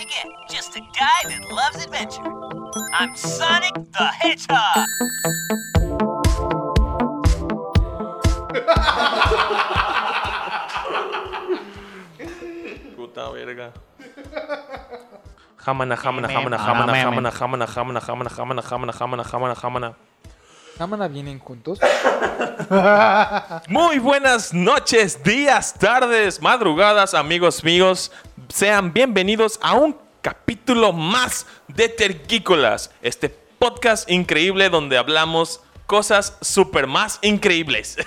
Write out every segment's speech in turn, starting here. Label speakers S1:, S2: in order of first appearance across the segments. S1: it, just a guy that loves adventure. I'm Sonic the Hedgehog.
S2: Puta verga.
S3: Jamana, jamana, jamana, jamana, jamana, jamana, jamana, jamana, jamana, jamana, jamana, jamana, jamana.
S4: Cámara vienen juntos.
S3: Muy buenas noches, días, tardes, madrugadas, amigos míos. Sean bienvenidos a un capítulo más de Terquícolas, este podcast increíble donde hablamos cosas super más increíbles.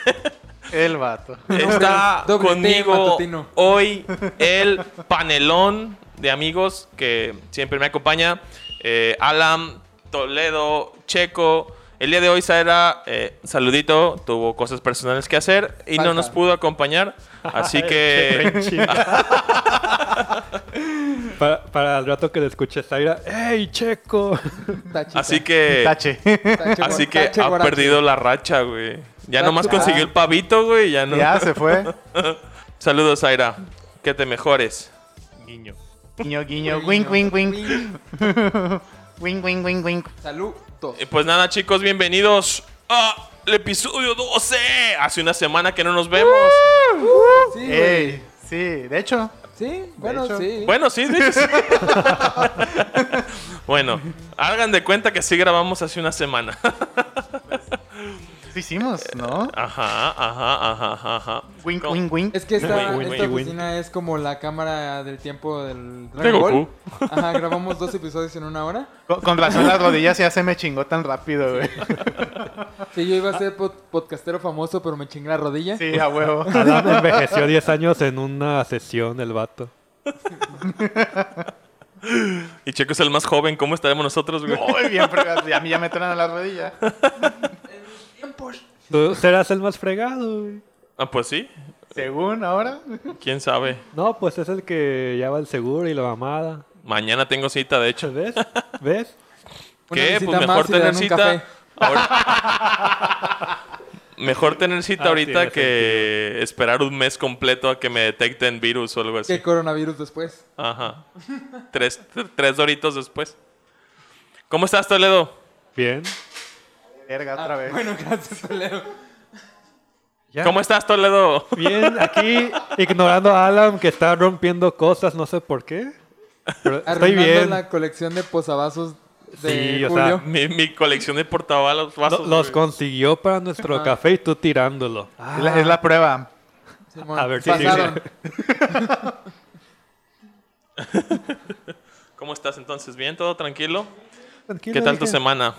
S5: El vato.
S3: Está
S4: Doble tema,
S3: conmigo
S4: Totino.
S3: hoy el panelón de amigos que siempre me acompaña. eh, Alan, Toledo, Checo. El día de hoy Sara, eh, saludito, tuvo cosas personales que hacer y no
S4: Falta.
S3: nos pudo acompañar. Así que...
S2: Para, para el rato que le escuche Zaira, ¡Ey, Checo!
S4: Tachita,
S3: así que...
S5: Tache.
S4: tache,
S3: Así
S4: guar-
S3: que
S4: tache,
S3: ha
S4: guarache.
S3: perdido la racha, güey. Ya nomás
S4: Racha.
S3: consiguió el pavito, güey. Ya no.
S5: Ya se fue.
S3: Saludos, Zaira. Que te mejores.
S2: Niño.
S5: Guiño, guiño. Wink, wink, wink. Wink, wink, wink, wink.
S4: Saludos.
S3: Eh, Pues nada, chicos, bienvenidos al episodio 12. Hace una semana que no nos vemos.
S4: Sí, güey.
S5: Ey, sí. De hecho,
S4: sí, bueno,
S5: hecho.
S4: sí.
S3: Bueno, sí, de hecho, sí. bueno, hagan de cuenta que sí grabamos hace una semana.
S5: lo hicimos, ¿no?
S3: ajá, ajá, ajá, ajá, ajá.
S5: Wink,
S3: ¿Cómo?
S5: wink, wink.
S4: Es que esta,
S3: Win, win,
S4: esta
S2: win.
S4: oficina es como la cámara del tiempo del Dragon
S3: De Goku.
S4: Ball. Ajá, grabamos dos episodios en una hora.
S5: Con, con razón las rodillas ya se me chingó tan rápido, güey.
S4: Sí, yo iba a ser pod- podcastero famoso, pero me chingué la rodilla.
S5: Sí, a huevo.
S2: Adam envejeció 10 años en una sesión, el vato.
S3: Y Checo es el más joven. ¿Cómo estaremos nosotros, güey?
S5: Muy bien, pero a mí ya me truenan las rodillas.
S2: Tú serás el más fregado, güey.
S3: Ah, pues sí.
S5: Según ahora.
S3: ¿Quién sabe?
S2: No, pues es el que ya va al seguro y la mamada.
S3: Mañana tengo cita, de hecho.
S2: ¿Ves? ¿Ves?
S4: Una
S3: ¿Qué?
S4: visita
S3: Pues
S4: más
S3: mejor
S4: y le dan
S3: tener
S4: un
S3: cita.
S4: café.
S3: ahora- mejor tener cita
S2: Ah,
S3: ahorita
S2: tiene
S3: que esperar un mes completo a que me detecten virus o algo así.
S4: Que coronavirus después.
S3: Ajá. tres, tr- tres doritos después. ¿Cómo estás, Toledo?
S2: Bien.
S5: Verga, otra vez.
S4: Bueno, gracias, Toledo.
S2: Ya.
S3: ¿Cómo estás, Toledo?
S2: Bien, aquí ignorando a Alan que está rompiendo cosas, no sé por qué. Pero estoy
S4: Arruinando
S2: bien.
S4: la colección de posavasos de
S2: Sí, o sea,
S4: Julio.
S3: Mi, mi colección de portavasos.
S2: Lo-
S3: vasos, güey.
S2: los consiguió para nuestro café y tú tirándolo. Ah,
S5: Es la- es la prueba.
S4: Simón.
S2: A ver si
S4: Pasaron.
S3: ¿Cómo estás entonces? ¿Bien? ¿Todo tranquilo?
S2: Tranquilo,
S3: ¿Qué tal tu
S2: dije.
S3: semana?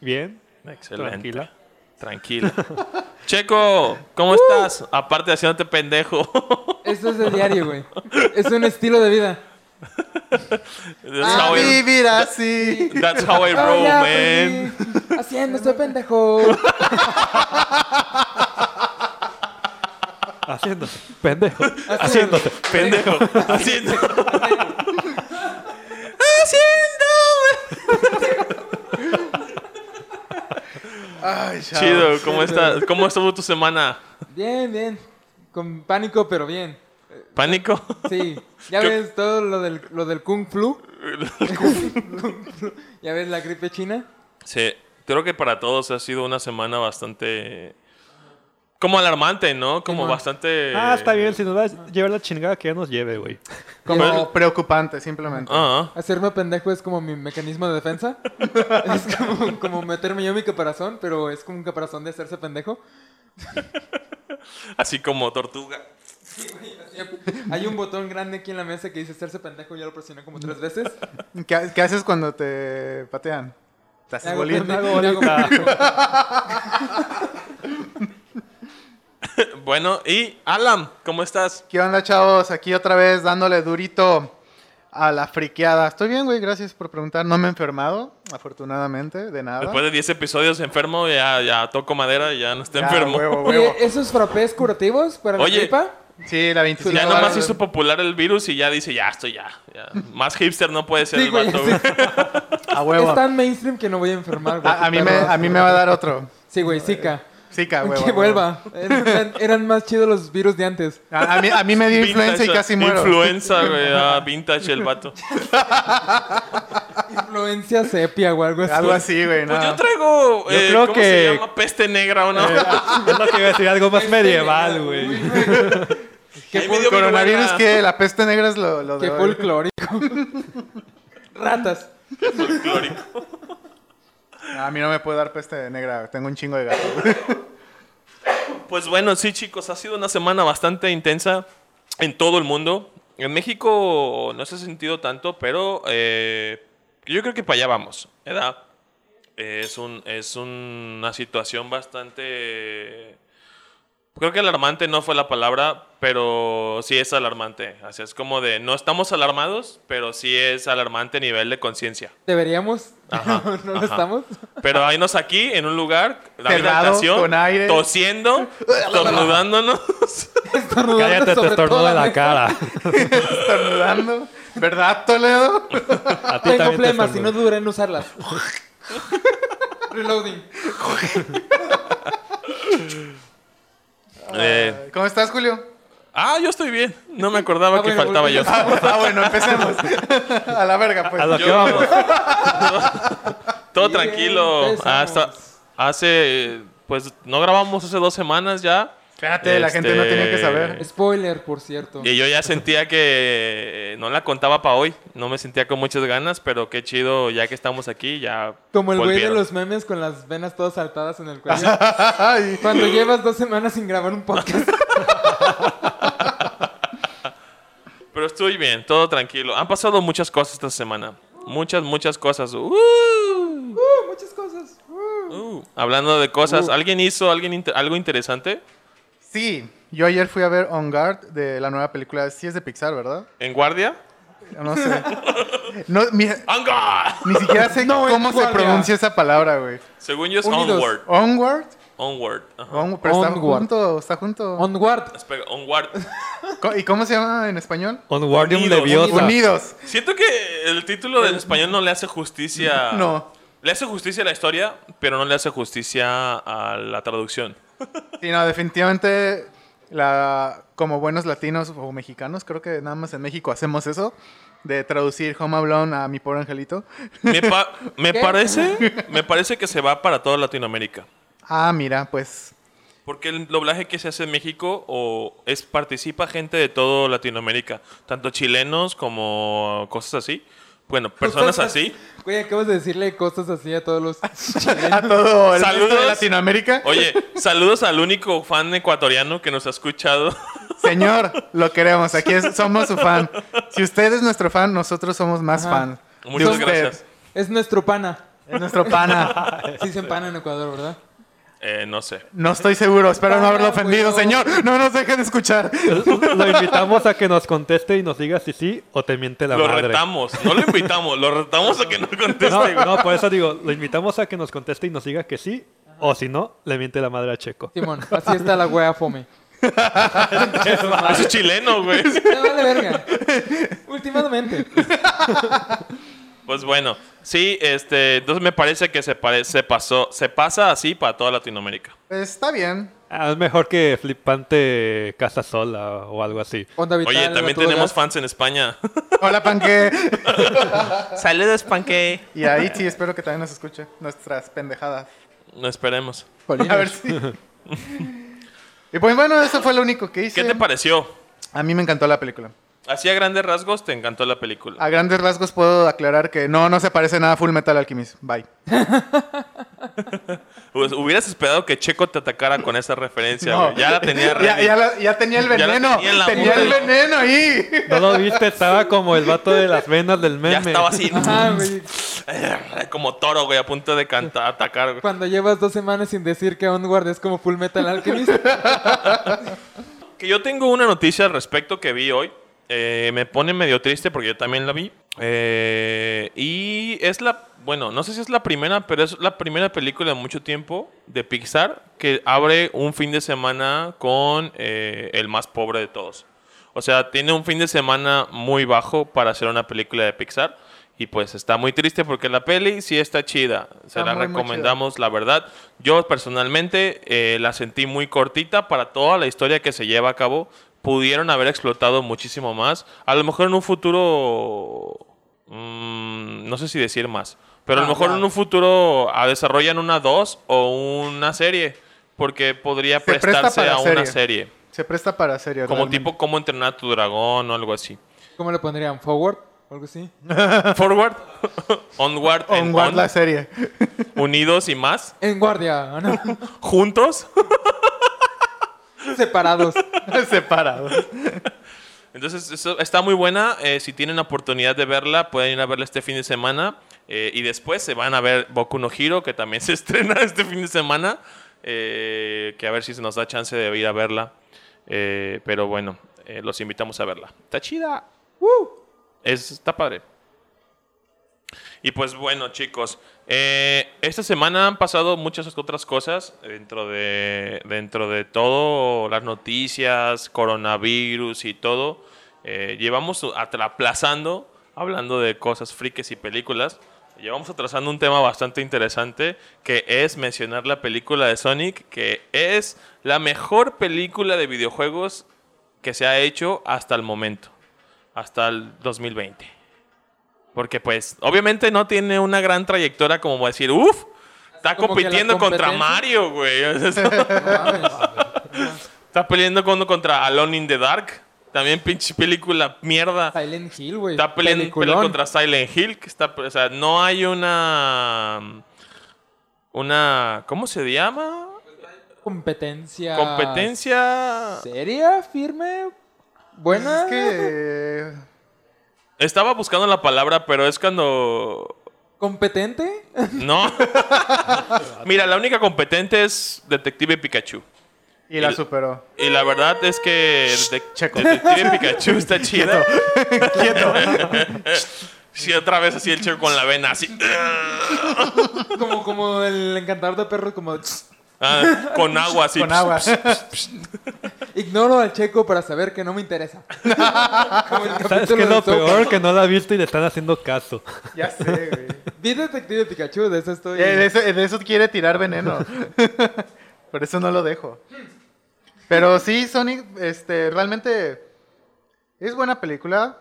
S2: Bien,
S3: Excelente.
S2: tranquila. Uh.
S3: Tranquila. Checo, ¿cómo estás? Aparte de haciéndote pendejo.
S4: Eso es el diario, güey. Es un estilo de vida. Ah,
S3: That's
S5: A
S3: how I,
S5: vivir así.
S3: that's how I roll,
S4: Hola,
S3: man.
S4: aprendí Haciendo este pendejo.
S2: Haciéndose, pendejo. Haciéndose.
S3: Pendejo. Haciendo. Haciendo.
S5: Ay, chao.
S3: Chido, ¿cómo estás? ¿Cómo estuvo tu semana?
S4: Bien, bien. Con pánico, pero bien.
S3: ¿Pánico?
S4: Sí. Ya
S3: ¿Qué-
S4: ves todo lo del, lo del Kung Flu. Kung Flu. Ya ves la gripe china.
S3: Sí, creo que para todos ha sido una semana bastante. Como alarmante, ¿no? Como
S4: Simón.
S3: bastante.
S2: Ah, está bien, si nos va a llevar la chingada que ya nos lleve, güey.
S5: Como preocupante, simplemente.
S3: pues. Ah,
S4: Hacerme pendejo es como mi mecanismo de defensa. es como, como meterme yo en mi caparazón, pero es como un caparazón de hacerse pendejo.
S3: así como tortuga.
S4: Hay un botón grande aquí en la mesa que dice hacerse pendejo, ya lo presioné como tres veces.
S5: ¿Qué, ha- qué haces cuando te patean? Te
S4: Me
S5: haces
S4: hago
S5: bolita.
S4: pendejo, me hago pendejo.
S3: Bueno, y Alan, ¿cómo estás?
S5: ¿Qué onda, chavos? Aquí otra vez dándole durito a la friqueada. Estoy bien, güey, gracias por preguntar. No me he enfermado, afortunadamente, de nada.
S3: Después de 10 episodios enfermo, ya, ya toco madera y ya no está
S5: Ya,
S3: enfermo.
S5: huevo, huevo.
S4: Oye, eh, ¿esos frappés curativos para
S3: Oye,
S4: la gripa?
S5: Sí, la 25.
S3: Ya
S5: dólares.
S3: nomás hizo popular el virus y ya dice, ya, estoy ya. ya. Más hipster no puede ser
S4: Sí,
S3: el
S4: güey,
S3: vato,
S4: sí.
S3: güey.
S5: A
S4: Es
S5: huevo.
S4: tan mainstream que no voy a enfermar, güey.
S5: A, a mí me, a mí me va a dar otro.
S4: Sí, güey, Zika.
S5: Zika, güey.
S4: que vuelva. Eran, eran más chidos los virus de antes.
S5: A, a mí, a mí me dio influenza y
S3: Vintage,
S5: casi muero.
S3: Influenza, güey. Ah, vintage el vato.
S4: Influencia sepia o algo así.
S5: Algo así, güey.
S3: Pues
S5: no.
S3: yo traigo.
S2: Ah. Yo
S3: eh,
S2: creo
S3: ¿Cómo
S2: que- Eh,
S3: se llama? Peste negra o no.
S2: Es lo que iba a decir, algo
S4: Este,
S2: más medieval, güey.
S3: Ahí me dio mi
S5: Coronavirus
S3: abuela.
S5: que la peste negra es lo, lo de
S4: Qué
S5: hoy.
S4: folclórico. Ratas.
S3: Folclórico.
S5: A mí no me puede dar peste negra. Tengo un chingo de gato.
S3: Pues bueno, sí, chicos, ha sido una semana bastante intensa en todo el mundo. En México no se ha sentido tanto, pero eh, yo creo que para allá vamos, ¿verdad? Eh, Es, un, es una situación bastante... Creo que alarmante no fue la palabra, pero sí es alarmante. Así es como de, no estamos alarmados, pero sí es alarmante a nivel de conciencia.
S4: ¿Deberíamos?
S3: Ajá,
S4: no no lo
S3: ajá.
S4: estamos.
S3: Pero haynos aquí, en un lugar, la
S5: Cerrado,
S3: habitación,
S5: con aire.
S3: tosiendo, tornudándonos.
S4: Estornudando
S2: Cállate, te
S4: sobre
S2: estornudo
S4: toda
S2: en la
S4: mesa.
S2: cara.
S5: Estornudando. ¿Verdad, Toledo?
S2: A ti
S4: Tengo
S2: también te
S4: flemas y no
S2: estornudo.
S4: duré en usarlas. Reloading.
S5: Ah.
S3: Eh,
S5: ¿Cómo estás, Julio?
S3: ah, yo estoy bien. No me acordaba
S4: Ah,
S3: que
S4: bueno,
S3: faltaba yo.
S5: Ah, bueno, empecemos. A la verga, pues.
S2: A lo
S3: Yo-
S2: que vamos.
S3: Todo
S4: Bien,
S3: tranquilo. Ah,
S4: empezamos.
S3: Hasta hace, pues, no grabamos hace dos semanas ya.
S5: Espérate, la gente no tenía que saber.
S4: Spoiler, por cierto.
S3: Y yo ya sentía que eh, no la contaba para hoy. No me sentía con muchas ganas, pero qué chido, ya que estamos aquí, ya.
S4: Como el güey de
S3: volvieron.
S4: los memes con las venas todas saltadas en el cuello.
S5: Ay,
S4: Cuando llevas dos semanas sin grabar un podcast.
S3: Pero estoy bien, todo tranquilo. Han pasado muchas cosas esta semana. Muchas, muchas cosas. Uh,
S4: Uh, muchas cosas. Uh.
S3: uh. Hablando de cosas, ¿alguien hizo alguien inter- algo interesante?
S5: sí, yo ayer fui a ver On Guard de la nueva película. Sí es de Pixar, ¿verdad?
S3: ¿En guardia?
S5: No sé. No, mi-
S3: ¡On guard!
S5: ni siquiera sé
S4: No, en
S5: cómo se
S4: guardia.
S5: pronuncia esa palabra, güey.
S3: Según yo es
S4: Unidos.
S3: onward.
S5: Onward.
S3: Onward. Ajá.
S5: On- pero está
S4: Onward.
S5: junto, está junto.
S4: Onward.
S3: Espera, onward.
S5: Co- ¿Y cómo se llama en español?
S2: Onwardium
S3: Unidos,
S2: Leviosa.
S5: Unidos.
S3: Siento que el título del español no le hace justicia.
S5: No.
S3: Le hace justicia a la historia, pero no le hace justicia a la traducción.
S5: Sí, no, definitivamente la, como buenos latinos o mexicanos, creo que nada más en México hacemos eso, de traducir Home Alone a mi pobre angelito.
S3: Me, pa- me
S4: ¿Qué?
S3: parece, me parece que se va para toda Latinoamérica.
S5: Ah, mira, pues
S3: Porque el doblaje que se hace en México o es participa gente de todo Latinoamérica, tanto chilenos como cosas así. Bueno, personas así.
S4: Güey, acabas de decirle cosas así a todos los
S5: a todo el resto
S3: Saludos.
S5: de Latinoamérica.
S3: Oye, saludos al único fan ecuatoriano que nos ha escuchado.
S5: Señor, lo queremos, aquí es- somos su fan. Si usted es nuestro fan, nosotros somos más
S4: Ajá.
S5: fan. de
S3: Muchas
S5: usted.
S3: gracias.
S4: Es nuestro pana.
S5: Es nuestro pana.
S4: Sí se empana en Ecuador, ¿verdad?
S3: Eh, no sé.
S5: No estoy seguro, espero no haberlo
S4: Pana,
S5: ofendido,
S4: güey.
S5: señor. No nos deje de escuchar.
S2: Lo invitamos a que nos conteste y nos diga si sí o te miente la
S3: lo
S2: madre.
S3: retamos. No lo invitamos. lo retamos a que no conteste.
S2: No,
S3: güey.
S2: no, por eso digo, lo invitamos a que nos conteste y nos diga que sí, o si no, le miente la madre a Checo.
S4: Simón, así está la wea fome.
S3: Eso es chileno, güey.
S4: Me vale verga. Últimamente.
S3: Pues bueno, sí, este, entonces me parece que se, pare- se pasó, se pasa así para toda Latinoamérica.
S5: Pues, está bien.
S2: Ah, es mejor que flipante casa sola o algo así.
S4: Onda vital.
S3: Oye,
S4: a
S3: también
S4: todo
S3: tenemos
S4: gas.
S3: fans en España.
S5: Hola, panque.
S3: Saludos, panque.
S5: Y ahí sí, espero que también nos escuche nuestras pendejadas.
S3: No esperemos.
S4: Jolines.
S5: A ver si. Y pues bueno, eso fue lo único que hice.
S3: ¿Qué te pareció?
S5: A mí me encantó la película.
S3: Así a grandes rasgos te encantó la película.
S5: A grandes rasgos puedo aclarar que no, no se parece nada a Full Metal Alchemist. Bye.
S3: Pues, Hubieras esperado que Checo te atacara con esa referencia.
S5: No.
S3: güey. Ya la tenía
S5: Ya,
S3: ready.
S5: ya la- ya tenía el
S3: Ya la
S5: veneno.
S3: tenía en la
S5: tenía el
S3: boca.
S5: veneno ahí.
S2: No lo viste, estaba como el vato de las venas del meme.
S3: Ya estaba así.
S4: Ajá, güey.
S3: Como toro, güey, a punto de cantar, atacar. güey.
S4: Cuando llevas dos semanas sin decir que Onward es como Full Metal Alchemist.
S3: Que yo tengo una noticia al respecto que vi hoy. Eh, me pone medio triste porque yo también la vi. Eh, y es la, bueno, no sé si es la primera, pero es la primera película en mucho tiempo de Pixar que abre un fin de semana con eh, el más pobre de todos. O sea, tiene un fin de semana muy bajo para hacer una película de Pixar. Y pues está muy triste porque la peli sí está chida. Se
S5: Está
S3: la
S5: muy, muy
S3: recomendamos, la verdad. Yo personalmente eh, la sentí muy cortita para toda la historia que se lleva a cabo. Pudieron haber explotado muchísimo más. A lo mejor en un futuro. mm, no sé si decir más. Pero a lo
S5: Ah,
S3: mejor
S5: ya.
S3: en un futuro ah, desarrollan una 2 o una serie. Porque podría
S5: Se presta
S3: prestarse
S5: para
S3: a una serie.
S5: Se presta para serio.
S3: Como
S5: realmente.
S3: tipo cómo entrenar a tu dragón o algo así.
S4: ¿Cómo le pondrían? ¿Forward? ¿O algo así?
S3: Forward, onward, and
S5: Onward
S3: on,
S5: la serie.
S3: unidos y más,
S4: En guardia, ah, no.
S3: juntos.
S4: Separados.
S5: Separados.
S3: Entonces eso está muy buena. eh, si tienen la oportunidad de verla, pueden ir a verla este fin de semana. eh, y después se van a ver Boku no Hero, que también se estrena este fin de semana. eh, que a ver si se nos da chance de ir a verla. Eh, pero bueno, eh, los invitamos a verla. Está chida. Es- está padre. Y pues bueno, chicos, eh, esta semana han pasado muchas otras cosas dentro de, dentro de todo, las noticias, coronavirus y todo. Eh, llevamos atra- aplazando, hablando de cosas friques y películas, llevamos atrasando un tema bastante interesante que es mencionar la película de Sonic, que es la mejor película de videojuegos que se ha hecho hasta el momento, hasta el 2020. Porque pues obviamente no tiene una gran trayectoria como decir, uff, está
S4: Como que la
S3: compitiendo contra
S4: competencia.
S3: Mario, güey. O sea, está-
S4: No mames.
S3: está peleando con- contra Alone in the Dark. También pinche película mierda.
S4: Silent Hill, güey.
S3: Está peleando
S4: Peliculón.
S3: peleando contra Silent Hill. Que está, o sea, no hay una... Una... ¿Cómo se llama?
S4: Competencia.
S3: Competencia...
S4: ¿Seria? ¿Firme? ¿Buena?
S5: Es que. eh,
S3: Estaba buscando la palabra, pero es cuando...
S4: ¿Competente?
S3: No. Mira, la única competente es Detective Pikachu.
S5: Y la
S3: El-
S5: superó.
S3: Y la verdad es que el de-
S5: Checo.
S3: Detective Pikachu está chido.
S5: Quieto.
S3: Sí, otra vez así el checo con la vena, así.
S4: Como, como el encantador de perros, como... "Tss".
S3: Ah, con agua, así.
S5: Con agua.
S4: Ignoro al checo para saber que no me interesa. Como el
S2: ¿Sabes
S4: capítulo
S2: qué es
S4: de
S2: lo
S4: South
S2: peor?
S4: Park.
S2: Que no la ha visto y le están haciendo caso.
S5: ya sé, güey.
S4: Vi Detective Pikachu, de eso estoy...
S5: Eh, De eso, de eso quiere tirar veneno. Por eso no lo dejo. Pero sí, Sonic, este, realmente es buena película.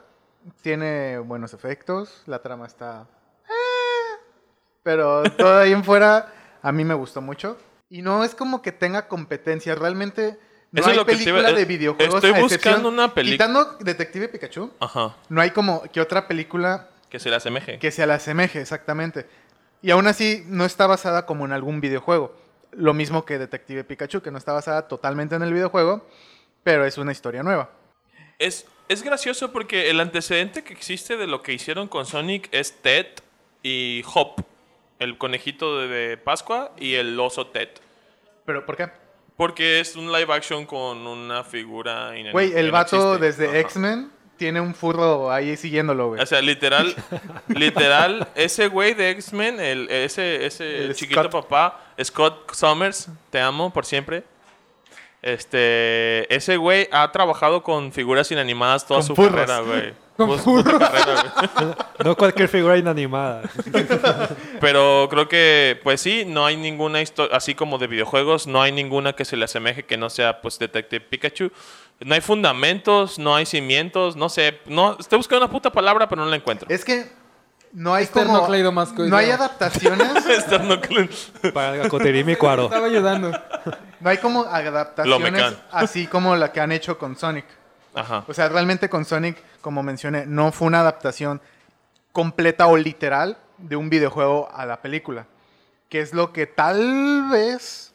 S5: Tiene buenos efectos. La trama está. eh, pero todo ahí en fuera, a mí me gustó mucho. Y no es como que tenga competencia. Realmente no
S3: Eso es
S5: hay
S3: lo que te iba-
S5: película de
S3: eh,
S5: videojuegos.
S3: estoy
S5: a excepción-
S3: buscando una peli-
S5: Quitando Detective Pikachu,
S3: Ajá.
S5: no hay como que otra película
S3: Que se le asemeje.
S5: que se la asemeje, exactamente. Y aún así, no está basada como en algún videojuego. Lo mismo que Detective Pikachu, que no está basada totalmente en el videojuego, pero es una historia nueva.
S3: Es, es gracioso porque el antecedente que existe de lo que hicieron con Sonic es Ted y Hop, el conejito de, de Pascua y el oso Ted.
S5: ¿Pero por qué?
S3: Porque es un live action con una figura inanimada.
S5: Güey, el vato desde
S3: X-Men
S5: X-Men tiene un furro ahí siguiéndolo, güey.
S3: O sea, literal, literal, ese güey de X-Men, el- ese, ese
S5: El
S3: chiquito
S5: Scott.
S3: papá, Scott Summers, te amo por siempre. Este, ese güey ha trabajado con figuras inanimadas toda
S5: Con
S3: su
S5: furros.
S3: carrera, güey.
S4: Con
S3: Pues, puta carrera, güey.
S2: No cualquier figura inanimada.
S3: Pero creo que, pues sí, no hay ninguna historia, así como de videojuegos, no hay ninguna que se le asemeje que no sea, pues, Detective Pikachu. No hay fundamentos, no hay cimientos, no sé, no, estoy buscando una puta palabra, pero no la encuentro.
S5: Es que no hay como...
S4: Esternocleidomastoideo.
S5: No hay adaptaciones.
S3: Esta no-
S2: Para Gacoterim y Cuaro.
S4: Estaba ayudando.
S5: no hay como adaptaciones
S3: mecan.
S5: así como la que han hecho con Sonic.
S3: Ajá.
S5: O sea, realmente con Sonic, como mencioné, no fue una adaptación completa o literal de un videojuego a la película. Que es lo que tal vez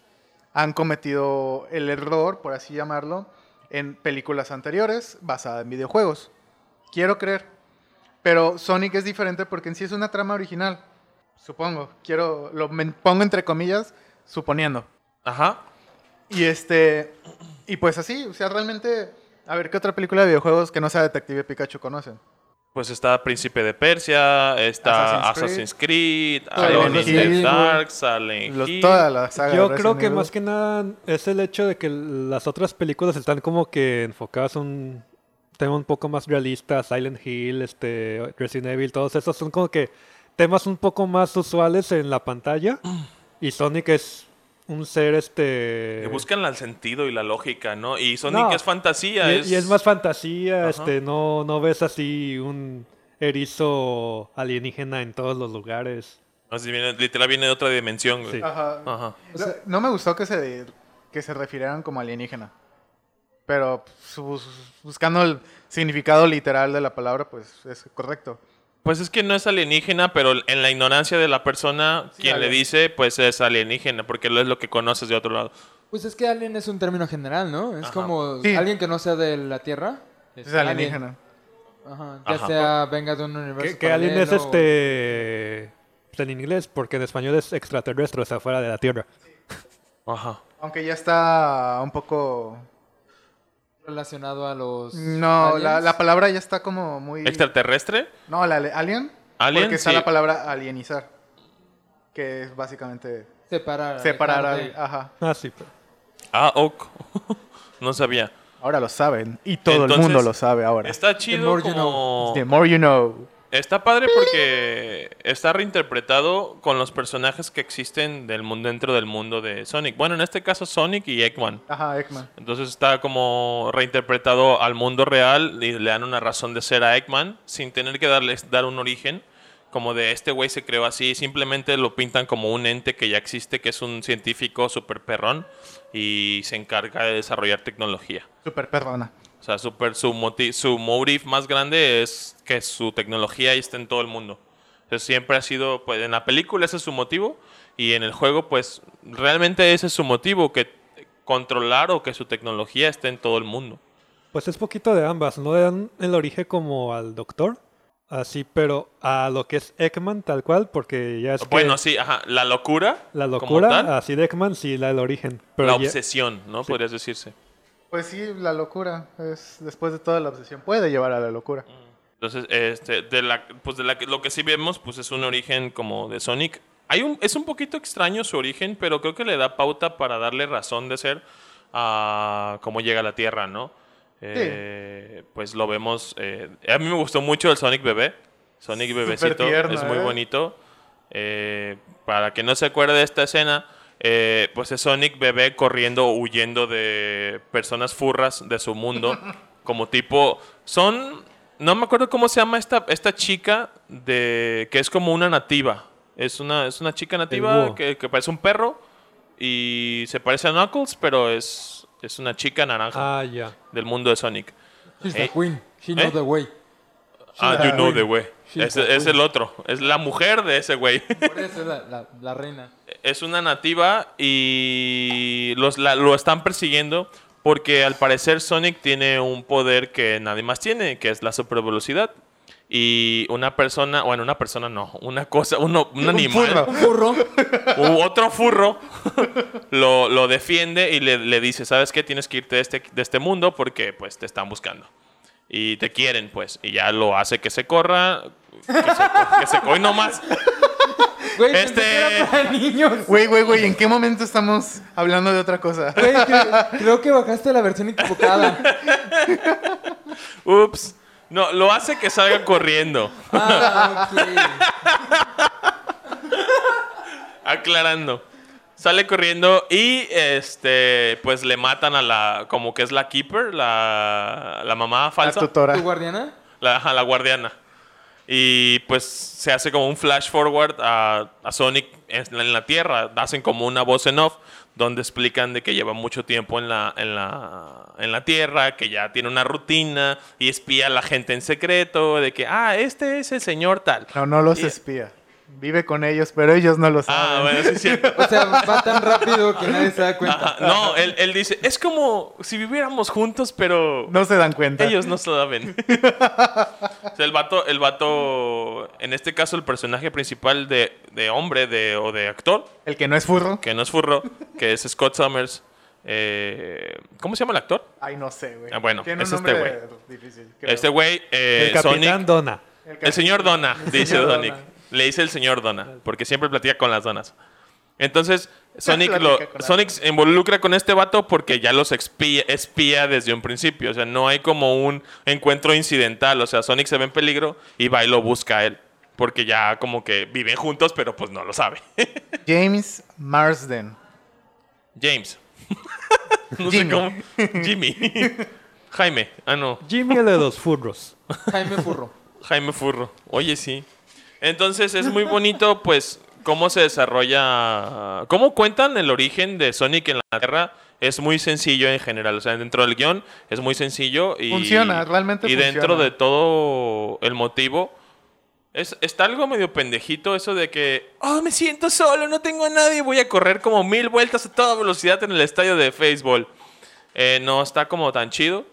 S5: han cometido el error, por así llamarlo, en películas anteriores basadas en videojuegos. Quiero creer. Pero Sonic es diferente porque en sí es una trama original. Supongo. Quiero. Lo men- pongo entre comillas, suponiendo.
S3: Ajá.
S5: Y este. Y pues así, o sea, realmente. A ver, ¿qué otra película de videojuegos que no sea Detective Pikachu conocen?
S3: Pues está Príncipe de Persia, está Assassin's
S5: Assassin's
S3: Creed,
S5: Silent
S3: Alone in the
S5: Hill,
S3: Dark, Silent
S5: Los-
S3: Hill.
S5: toda la saga. de
S2: Yo
S5: Resident
S2: creo que
S5: Evil.
S2: más que nada es el hecho de que las otras películas están como que enfocadas a un tema un poco más realista, Silent Hill, este, Resident Evil, todos esos son como que temas un poco más usuales en la pantalla. Y Sonic es un ser este...
S3: Que buscan el sentido y la lógica, ¿no? Y Sonic
S2: No.
S3: es fantasía.
S2: Y,
S3: es...
S2: y es más fantasía,
S3: Ajá.
S2: este, no, no ves así un erizo alienígena en todos los lugares.
S3: Así viene- literal viene de otra dimensión, güey.
S2: Sí.
S5: Ajá.
S3: Ajá.
S5: No, no me gustó que se, que se refirieran como alienígena. Pero pues, bus- buscando el significado literal de la palabra, pues es correcto.
S3: Pues es que no es alienígena, pero en la ignorancia de la persona,
S5: Sí,
S3: quien le
S5: alien.
S3: dice, pues es alienígena, porque lo es lo que conoces de otro lado.
S4: Pues es que alien es un término general, ¿no? Es
S3: Ajá.
S4: como
S5: Sí.
S4: alguien que no sea de la Tierra. Este,
S5: Es alienígena.
S4: Ajá, ya
S3: Ajá.
S4: sea venga de un universo.
S2: Que, que alien es
S4: paralelo o-
S2: este... pues, En inglés, porque en español es extraterrestre, o sea, fuera de la Tierra.
S3: Ajá.
S5: Aunque ya está un poco...
S4: Relacionado a los.
S5: No, la,
S4: aliens.
S5: la palabra ya está como muy...
S3: ¿Extraterrestre?
S5: No, la ale- alien.
S3: Alien,
S5: Porque está
S3: sí.
S5: la palabra alienizar. Que es básicamente
S4: Separar.
S5: separar
S4: alejar
S5: al...
S4: de-
S5: Ajá.
S2: Ah, sí. pero-
S3: Ah, ok. no sabía.
S5: Ahora lo saben. Y todo el
S3: Entonces,
S5: mundo lo sabe ahora.
S3: Está
S4: more
S3: chido
S4: you
S3: como...
S5: The more you know.
S3: Está padre porque está reinterpretado con los personajes que existen del mundo dentro del mundo de Sonic. Bueno, en este caso Sonic y Eggman.
S5: Ajá, Ekman.
S3: Entonces está como reinterpretado al mundo real y le dan una razón de ser a Eggman sin tener que darles dar un origen. Como de este güey se creó así, simplemente lo pintan como un ente que ya existe, que es un científico super perrón y se encarga de desarrollar tecnología.
S5: Super perdona.
S3: O sea, super, su, moti- su motive más grande es que su tecnología esté en todo el mundo. Entonces, siempre ha sido, pues en la película ese es su motivo y en el juego, pues realmente ese es su motivo, que controlar o que su tecnología esté en todo el mundo.
S2: Pues es poquito de ambas, no le dan el origen como al doctor, así, pero a lo que es Ekman tal cual, porque ya es que
S3: Bueno, sí, ajá, la locura.
S2: la
S3: como tal,
S2: locura, así de Ekman sí la el origen, pero
S3: la
S2: ya-
S3: obsesión, ¿no? Podrías decirse.
S5: Pues sí, la locura. Es, después de toda la obsesión, puede llevar a la locura.
S3: Entonces, este, de la, pues de la, que- lo que sí vemos, pues es un origen como de Sonic. Hay un, es un poquito extraño su origen, pero creo que le da pauta para darle razón de ser a cómo llega a la Tierra, ¿no? Eh, Pues lo vemos. eh, a mí me gustó mucho el Sonic Bebé. Sonic Bebecito
S5: tierno,
S3: es muy
S5: ¿eh?
S3: bonito. Eh, para que no se acuerde de esta escena, eh, pues es Sonic Bebé corriendo, huyendo de personas furras de su mundo. como tipo. Son. No me acuerdo cómo se llama esta, esta chica de. que es como una nativa. Es una, es una chica nativa
S2: búho.
S3: que, que parece un perro. Y se parece a Knuckles, pero es. Es una chica naranja
S2: Ah, ya.
S3: del mundo de Sonic.
S4: She's
S3: Eh,
S4: the queen. She
S3: ¿eh?
S4: knows the way.
S3: Ah,
S5: la
S3: you know
S5: queen.
S3: the way.
S4: She's
S3: Es,
S4: the
S3: es el otro. Es la mujer de ese güey.
S4: Por eso es la, la, la reina.
S3: es una nativa y los, la- lo están persiguiendo porque al parecer Sonic tiene un poder que nadie más tiene, que es la supervelocidad. Y una persona, bueno, una persona no, una cosa, uno, un animal,
S5: furro.
S4: Burro.
S3: u otro furro, lo, lo defiende y le, le dice, ¿sabes qué? Tienes que irte de este, de este mundo porque pues te están buscando. Y te quieren, pues. Y ya lo hace que se corra. Que se, co- que se co- y no más.
S4: Güey,
S3: Este-
S4: pensé que era para niños.
S5: Güey, güey, güey, ¿en qué momento estamos hablando de otra cosa?
S4: Güey, que- creo que bajaste la versión equivocada.
S3: Ups. No, lo hace que salga corriendo.
S4: Ah, ok.
S3: Aclarando. Sale corriendo y este pues le matan a la como que es la keeper, la, la mamá
S5: La
S3: falsa,
S5: tutora.
S4: ¿Tu guardiana?
S3: la, ajá, la guardiana. Y pues se hace como un flash forward a, a Sonic en la, en la Tierra. Hacen como una voz en off donde explican de que lleva mucho tiempo en la, en la, en la Tierra, que ya tiene una rutina y espía a la gente en secreto, de que, ah, este es el señor tal.
S5: No, no los
S3: Y-
S5: espía. Vive con ellos, pero ellos no lo saben.
S3: Ah, bueno, sí es cierto.
S4: O sea, va tan rápido que nadie se da cuenta.
S3: Ajá, No, él, él dice, es como si viviéramos juntos, pero
S5: No se dan cuenta.
S3: ellos no saben. o sea, el vato, el vato, en este caso el personaje principal de, de hombre de, o de actor,
S5: El que no es furro.
S3: que no es furro, que es Scott Summers. eh, ¿cómo se llama el actor?
S5: Ay, no sé, güey.
S3: Ah, bueno,
S5: Tiene
S3: es
S5: un
S3: este
S5: nombre difícil. creo.
S3: Este güey, eh,
S2: El capitán
S3: Sonic-
S2: Dona.
S5: El
S3: El señor Dona, dice
S5: señor
S3: Sonic.
S5: Dona.
S3: Le dice el señor Dona, porque siempre platica con las donas. Entonces, Sonic,
S5: Platica
S3: lo,
S5: con
S3: Sonic se involucra con este vato porque ya los espía, espía desde un principio. O sea, no hay como un encuentro incidental. O sea, Sonic se ve en peligro y va y lo busca a él. Porque ya como que viven juntos, pero pues no lo sabe.
S5: James Marsden.
S3: James. no sé
S5: Jimmy.
S3: cómo. Jimmy. Jaime. Ah, no.
S2: Jimmy el de los furros.
S4: Jaime Furro.
S3: Jaime Furro. Oye, sí. Entonces es muy bonito, pues, cómo se desarrolla. Cómo cuentan el origen de Sonic en la Tierra. Es muy sencillo en general. O sea, dentro del guión es muy sencillo y.
S5: Funciona, realmente
S3: Y dentro
S5: funciona.
S3: de todo el motivo. Es, está algo medio pendejito eso de que, oh, me siento solo, no tengo a nadie, voy a correr como mil vueltas a toda velocidad en el estadio de béisbol. Eh, no está como tan chido.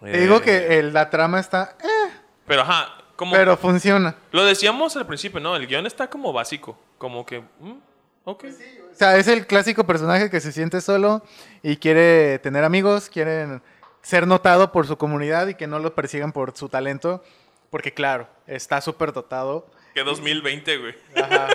S5: Te digo
S3: Eh,
S5: que el- la trama está... eh,
S3: Pero ajá, como...
S5: pero funciona.
S3: Lo decíamos al principio, ¿no? El guión está como básico. Como que. mm, ok.
S5: O sea, es el clásico personaje que se siente solo y quiere tener amigos, quiere ser notado por su comunidad y que no lo persigan por su talento. Porque claro, está súper dotado.
S3: Que 2020, güey.
S5: Ajá.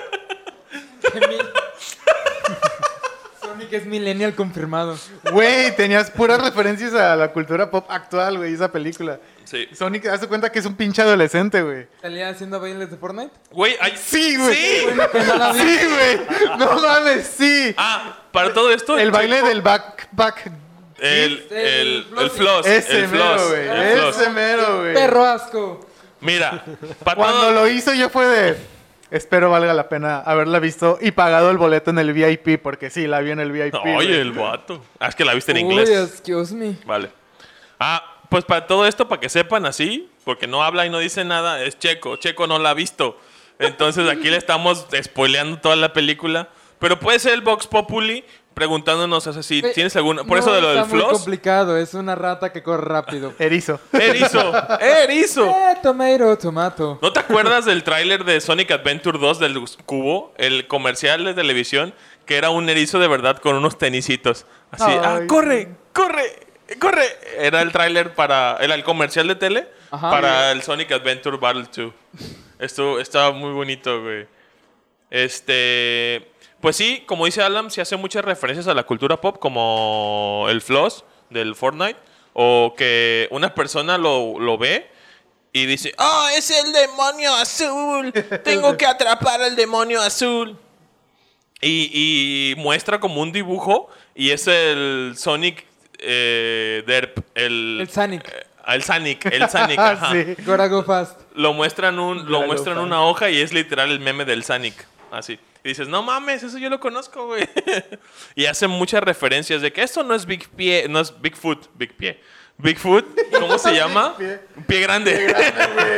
S4: Sonic es millennial confirmado.
S5: Güey, tenías puras referencias a la cultura pop actual, güey, esa película.
S3: Sí.
S5: Sonic, hazte cuenta que es un pinche adolescente, güey.
S4: ¿Salía haciendo bailes de Fortnite?
S3: Güey, hay-
S5: Sí, güey.
S3: Sí.
S5: Sí, güey. No mames, sí.
S3: Ah, para todo esto.
S5: El baile del backpack.
S3: El, el, el, el floss.
S5: Ese
S3: el floss.
S5: mero, güey.
S3: el floss.
S5: Ese mero, güey.
S4: ¡Perro asco!
S3: Mira, para
S5: Cuando
S3: todo.
S5: lo hizo yo fue de... Espero valga la pena haberla visto y pagado el boleto en el VIP, porque sí, la vi en el VIP. güey.
S3: Oye, el vato. Ah, es que la viste en
S4: Uy,
S3: inglés.
S4: excuse me.
S3: Vale. Ah, pues para todo esto, para que sepan así, porque no habla y no dice nada, es Checo. Checo no la ha visto. Entonces aquí le estamos spoileando toda la película. Pero puede ser el Vox Populi preguntándonos o sea, si
S4: Güey,
S3: tienes alguna. Por
S4: Eh, no
S3: eso de lo del
S4: Está muy
S3: floss.
S4: complicado, es una rata que corre rápido.
S5: Erizo.
S3: Erizo, erizo.
S4: eh, tomato, tomato.
S3: ¿No te acuerdas del tráiler de Sonic Adventure 2 del cubo? El comercial de televisión que era un erizo de verdad con unos tenisitos. Así, ah,
S5: Ay.
S3: corre, corre, corre. Era el tráiler para, era el comercial de tele
S4: Ajá.
S3: para el Sonic Adventure Battle 2. Esto estaba muy bonito, güey. Este, pues sí, como dice Alan, se hace muchas referencias a la cultura pop, como el floss del Fortnite, o que una persona lo, lo ve y dice, ¡Ah, es el demonio azul! Tengo que atrapar al demonio azul. Y, y muestra como un dibujo y es el Sonic eh, Derp, el...
S4: El Sonic.
S3: eh, el Sonic, el Sonic, ajá.
S5: Sí.
S4: Gotta go fast.
S3: Lo muestran un, lo
S5: Claro,
S3: muestran
S5: fan.
S3: una hoja y es literal el meme del Sonic. Así. Y dices, no mames, eso yo lo conozco, güey. y hacen muchas referencias de que esto no es Big Pie, no es Bigfoot, Big Pie. Bigfoot, ¿cómo se llama?
S5: Pie.
S3: Pie grande.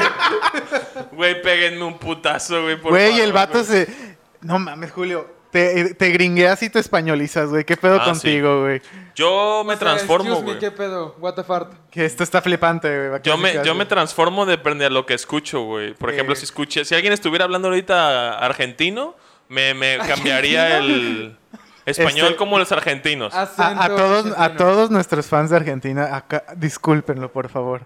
S3: güey, péguenme un putazo, güey. por
S5: Güey,
S3: favor,
S5: el vato
S3: güey.
S5: se... No mames, Julio. Te, te gringueas y te españolizas, güey. ¿Qué pedo
S3: Ah, sí.
S5: contigo, güey?
S3: Yo me transformo,
S4: Excuse me,
S3: güey.
S4: ¿Qué pedo? What the fart.
S5: Que esto está flipante, güey.
S3: Yo me,
S5: Casi,
S3: yo me
S5: casi.
S3: transformo depende a lo que escucho, güey. Por ejemplo,
S5: Eh.
S3: si escuché, si alguien estuviera hablando ahorita argentino, me, me cambiaría el español
S5: Este-
S3: como los argentinos.
S4: Acento
S5: A, a todos, a
S4: argentino.
S5: todos nuestros fans de Argentina, acá, discúlpenlo, por favor.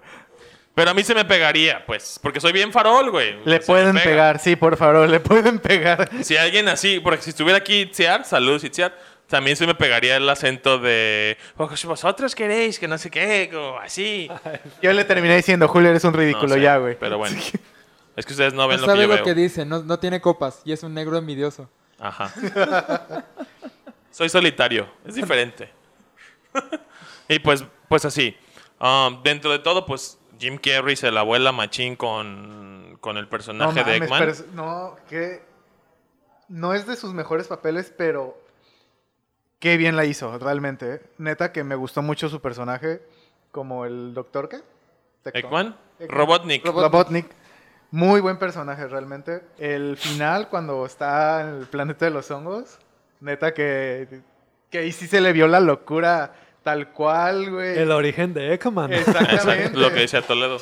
S3: Pero a mí se me pegaría, pues, porque soy bien farol, güey.
S5: Le
S3: Se me
S5: pueden
S3: pega.
S5: pegar, sí, por favor, le pueden pegar.
S3: Si alguien así, porque si estuviera aquí Itziar, saludos Itziar, también se me pegaría el acento de, "Oh, si vosotros queréis, que no sé qué, como así.
S5: Yo le terminé diciendo, Julio, eres un
S3: No
S5: ridículo
S3: sé,
S5: ya, güey.
S3: Pero bueno, es que ustedes no
S4: No
S3: ven lo que
S4: sabe
S3: yo
S4: lo
S3: veo.
S4: que dice, no, no tiene copas y es un negro envidioso.
S3: Ajá. Soy solitario, es diferente. y pues, pues así. Um, dentro de todo, pues Jim Carrey se la vuela machín con, con el
S5: No,
S3: personaje de
S5: mames,
S3: Eggman.
S5: pero es- no, que no es de sus mejores papeles, pero qué bien la hizo, realmente. ¿eh? Neta que me gustó mucho su personaje, como el doctor que
S3: Eggman,
S5: Eggman.
S3: Robotnik.
S5: Robotnik. Muy buen personaje, realmente. El final, cuando está en el planeta de los hongos, neta que, que ahí sí se le vio la locura tal cual, güey.
S2: El origen de Eggman.
S5: Exactamente.
S3: Exacto, lo que decía Toledo.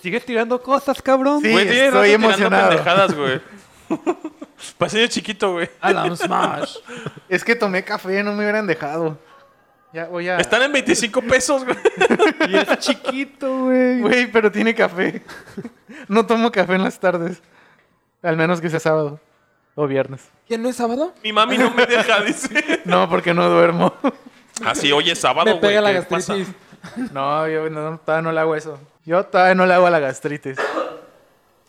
S2: Sigues tirando cosas, cabrón.
S5: Sí.
S3: Güey, tiene rato
S5: estoy
S3: tirando
S5: emocionado.
S3: pendejadas, güey. Paseño chiquito, güey.
S5: Ah.
S4: Alan Smash.
S5: Es que tomé café, no me hubieran dejado. Ya voy a...
S3: Están en 25 pesos, güey.
S2: Y es chiquito, güey.
S5: Güey, pero tiene café. No tomo café en las tardes. Al menos que sea sábado. O viernes.
S4: ¿Ya no es sábado?
S3: Mi mami no me deja, dice.
S5: No, porque no duermo.
S3: Así, hoy es sábado,
S4: Me
S3: güey.
S4: pega la
S3: ¿qué pasa?
S4: gastritis.
S5: No, yo no, todavía no le hago eso. Yo todavía no le hago a la gastritis.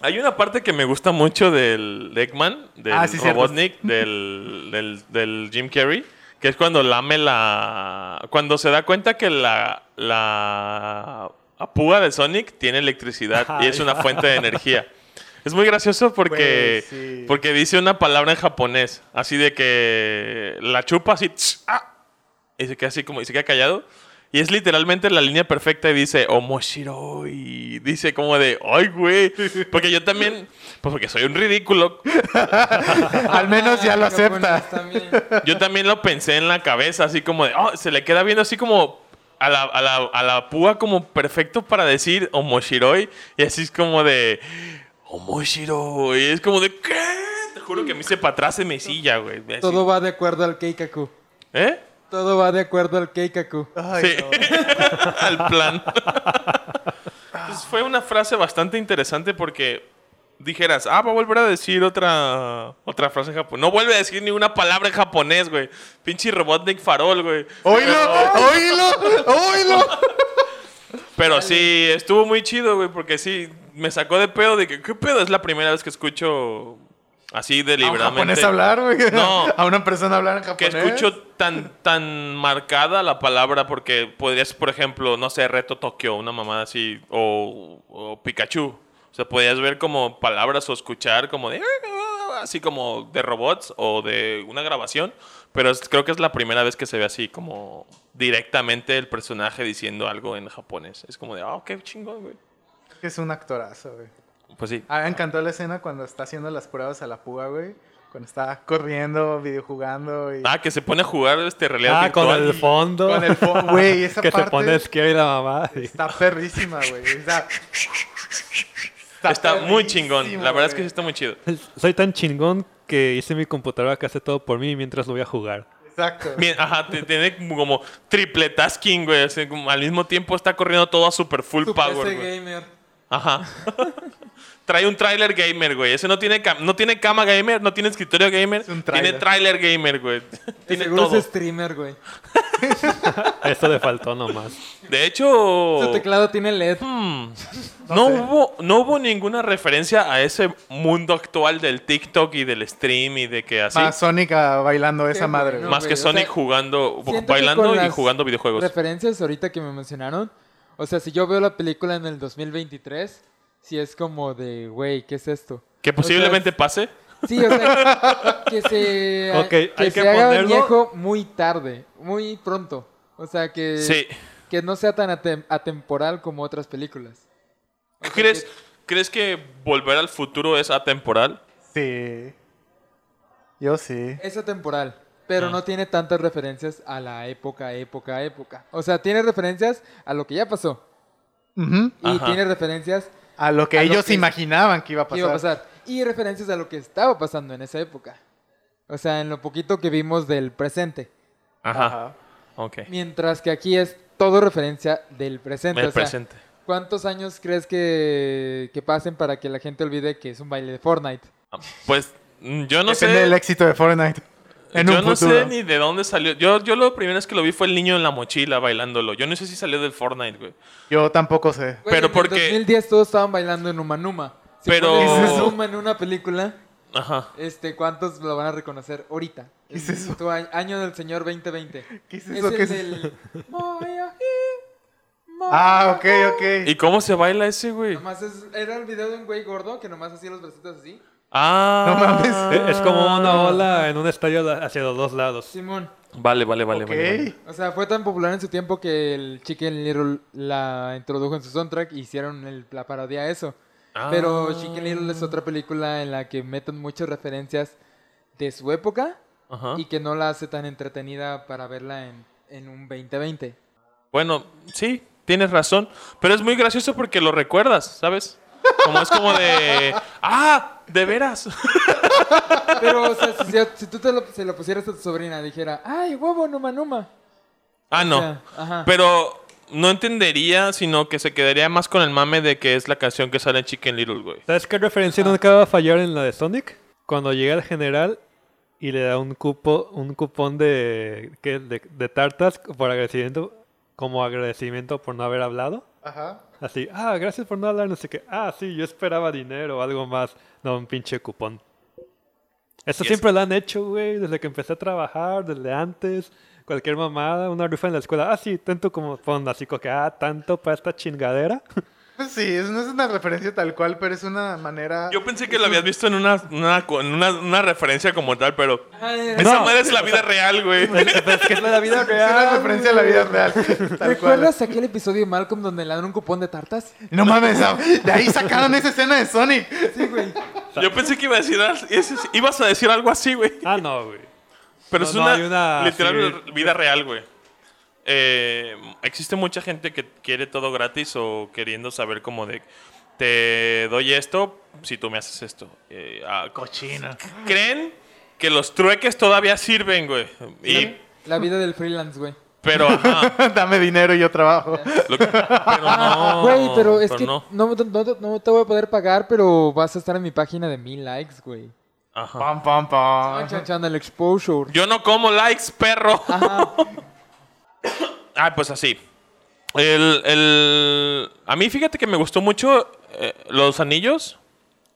S3: Hay una parte que me gusta mucho del Eggman, del
S5: Ah, sí, cierto.
S3: Robotnik, del, del, del Jim Carrey, que es cuando lame la. Cuando se da cuenta que la. La. Púa de Sonic tiene electricidad y es una fuente de energía. Es muy gracioso porque,
S5: Güey, sí.
S3: porque dice una palabra en japonés, así de que la chupa así. tss, ah, y se queda así como. Y se queda callado. Y es literalmente la línea perfecta y dice, Omoshiro. Y dice como de, ay, güey. Porque yo también, pues porque soy un ridículo.
S5: Al menos ya lo
S4: Ah, japonés
S5: acepta.
S4: también.
S3: Yo también lo pensé en la cabeza, así como de, oh, se le queda viendo así como a la, a la, a la púa como perfecto para decir Omoshiroi. Y así es como de, Omoshiro. Y es como de, ¿qué? Te juro que me hice para atrás en mi silla, güey. Así.
S4: Todo va de acuerdo al Keikaku.
S3: ¿Eh?
S4: Todo va de acuerdo al Keikaku.
S5: Ay,
S3: Sí. Al plan. Pues fue una frase bastante interesante porque dijeras, ah, va a volver a decir otra, otra frase en japonés. No vuelve a decir ni una palabra en japonés, güey. Pinche Robotnik Farol, güey.
S5: ¡Oílo! ¡Oílo! ¡Oílo!
S3: Pero sí, estuvo muy chido, güey, porque sí, me sacó de pedo de que, ¿qué pedo? Es la primera vez que escucho así
S5: ¿A un
S3: deliberadamente.
S5: Ah, japonés hablar, güey?
S3: No.
S5: ¿A una persona hablar en
S3: que
S5: japonés?
S3: escucho tan, tan marcada la palabra porque podrías, por ejemplo, no sé, Reto Tokio, una mamada así, o, o Pikachu. O sea, podías ver como palabras o escuchar como de... Así como de robots o de una grabación. Pero es- creo que es la primera vez que se ve así como directamente el personaje diciendo algo en japonés. Es como de, ah, qué chingón, güey.
S5: Que es un actorazo, güey.
S3: Pues sí.
S5: A mí me encantó la escena cuando está haciendo las pruebas a la púa, güey. Cuando está corriendo, videojugando y...
S3: Ah, que se pone a jugar este realidad
S2: Ah, con
S3: virtual.
S2: el fondo.
S5: Con el fo- güey, esa
S2: que se
S5: parte-
S2: pone a izquierda y la mamá. y-
S5: Está perrísima, güey. Está...
S3: Está muy chingón.
S5: perrísima,
S3: La verdad es que
S5: güey.
S3: sí está muy chido.
S2: Soy tan chingón que hice mi computadora que hace todo por mí mientras lo voy a jugar.
S5: Exacto.
S3: Bien, ajá, te- tiene como- como triple tasking, güey. así como al mismo tiempo está corriendo todo a super full
S4: Tu
S3: power,
S4: PC
S3: güey.
S4: gamer.
S3: Ajá. Trae un trailer gamer, güey. Ese no tiene, cam- no tiene cama gamer, no tiene escritorio gamer.
S5: Es un
S3: tiene
S5: tráiler.
S3: trailer gamer, güey.
S4: De
S3: tiene
S4: seguro
S3: todo.
S4: es streamer, güey.
S2: Eso le faltó nomás.
S3: De hecho...
S4: Su teclado tiene LED.
S3: Hmm. No,
S5: sé.
S3: hubo, no hubo ninguna referencia a ese mundo actual del TikTok y del stream y de que así.
S5: Más Sónica bailando esa
S4: Qué
S5: madre.
S4: bueno.
S5: güey.
S3: Más
S4: güey,
S3: que
S4: o sea,
S3: Sonic jugando,
S4: Siento que con
S3: bailando y
S4: las
S3: jugando videojuegos.
S4: Referencias ahorita que me mencionaron. O sea, si yo veo la película en el 2023, si es como de, güey, ¿qué es esto?
S3: Que
S4: O sea,
S3: posiblemente pase.
S4: Sí, o sea, que se,
S2: Ok,
S4: que
S2: hay
S4: se
S2: que
S4: haga
S2: ponerlo.
S4: viejo muy tarde, muy pronto. O sea, que,
S3: Sí.
S4: que no sea tan atem- atemporal como otras películas. O sea,
S3: ¿Crees,
S4: que-
S3: ¿Crees que volver al futuro es atemporal?
S5: Sí. Yo sí.
S4: Es atemporal, pero no tiene tantas referencias a la época, época, época. O sea, tiene referencias a lo que ya pasó.
S5: Ujú.
S4: Y
S3: Ajá.
S4: tiene referencias
S5: A lo que
S4: A lo
S5: ellos
S4: que-
S5: imaginaban que iba a
S4: que
S5: pasar.
S4: iba a pasar. Y referencias a lo que estaba pasando en esa época. O sea, en lo poquito que vimos del presente.
S3: Ajá.
S5: Ajá.
S3: Ok.
S4: Mientras que aquí es todo referencia del presente.
S3: El
S4: o sea,
S3: presente.
S4: ¿Cuántos años crees que, que pasen para que la gente olvide que es un baile de Fortnite?
S3: Ah, Pues mm, yo no
S5: Depende
S3: sé.
S5: del éxito de Fortnite. En
S3: yo
S5: un
S3: no
S5: futuro.
S3: sé ni de dónde salió. Yo, yo lo primero es que lo vi fue el niño en la mochila bailándolo. Yo no sé si salió del Fortnite, güey.
S5: Yo tampoco sé.
S4: Güey,
S3: Pero
S4: en
S3: porque-
S4: el 2010 todos estaban bailando en Umanuma. Si
S3: Pero-
S4: pones
S5: ¿Es eso?
S4: Umanuma en una película,
S3: Ajá.
S4: este, ¿cuántos lo van a reconocer ahorita?
S5: ¿Qué es eso?
S4: Tu a- año del señor 2020.
S5: ¿Qué es eso?
S4: el
S5: ¿Qué es
S4: del... Moya, moya.
S5: Ah, ok, ok.
S3: ¿Y cómo se baila ese, güey?
S4: Nomás es- era el video de un güey gordo que nomás hacía los bracitos así.
S3: Ah.
S5: No mames.
S2: Es como
S5: Ah.
S2: una ola en un estadio hacia los dos lados.
S4: Simón.
S3: Vale, vale, vale,
S5: Ok.
S3: vale, vale.
S4: O sea, fue tan popular en su tiempo que el Chicken Little la introdujo en su soundtrack y hicieron el- la parodia a eso.
S3: Ah.
S4: Pero Chicken Little es otra película en la que meten muchas referencias de su época
S3: Ajá.
S4: y que no la hace tan entretenida para verla en, en un 2020.
S3: Bueno, sí, tienes razón. Pero es muy gracioso porque lo recuerdas, ¿sabes? Como es como de. ¡Ah! ¡De veras!
S4: Pero, o sea, si, si tú te lo, se lo pusieras a tu sobrina, dijera, ¡ay, huevo, Numa Numa!
S3: Ah, no.
S4: O sea, ajá.
S3: Pero no entendería, sino que se quedaría más con el mame de que es la canción que sale en Chicken Little, güey.
S2: ¿Sabes qué referencia nunca va a fallar en la de Sonic? cuando llega el general y le da un cupo, un cupón de, ¿qué? de, de tartas por agradecimiento, como agradecimiento por no haber hablado.
S5: Ajá.
S2: Así, ah, gracias por no hablar, no sé qué. Ah, sí, yo esperaba dinero o algo más. No, un pinche cupón.
S3: Y
S2: Eso
S3: es-
S2: siempre lo han hecho, güey, desde que empecé a trabajar, desde antes. Cualquier mamada, una rifa en la escuela. Ah, sí, tanto como pon, así como que, ah, tanto para esta chingadera.
S5: Pues Sí, es- no es una referencia tal cual, pero es una manera.
S3: Yo pensé que lo habías visto en una, una, en una, una referencia como tal, pero esa
S2: No.
S3: madre es la vida real, güey.
S2: Pero es que es la vida
S5: Es una
S2: real.
S5: referencia a la vida real. Tal cual.
S4: ¿Recuerdas aquel episodio de Malcolm donde le dan un cupón de tartas?
S5: No mames, ah, de ahí sacaron esa escena de Sonic.
S4: Sí, güey.
S3: Yo pensé que iba a decir al- es- ibas a decir algo así, güey.
S2: Ah, no, güey.
S3: Pero
S2: No,
S3: es
S2: no,
S3: una,
S2: hay una
S3: literal
S2: así-
S3: vida real, güey. Eh, existe mucha gente que quiere todo gratis o queriendo saber como de te doy esto si tú me haces esto. Eh, ah,
S5: Cochina.
S3: Creen que los trueques todavía sirven, güey. Y-
S4: La vida del freelance, güey.
S3: pero ajá,
S5: Dame dinero y yo trabajo.
S3: lo que- pero no,
S4: Güey, pero es que
S3: no.
S4: no. No, no- no te voy a poder pagar, pero vas a estar en mi página de mil likes, güey.
S3: Ajá.
S5: Pam, pam,
S4: Ah,
S5: pam.
S4: chan, chan, el exposure.
S3: Yo no como likes, perro. Ah, pues así. El, el- a mí fíjate que me gustó mucho eh, los anillos.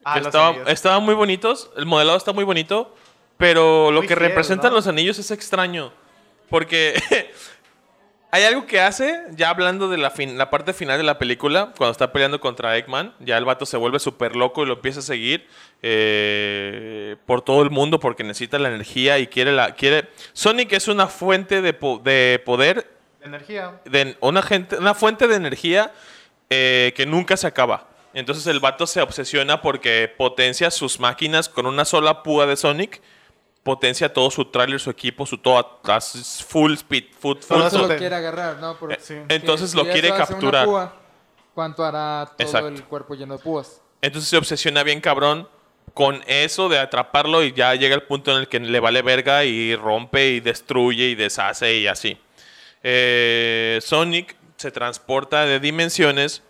S5: Ah,
S3: que
S5: los
S3: estaba-
S5: anillos.
S3: estaban muy bonitos, el modelado está muy bonito, pero lo
S5: Muy
S3: que
S5: fieles,
S3: representan
S5: ¿no?
S3: los anillos es extraño, porque hay algo que hace, ya hablando de la, fin- la parte final de la película, cuando está peleando contra Eggman, ya el vato se vuelve súper loco y lo empieza a seguir eh, por todo el mundo porque necesita la energía y quiere la... Quiere... Sonic es una fuente de, po- de poder
S5: Energía.
S3: de una, gente, una fuente de energía eh, que nunca se acaba. Entonces el vato se obsesiona porque potencia sus máquinas con una sola púa de Sonic. Potencia todo su tráiler, su equipo, su todo a- a full speed, full, full
S5: Todo
S4: Por eso lo
S5: Full-
S4: quiere agarrar, ¿no? Por-
S5: sí.
S3: Eh, Entonces lo
S4: si
S3: quiere
S4: eso hace una
S3: capturar.
S4: púa, ¿Cuánto hará todo
S3: Exacto.
S4: el cuerpo lleno de púas?
S3: Entonces se obsesiona bien cabrón con eso de atraparlo y ya llega el punto en el que le vale verga y rompe y destruye y deshace y así. Eh, Sonic se transporta de dimensiones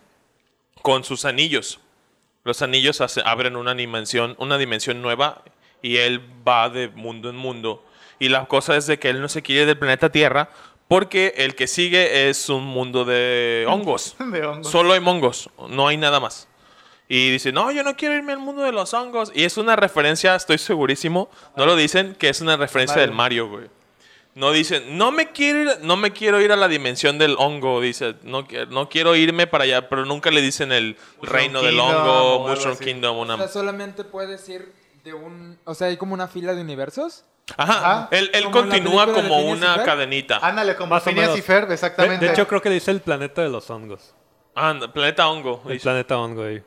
S3: con sus anillos. Los anillos hace- abren una dimensión, una dimensión nueva y él va de mundo en mundo. Y la cosa es de que él no se quiere ir del planeta Tierra porque el que sigue es un mundo de hongos.
S5: De hongos.
S3: Solo hay mongos, no hay nada más. Y dice, no, yo no quiero irme al mundo de los hongos. Y es una referencia, estoy segurísimo, no lo dicen, que es una referencia del Mario, güey. No dicen, no me, quiero ir, no me quiero ir a la dimensión del hongo, dice, no, qui- no quiero irme para allá, pero nunca le dicen el
S5: Mushroom
S3: reino del
S5: Kingdom o
S3: hongo,
S5: algo
S3: Mushroom
S5: así.
S3: Kingdom, una...
S4: O sea, solamente puedes ir de un... O sea, hay como una fila de universos.
S3: Ajá,
S5: Ajá,
S3: él, él
S4: ah, como en la
S3: continúa
S4: película de
S3: como
S4: Phineas y
S3: una
S4: Ferb. Ah.
S3: cadenita.
S5: Ándale, como
S2: Más o
S5: Phineas
S2: menos.
S5: y Ferb,
S2: De,
S5: exactamente.
S2: de hecho, creo que le dice el planeta de los hongos.
S3: Ah, planeta hongo.
S2: El
S3: dice.
S2: planeta hongo, güey.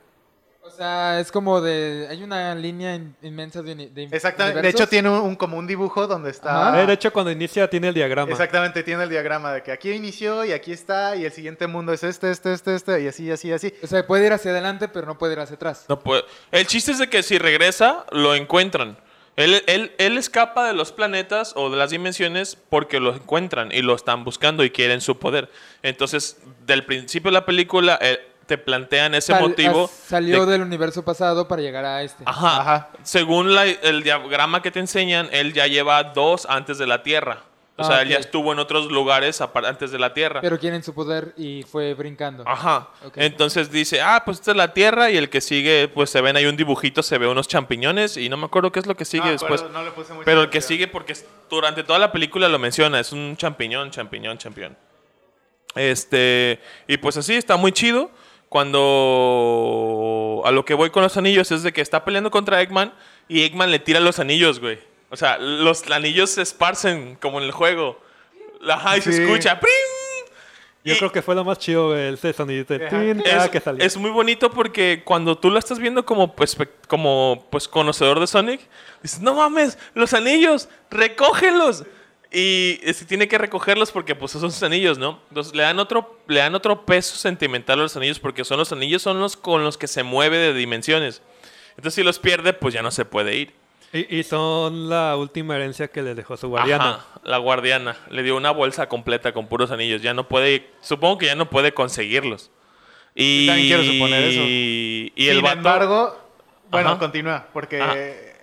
S4: O sea, es como de... Hay una línea in- inmensa de, uni- de
S5: Exactamente. De
S4: universos.
S5: hecho, tiene un, un- como un dibujo donde está.
S4: Ajá.
S2: Eh, de hecho, cuando inicia tiene el diagrama.
S5: Exactamente, tiene el diagrama de que aquí inició y aquí está, y el siguiente mundo es este, este, este, este, y así, y así, y así.
S4: O sea, puede ir hacia adelante, pero no puede ir hacia atrás.
S3: No puede- El chiste es de que si regresa, lo encuentran. Él, él- él escapa de los planetas o de las dimensiones porque lo encuentran y lo están buscando y quieren su poder. Entonces, del principio de la película, eh, te plantean ese
S4: Sal-
S3: motivo.
S4: as- salió
S3: de-
S4: del universo pasado para llegar a este.
S3: Ajá.
S5: Ajá.
S3: Según la- el diagrama que te enseñan, él ya lleva dos antes de la Tierra. O
S4: Ah,
S3: sea, él ya
S4: ok.
S3: estuvo en otros lugares apar- antes de la Tierra.
S4: Pero quieren su poder y fue brincando.
S3: Ajá.
S4: Ok.
S3: Entonces dice, ah, pues esta es la Tierra y el que sigue, pues se ven ahí un dibujito, se ve unos champiñones y no me acuerdo qué es lo que sigue
S5: No,
S3: después.
S5: acuerdo, no le puse mucha
S3: Pero el que
S5: atención.
S3: sigue, porque es- durante toda la película lo menciona, es un champiñón, champiñón, champiñón. Este, y pues así está muy chido. Cuando a lo que voy con los anillos es de que está peleando contra Eggman y Eggman le tira los anillos, güey. O sea, los anillos se esparcen como en el juego. Ajá, y se
S5: Sí.
S3: escucha. ¡prim!
S2: Yo
S3: Y-
S2: creo que fue lo más chido, güey, ese sonidito de
S5: Ajá.
S2: tin,
S3: es,
S2: ah, que salió.
S3: es muy bonito porque cuando tú lo estás viendo como, pues, pe- como pues, conocedor de Sonic, dices, no mames, los anillos, recógelos. Y eh, se tiene que recogerlos porque pues son sus anillos, ¿no? Entonces le dan otro, le dan otro peso sentimental a los anillos porque son los anillos son los con los que se mueve de dimensiones. Entonces si los pierde, pues ya no se puede ir.
S2: Y, y son la última herencia que le dejó su guardiana.
S3: Ajá, la guardiana. Le dio una bolsa completa con puros anillos. Ya no puede, supongo que ya no puede conseguirlos. Y,
S5: Yo también quiero suponer eso.
S3: Y, el
S5: Sin
S3: vato-
S5: embargo, bueno,
S3: Ajá.
S5: continúa, porque
S3: Ajá.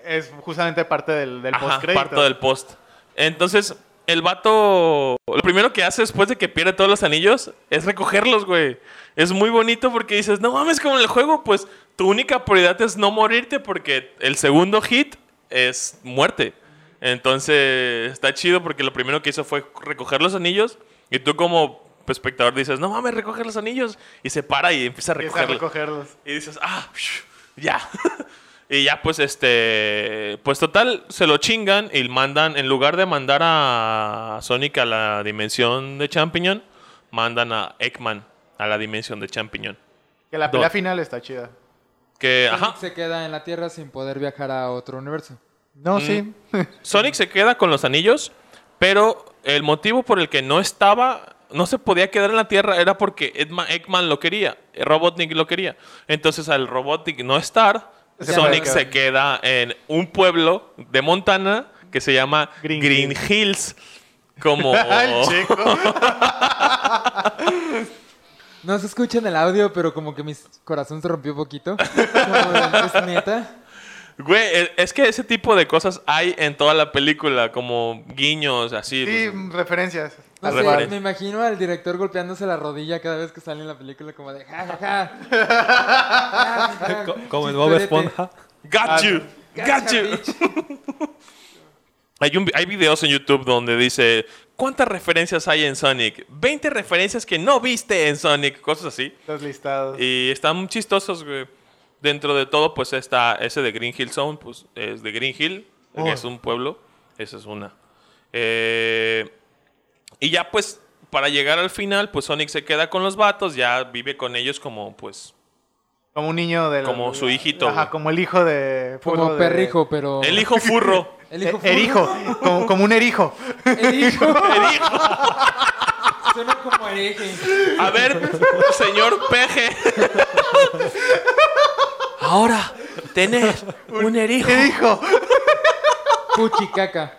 S5: Es justamente parte del, del
S3: Ajá,
S5: postcrédito.
S3: Parte del post. Entonces, el vato. Lo primero que hace después de que pierde todos los anillos es recogerlos, güey. Es muy bonito porque dices, no mames, como en el juego, pues tu única prioridad es no morirte porque el segundo hit es muerte. Entonces, está chido porque lo primero que hizo fue recoger los anillos y tú, como espectador, dices, no mames, recoge los anillos. Y se para y empieza a
S5: Empieza a
S3: recogerlos.
S5: recogerlos.
S3: Y dices, ah, psh, ya. y ya, pues, este. Pues total, se lo chingan y mandan. En lugar de mandar a Sonic a la dimensión de Champiñón, mandan a Eggman a la dimensión de Champiñón.
S5: Que la pelea
S3: Do-
S5: final está chida.
S3: Que,
S4: Sonic
S3: ajá.
S4: se queda en la Tierra sin poder viajar a otro universo.
S3: Mm.
S5: No, sí.
S3: Sonic se queda con los anillos, pero el motivo por el que no estaba, no se podía quedar en la Tierra era porque Edma- Eggman lo quería, eh, Robotnik lo quería. Entonces al Robotnik no estar,
S5: Se
S3: Sonic
S5: puede
S3: se queda en un pueblo de Montana que se llama
S5: Green
S3: Green, Hills. Como...
S5: Ay, chico.
S4: No se escucha en el audio, pero como que mi corazón se rompió poquito. Como de, ¿Es neta?
S3: Güey, e- es que ese tipo de cosas hay en toda la película, como guiños, así.
S5: Sí, referencias.
S4: No
S3: Al
S4: sé,
S3: referente.
S4: me imagino al director golpeándose la rodilla cada vez que sale en la película, como de ja, ja, ja. Ja, ja, ja.
S2: Co- Como en Bob
S4: Chisterete.
S2: Esponja.
S3: Got you,
S4: Gotcha,
S3: got you.
S4: bitch.
S3: Hay, un- hay videos en YouTube donde dice, ¿cuántas referencias hay en Sonic? 20 referencias que no viste en Sonic, cosas así.
S5: Los listados.
S3: Y están muy chistosos, güey. Dentro de todo, pues está ese de Green Hill Zone, pues es de Green Hill,
S5: Oh.
S3: que es un pueblo. Esa es una. Eh, y ya, pues, para llegar al final, pues Sonic se queda con los vatos, ya vive con ellos como, pues,
S5: Como un niño de
S3: Como su hijito,
S5: Ajá,
S3: güey.
S5: como el hijo de.
S4: Como
S5: furro de-
S4: perrijo, pero.
S3: el hijo furro.
S4: El hijo.
S5: Eh, erijo. Como, como un erijo.
S4: El hijo.
S3: El hijo.
S4: Suena como hereje.
S3: A ver, señor peje. Ahora, tener un erijo.
S5: Erijo.
S4: Puchicaca.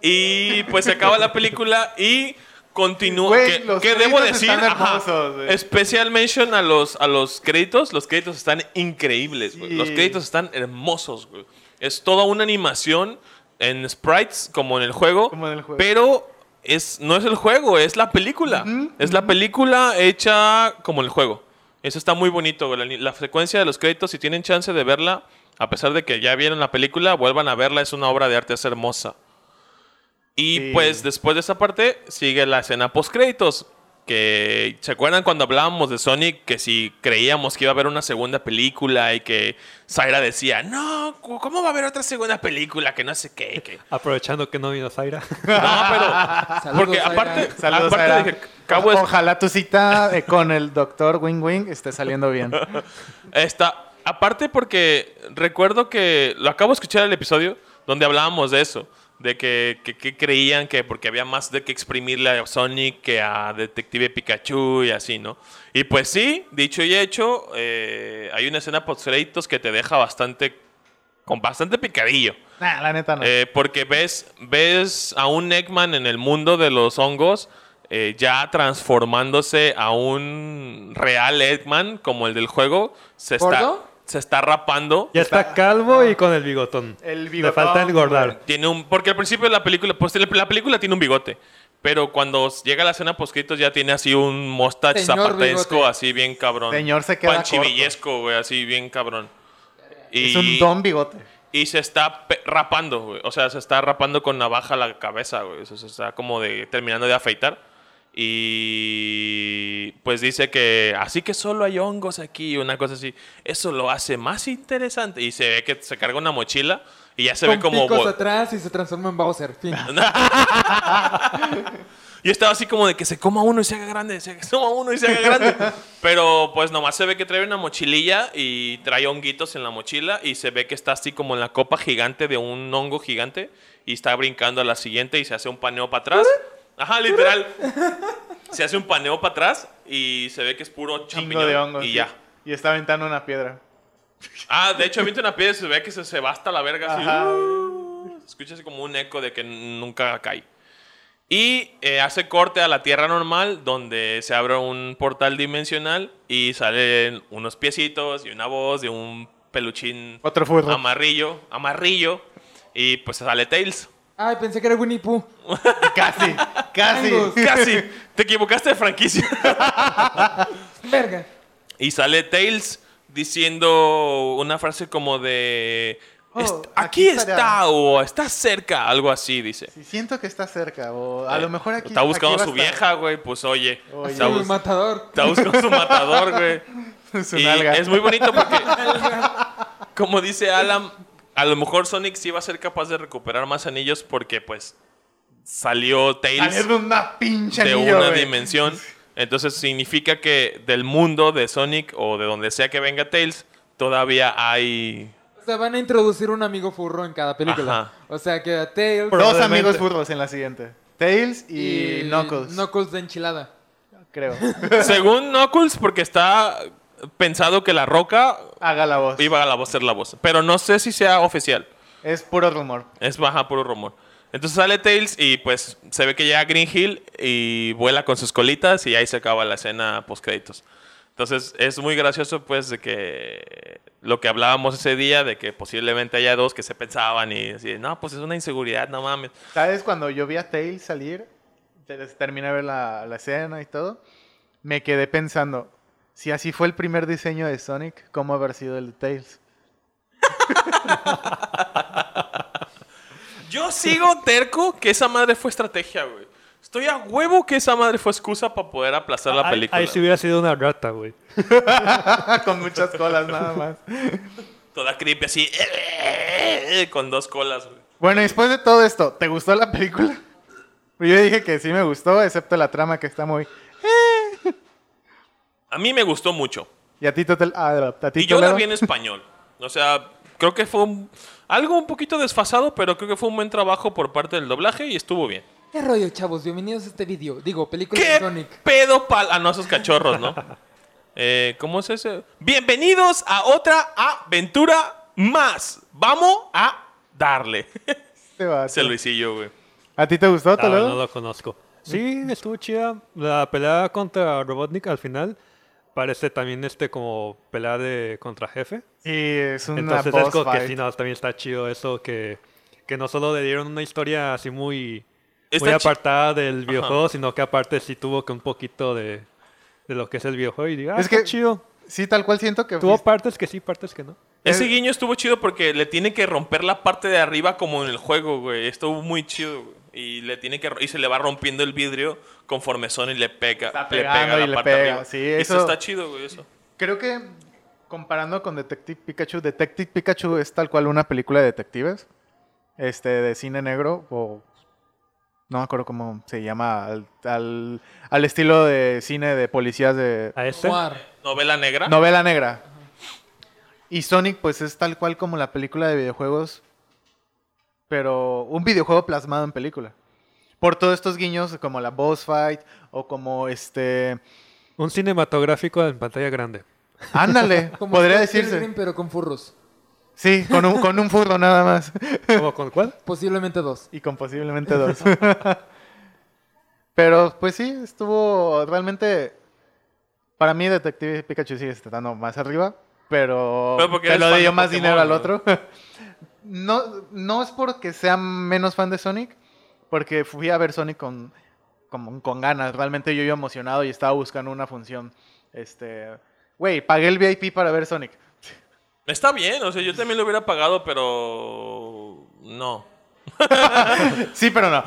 S3: Y pues se acaba la película y continúa.
S5: Güey,
S3: que
S5: los
S3: que debo
S5: créditos
S3: decir?
S5: están
S3: Ajá.
S5: hermosos, güey.
S3: Special mention a los, a los créditos. Los créditos están increíbles, güey.
S5: Sí.
S3: Los créditos están hermosos, güey. Es toda una animación en sprites, como en el juego.
S5: Como en el juego.
S3: Pero es, no es el juego, es la película. Es la película hecha como el juego. Eso está muy bonito, güey. La, ni- la frecuencia de los créditos, si tienen chance de verla, a pesar de que ya vieron la película, vuelvan a verla. Es una obra de arte, es hermosa. Y
S5: Sí.
S3: pues después de esa parte sigue la escena post créditos. Que se acuerdan cuando hablábamos de Sonic que si creíamos que iba a haber una segunda película y que Zaira decía, no, cu- ¿cómo va a haber otra segunda película? Que no sé qué. que-".
S2: Aprovechando que no vino Zaira.
S3: No, pero...
S4: Saludos,
S3: Porque
S4: Zaira.
S3: aparte,
S5: Saludos
S3: aparte
S5: Sara.
S3: de que Cabo es-
S5: Ojalá tu cita eh, con el doctor Wing Wing esté saliendo bien.
S3: Está. Aparte porque recuerdo que lo acabo de escuchar el episodio donde hablábamos de eso, de que, que- que creían que porque había más de que exprimirle a Sonic que a Detective Pikachu y así, ¿no? Y pues sí, dicho y hecho, eh, hay una escena post créditos que te deja bastante con bastante picadillo.
S5: Nah, la
S4: Ah.
S5: neta no.
S3: Eh, porque ves, ves a un Eggman en el mundo de los hongos eh, ya transformándose a un real Eggman como el del juego. Se está,
S4: ¿Gordo?
S3: se está rapando.
S2: Ya está calvo y con el bigotón.
S5: El
S2: Le
S5: bigotón,
S2: falta engordar.
S5: güey.
S3: Tiene un, porque al principio de la película, pues la la película tiene un bigote. Pero cuando llega la escena poscritos ya tiene así un mustache
S4: Señor
S3: zapatesco,
S4: bigote.
S3: así bien cabrón.
S5: Señor, se queda
S3: Panchivillesco, güey, así bien cabrón.
S5: es
S3: Y-
S5: un don bigote.
S3: Y se está pe- rapando, güey. O sea, se está rapando con navaja la cabeza, güey. Eso se está como de terminando de afeitar. Y pues dice que así que solo hay hongos aquí, una cosa así. Eso lo hace más interesante. Y se ve que se carga una mochila y ya se
S4: Con
S3: ve como.
S4: picos
S3: bo-
S4: atrás y se transforma en Bowser. Fin.
S3: Yo estaba así como de que se coma uno y se haga grande, se coma uno y se haga grande. Pero pues nomás se ve que trae una mochililla y trae honguitos en la mochila y se ve que está así como en la copa gigante de un hongo gigante y está brincando a la siguiente y se hace un paneo para atrás. Ajá, literal. Se hace un paneo para atrás y se ve que es puro
S5: Chingo de
S3: champiñón
S5: hongos.
S3: y
S5: sí.
S3: ya.
S5: Y está aventando una piedra.
S3: Ah, de hecho, avienta una piedra y se ve que se, se va hasta la verga. Así,
S5: Ajá.
S3: uh, escucha así como un eco de que nunca cae. Y eh, hace corte a la Tierra normal, donde se abre un portal dimensional y salen unos piecitos y una voz de un peluchín
S5: Otro furro.
S3: amarillo, amarillo, y pues sale Tails.
S4: Ay, pensé que era Winnie Pooh.
S5: Casi, casi.
S4: Changos.
S3: Casi, te equivocaste de franquicia.
S4: Verga.
S3: Y sale Tails diciendo una frase como de...
S5: Oh,
S3: "Est- aquí
S5: aquí estará".
S3: está o está cerca, algo así, dice.
S5: Sí, siento que está cerca. O a lo mejor aquí.
S3: Eh, Está buscando
S5: aquí
S3: a
S5: va
S3: su
S5: estar.
S3: vieja, güey. Pues oye.
S5: Oye.
S3: Está,
S4: Soy
S3: bus-
S4: un matador.
S3: está buscando su matador, güey.
S5: Su
S3: Y
S5: nalga.
S3: es muy bonito porque, como dice Alan, a lo mejor Sonic sí va a ser capaz de recuperar más anillos porque, pues, salió
S5: Salió
S3: Tails
S5: de una pinche
S3: de
S5: anillo,
S3: una
S5: güey.
S3: dimensión. Entonces significa que del mundo de Sonic o de donde sea que venga Tails, todavía hay...
S4: O sea, van a introducir un amigo furro en cada película.
S3: Ajá.
S4: O sea, que a Tails
S5: Dos
S2: Probablemente.
S5: amigos burros en la siguiente. Tails y, Knuckles,
S4: Knuckles de enchilada.
S5: creo.
S3: Según Knuckles, porque está pensado que la roca
S5: Haga la voz.
S3: iba a la voz ser la voz. Pero no sé si sea oficial.
S5: Es puro rumor.
S3: Es baja puro rumor. Entonces sale Tails y pues se ve que llega a Green Hill y vuela con sus colitas y ahí se acaba la escena post créditos. Entonces es muy gracioso pues de que lo que hablábamos ese día de que posiblemente haya dos que se pensaban y así, no, pues es una inseguridad, no mames.
S5: ¿Sabes? Cuando yo vi a Tails salir, te- terminé de ver la, la escena y todo, me quedé pensando, si así fue el primer diseño de Sonic, ¿cómo habrá sido el de Tails?
S3: Yo sigo terco que esa madre fue estrategia, güey. Estoy a huevo que esa madre fue excusa para poder aplazar la
S2: Ahí-
S3: película.
S2: Ahí sí hubiera sido una rata, güey.
S5: Ah, Con muchas colas nada más.
S3: Toda creepy así, con dos colas, güey.
S5: Bueno, y después de todo esto, ¿te gustó la película? Pues Yo dije que sí me gustó, excepto la trama que está muy...
S3: A mí me gustó mucho.
S5: Y a ti, total... ah, a ti
S3: Y yo la
S5: Toledo,
S3: vi en español. O sea, creo que fue un- algo un poquito desfasado, pero creo que fue un buen trabajo por parte del doblaje y estuvo bien.
S4: ¿Qué rollo, chavos? Bienvenidos a este video. Digo, película de
S3: ¿Qué
S4: Sonic.
S3: pedo pal... Ah, no, esos cachorros, ¿no? Eh, ¿Cómo es ese? Bienvenidos a otra aventura más. Vamos a darle.
S5: este vato.
S3: Ese Luisillo, güey.
S5: ¿A ti te gustó,
S2: Ah,
S5: Toledo?
S2: no lo conozco. Sí, estuvo chida. La pelea contra Robotnik al final parece también este como pelea de contra jefe.
S5: Sí, es una
S2: Entonces
S5: boss
S2: es como que
S5: fight.
S2: sí, no, también está chido eso que, que no solo le dieron una historia así muy,
S3: Está
S2: muy
S3: chi-
S2: apartada del videojuego, sino que aparte sí tuego que un poquito de, de lo que es el videojuego y diga, ah,
S5: Es
S2: es que
S5: que-
S2: chido.
S5: Sí, tal cual siento que...
S2: Tuvo
S5: fuiste-
S2: partes que sí, partes que no.
S3: Ese
S5: Es-
S3: guiño estuvo chido porque le tiene que romper la parte de arriba como en el juego, güey. Estuvo muy chido, güey. Y le tiene que ro- y se le va rompiendo el vidrio conforme Sony le pega,
S5: Está
S3: le
S5: pegando
S3: pega la
S5: y le
S3: parte
S5: pega.
S3: arriba.
S5: Sí,
S3: Y eso...
S5: eso-
S3: está chido, güey, eso.
S5: Creo que comparando con Detective Pikachu, Detective Pikachu es tal cual una película de detectives, este, de cine negro o no me acuerdo cómo se llama al, al, al estilo de cine de policías de
S2: A este? ese.
S4: Noir.
S3: Novela negra.
S5: novela negra. Y Sonic pues es tal cual como la película de videojuegos, pero un videojuego plasmado en película. Por todos estos guiños como la boss fight o como este,
S2: Un cinematográfico en pantalla grande.
S5: ándale,
S4: Como
S5: podría
S4: Scott
S5: decirse.
S4: Pilgrim, pero con furros.
S5: Sí, con un, con un furro nada más.
S2: ¿Cómo con cuál?
S4: Posiblemente dos.
S5: Y con posiblemente dos. Pero pues sí, estuvo realmente... Para mí Detective Pikachu sigue estando más arriba, pero,
S3: Pero porque
S5: se
S3: eres
S5: lo
S3: fan
S5: dio
S3: de
S5: más
S3: Pokémon,
S5: dinero al
S3: ¿no?
S5: otro. No, no es porque sea menos fan de Sonic, porque fui a ver Sonic con, con, con ganas. Realmente yo iba emocionado y estaba buscando una función. Este, güey, pagué el VIP para ver Sonic.
S3: Está bien, o sea, yo también lo hubiera pagado, pero no.
S5: Sí, pero no.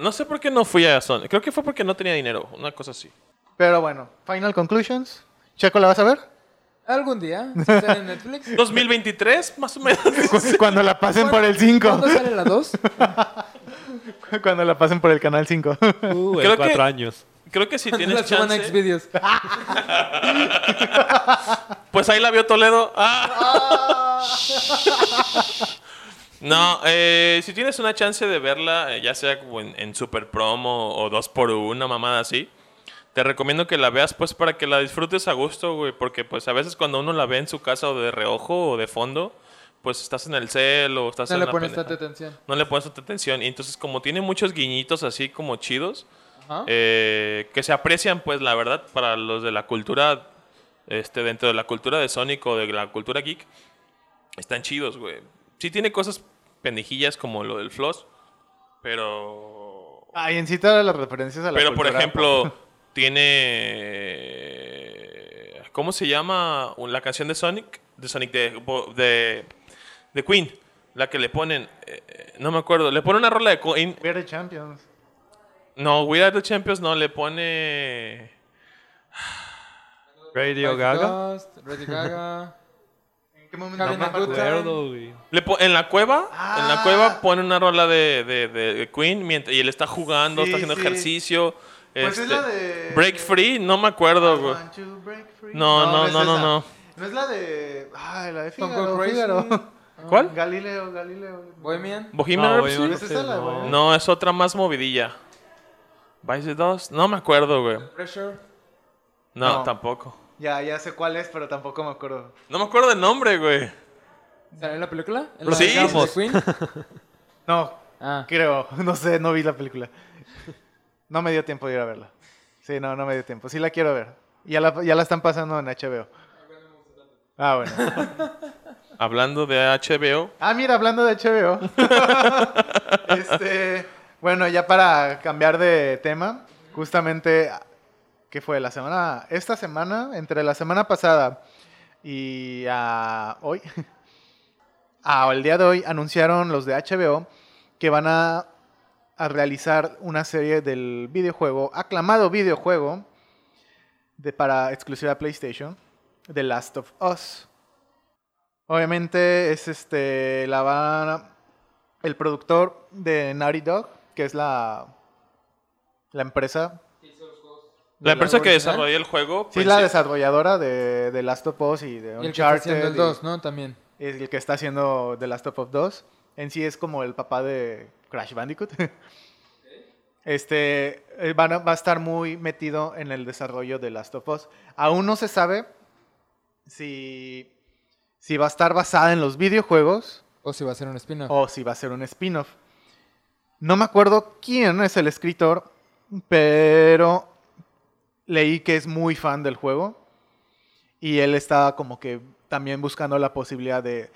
S3: No sé por qué no fui a Sony. Creo que fue porque no tenía dinero, una cosa así.
S5: Pero bueno, final conclusions. Checo, ¿la vas a ver?
S4: Algún día, si sale en Netflix.
S3: 2023, más o menos.
S5: Cu- Cuando la pasen por el 5.
S4: ¿Cuándo sale la dos?
S5: Cuando la pasen por el canal 5.
S2: Uh, en
S3: Creo que-
S2: cuatro años.
S3: Creo que si
S4: ¿Cuándo
S3: tienes
S4: la suban a
S3: chance.
S4: Xvideos?
S5: Ah,
S3: Pues ahí la vio Toledo. Ah. No, eh, si tienes una chance de verla, eh, ya sea como en, en Super Promo o 2x1, una mamada así, te recomiendo que la veas pues para que la disfrutes a gusto, güey, porque pues a veces cuando uno la ve en su casa o de reojo o de fondo, pues estás en el cel o estás
S4: No
S3: en
S4: le
S3: la
S4: pones
S3: pendeja.
S4: tanta atención.
S3: No le pones tanta atención. Y entonces, como tiene muchos guiñitos así como chidos,
S4: Ajá.
S3: eh, que se aprecian, pues, la verdad, para los de la cultura, este, dentro de la cultura de Sonic o de la cultura geek, están chidos, güey. Sí tiene cosas pendejillas como lo del floss, pero...
S5: Ay, en sí te da las referencias a la
S3: Pero, por
S5: cultura
S3: ejemplo,
S5: pop.
S3: tiene... ¿Cómo se llama la canción de Sonic? De Sonic, de, de, de Queen. La que le ponen... eh, eh, no me acuerdo. Le pone una rola de Queen.
S5: We are the Champions.
S3: No, We Are The Champions no. Le pone...
S2: Radio
S4: Five
S2: Gaga.
S4: Dust, Lady Gaga.
S5: ¿En qué momento?
S4: Having a
S5: me acuerdo.
S4: good time.
S2: Acuerdo, güey.
S3: Le po- en la cueva, en la
S5: Ah.
S3: cueva pone una rola de, de- de- de Queen mientras, y él está jugando,
S5: Sí,
S3: está haciendo
S5: sí.
S3: ejercicio.
S5: Pues es
S3: este,
S5: la de- Ah,
S3: Break Free, no me acuerdo, güey.
S5: I want to break free.
S3: No, no,
S5: es
S3: no, no,
S5: esa.
S3: no.
S5: No es la de. Ay, la de
S4: Don't
S5: Figaro.
S4: go crazy.
S5: Figaro.
S3: ¿Cuál?
S5: Galileo, Galileo.
S4: Bohemian.
S3: Bohemian
S2: No,
S3: Rhapsody.
S2: Bohemian
S5: ¿Es esa la,
S2: Rhapsody,
S5: güey?
S2: no.
S3: No, es otra más movidilla. Vice 2, no me acuerdo, güey.
S4: Pressure.
S3: No,
S5: No.
S3: tampoco.
S5: Ya, ya sé cuál es, pero tampoco me acuerdo.
S3: No me acuerdo el nombre, güey.
S4: ¿Sale en la película? ¿En
S3: Lo
S4: la de
S3: sigamos.
S4: Queen?
S5: No,
S4: Ah.
S5: creo. No sé, no vi la película. No me dio tiempo de ir a verla. Sí, no, no me dio tiempo. Sí la quiero ver. Ya la, ya la están pasando en HBO. Ah, bueno.
S3: Hablando de HBO,
S5: Ah, mira, hablando de HBO. este, bueno, ya para cambiar de tema, justamente, ¿qué fue? La semana, esta semana, entre la semana pasada y a hoy, al día de hoy, anunciaron los de HBO que van a, a realizar una serie del videojuego, aclamado videojuego, de, para exclusiva PlayStation, The Last of Us. Obviamente es este la van a- el productor de Naughty Dog, que es la la empresa,
S3: la empresa que
S4: original?
S3: desarrolló el juego,
S5: sí,
S3: pues,
S5: la
S3: sí.
S5: desarrolladora de, de Last of Us y de
S4: Y el que está haciendo
S5: Uncharted
S4: el
S5: y-
S4: 2, ¿no? También.
S5: es el que está haciendo The Last of Us 2. En sí es como el papá de Crash Bandicoot. Este eh, van a- va a estar muy metido en el desarrollo de Last of Us. Aún no se sabe si, si va a estar basada en los videojuegos
S4: O si va a ser un spin-off.
S5: o si va a ser un spin-off. No me acuerdo quién es el escritor, pero leí que es muy fan del juego y él estaba como que también buscando la posibilidad de,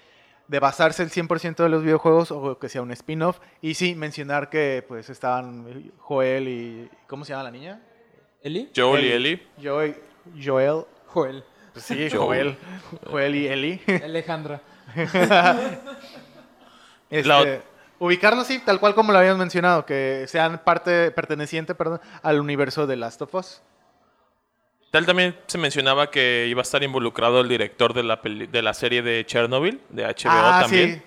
S5: de basarse el 100% de los videojuegos o que sea un spin-off. Y sí, mencionar que pues estaban Joel y... ¿Cómo se llama la niña?
S4: ¿Eli?
S3: Joel y
S5: Ellie.
S3: Ellie.
S5: Joel. Joel.
S4: Joel.
S5: Pues sí, Joel. Joel y Ellie.
S4: Alejandra.
S5: Este,
S3: La ot-
S5: Ubicarlos sí, tal cual como lo habíamos mencionado, que sean parte perteneciente perdón, al universo de Last of Us.
S3: Tal también se mencionaba que iba a estar involucrado el director de la, peli- de la serie de Chernobyl, de HBO
S5: Ah,
S3: también.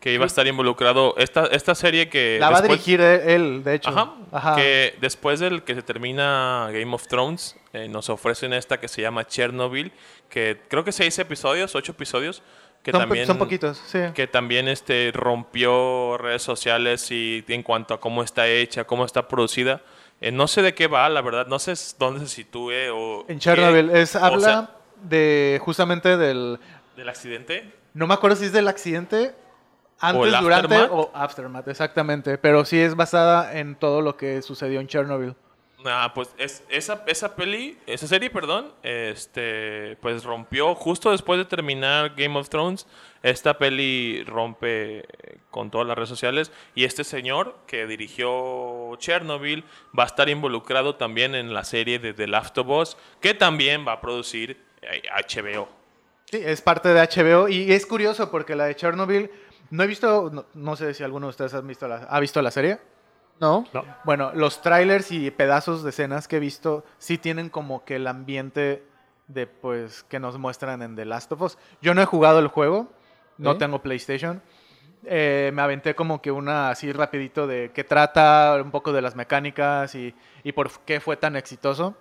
S3: que iba a estar involucrado esta, esta serie que
S5: La va a
S3: eh, después-
S5: dirigir e- él, de hecho.
S3: Ajá,
S5: Ajá.
S3: que después del que se termina Game of Thrones eh, nos ofrecen esta que se llama Chernobyl que creo que seis episodios ocho episodios que
S5: son, pe-
S3: también
S5: son poquitos, ¿eh? sí.
S3: que también este rompió redes sociales y en cuanto a cómo está hecha cómo está producida Eh, no sé de qué va la verdad no sé s- dónde se sitúe o
S5: en Chernobyl.
S3: qué-
S5: Es,
S3: o
S5: habla
S3: sea,
S5: de justamente del...
S3: del accidente
S5: No me acuerdo si es del accidente
S3: O
S5: antes,
S3: el
S5: durante
S3: aftermath.
S5: o aftermath, exactamente. Pero sí es basada en todo lo que sucedió en Chernobyl.
S3: Nah, pues es- esa, esa peli, esa serie, perdón, este, pues rompió justo después de terminar Game of Thrones. Esta peli rompe eh, con todas las redes sociales y este señor que dirigió Chernobyl va a estar involucrado también en la serie de The Last of Us, que también va a producir eh, HBO.
S5: Sí, es parte de HBO y es curioso porque la de Chernobyl, no he visto, no, no sé si alguno de ustedes han visto la, ha visto la serie.
S4: No.
S2: No.
S5: Bueno, los trailers y pedazos de escenas que he visto sí tienen como que el ambiente de pues que nos muestran en The Last of Us. Yo no he jugado el juego, no
S4: ¿Eh?
S5: tengo PlayStation. Eh, me aventé como que una así rapidito de qué trata, un poco de las mecánicas y, y por qué fue tan exitoso.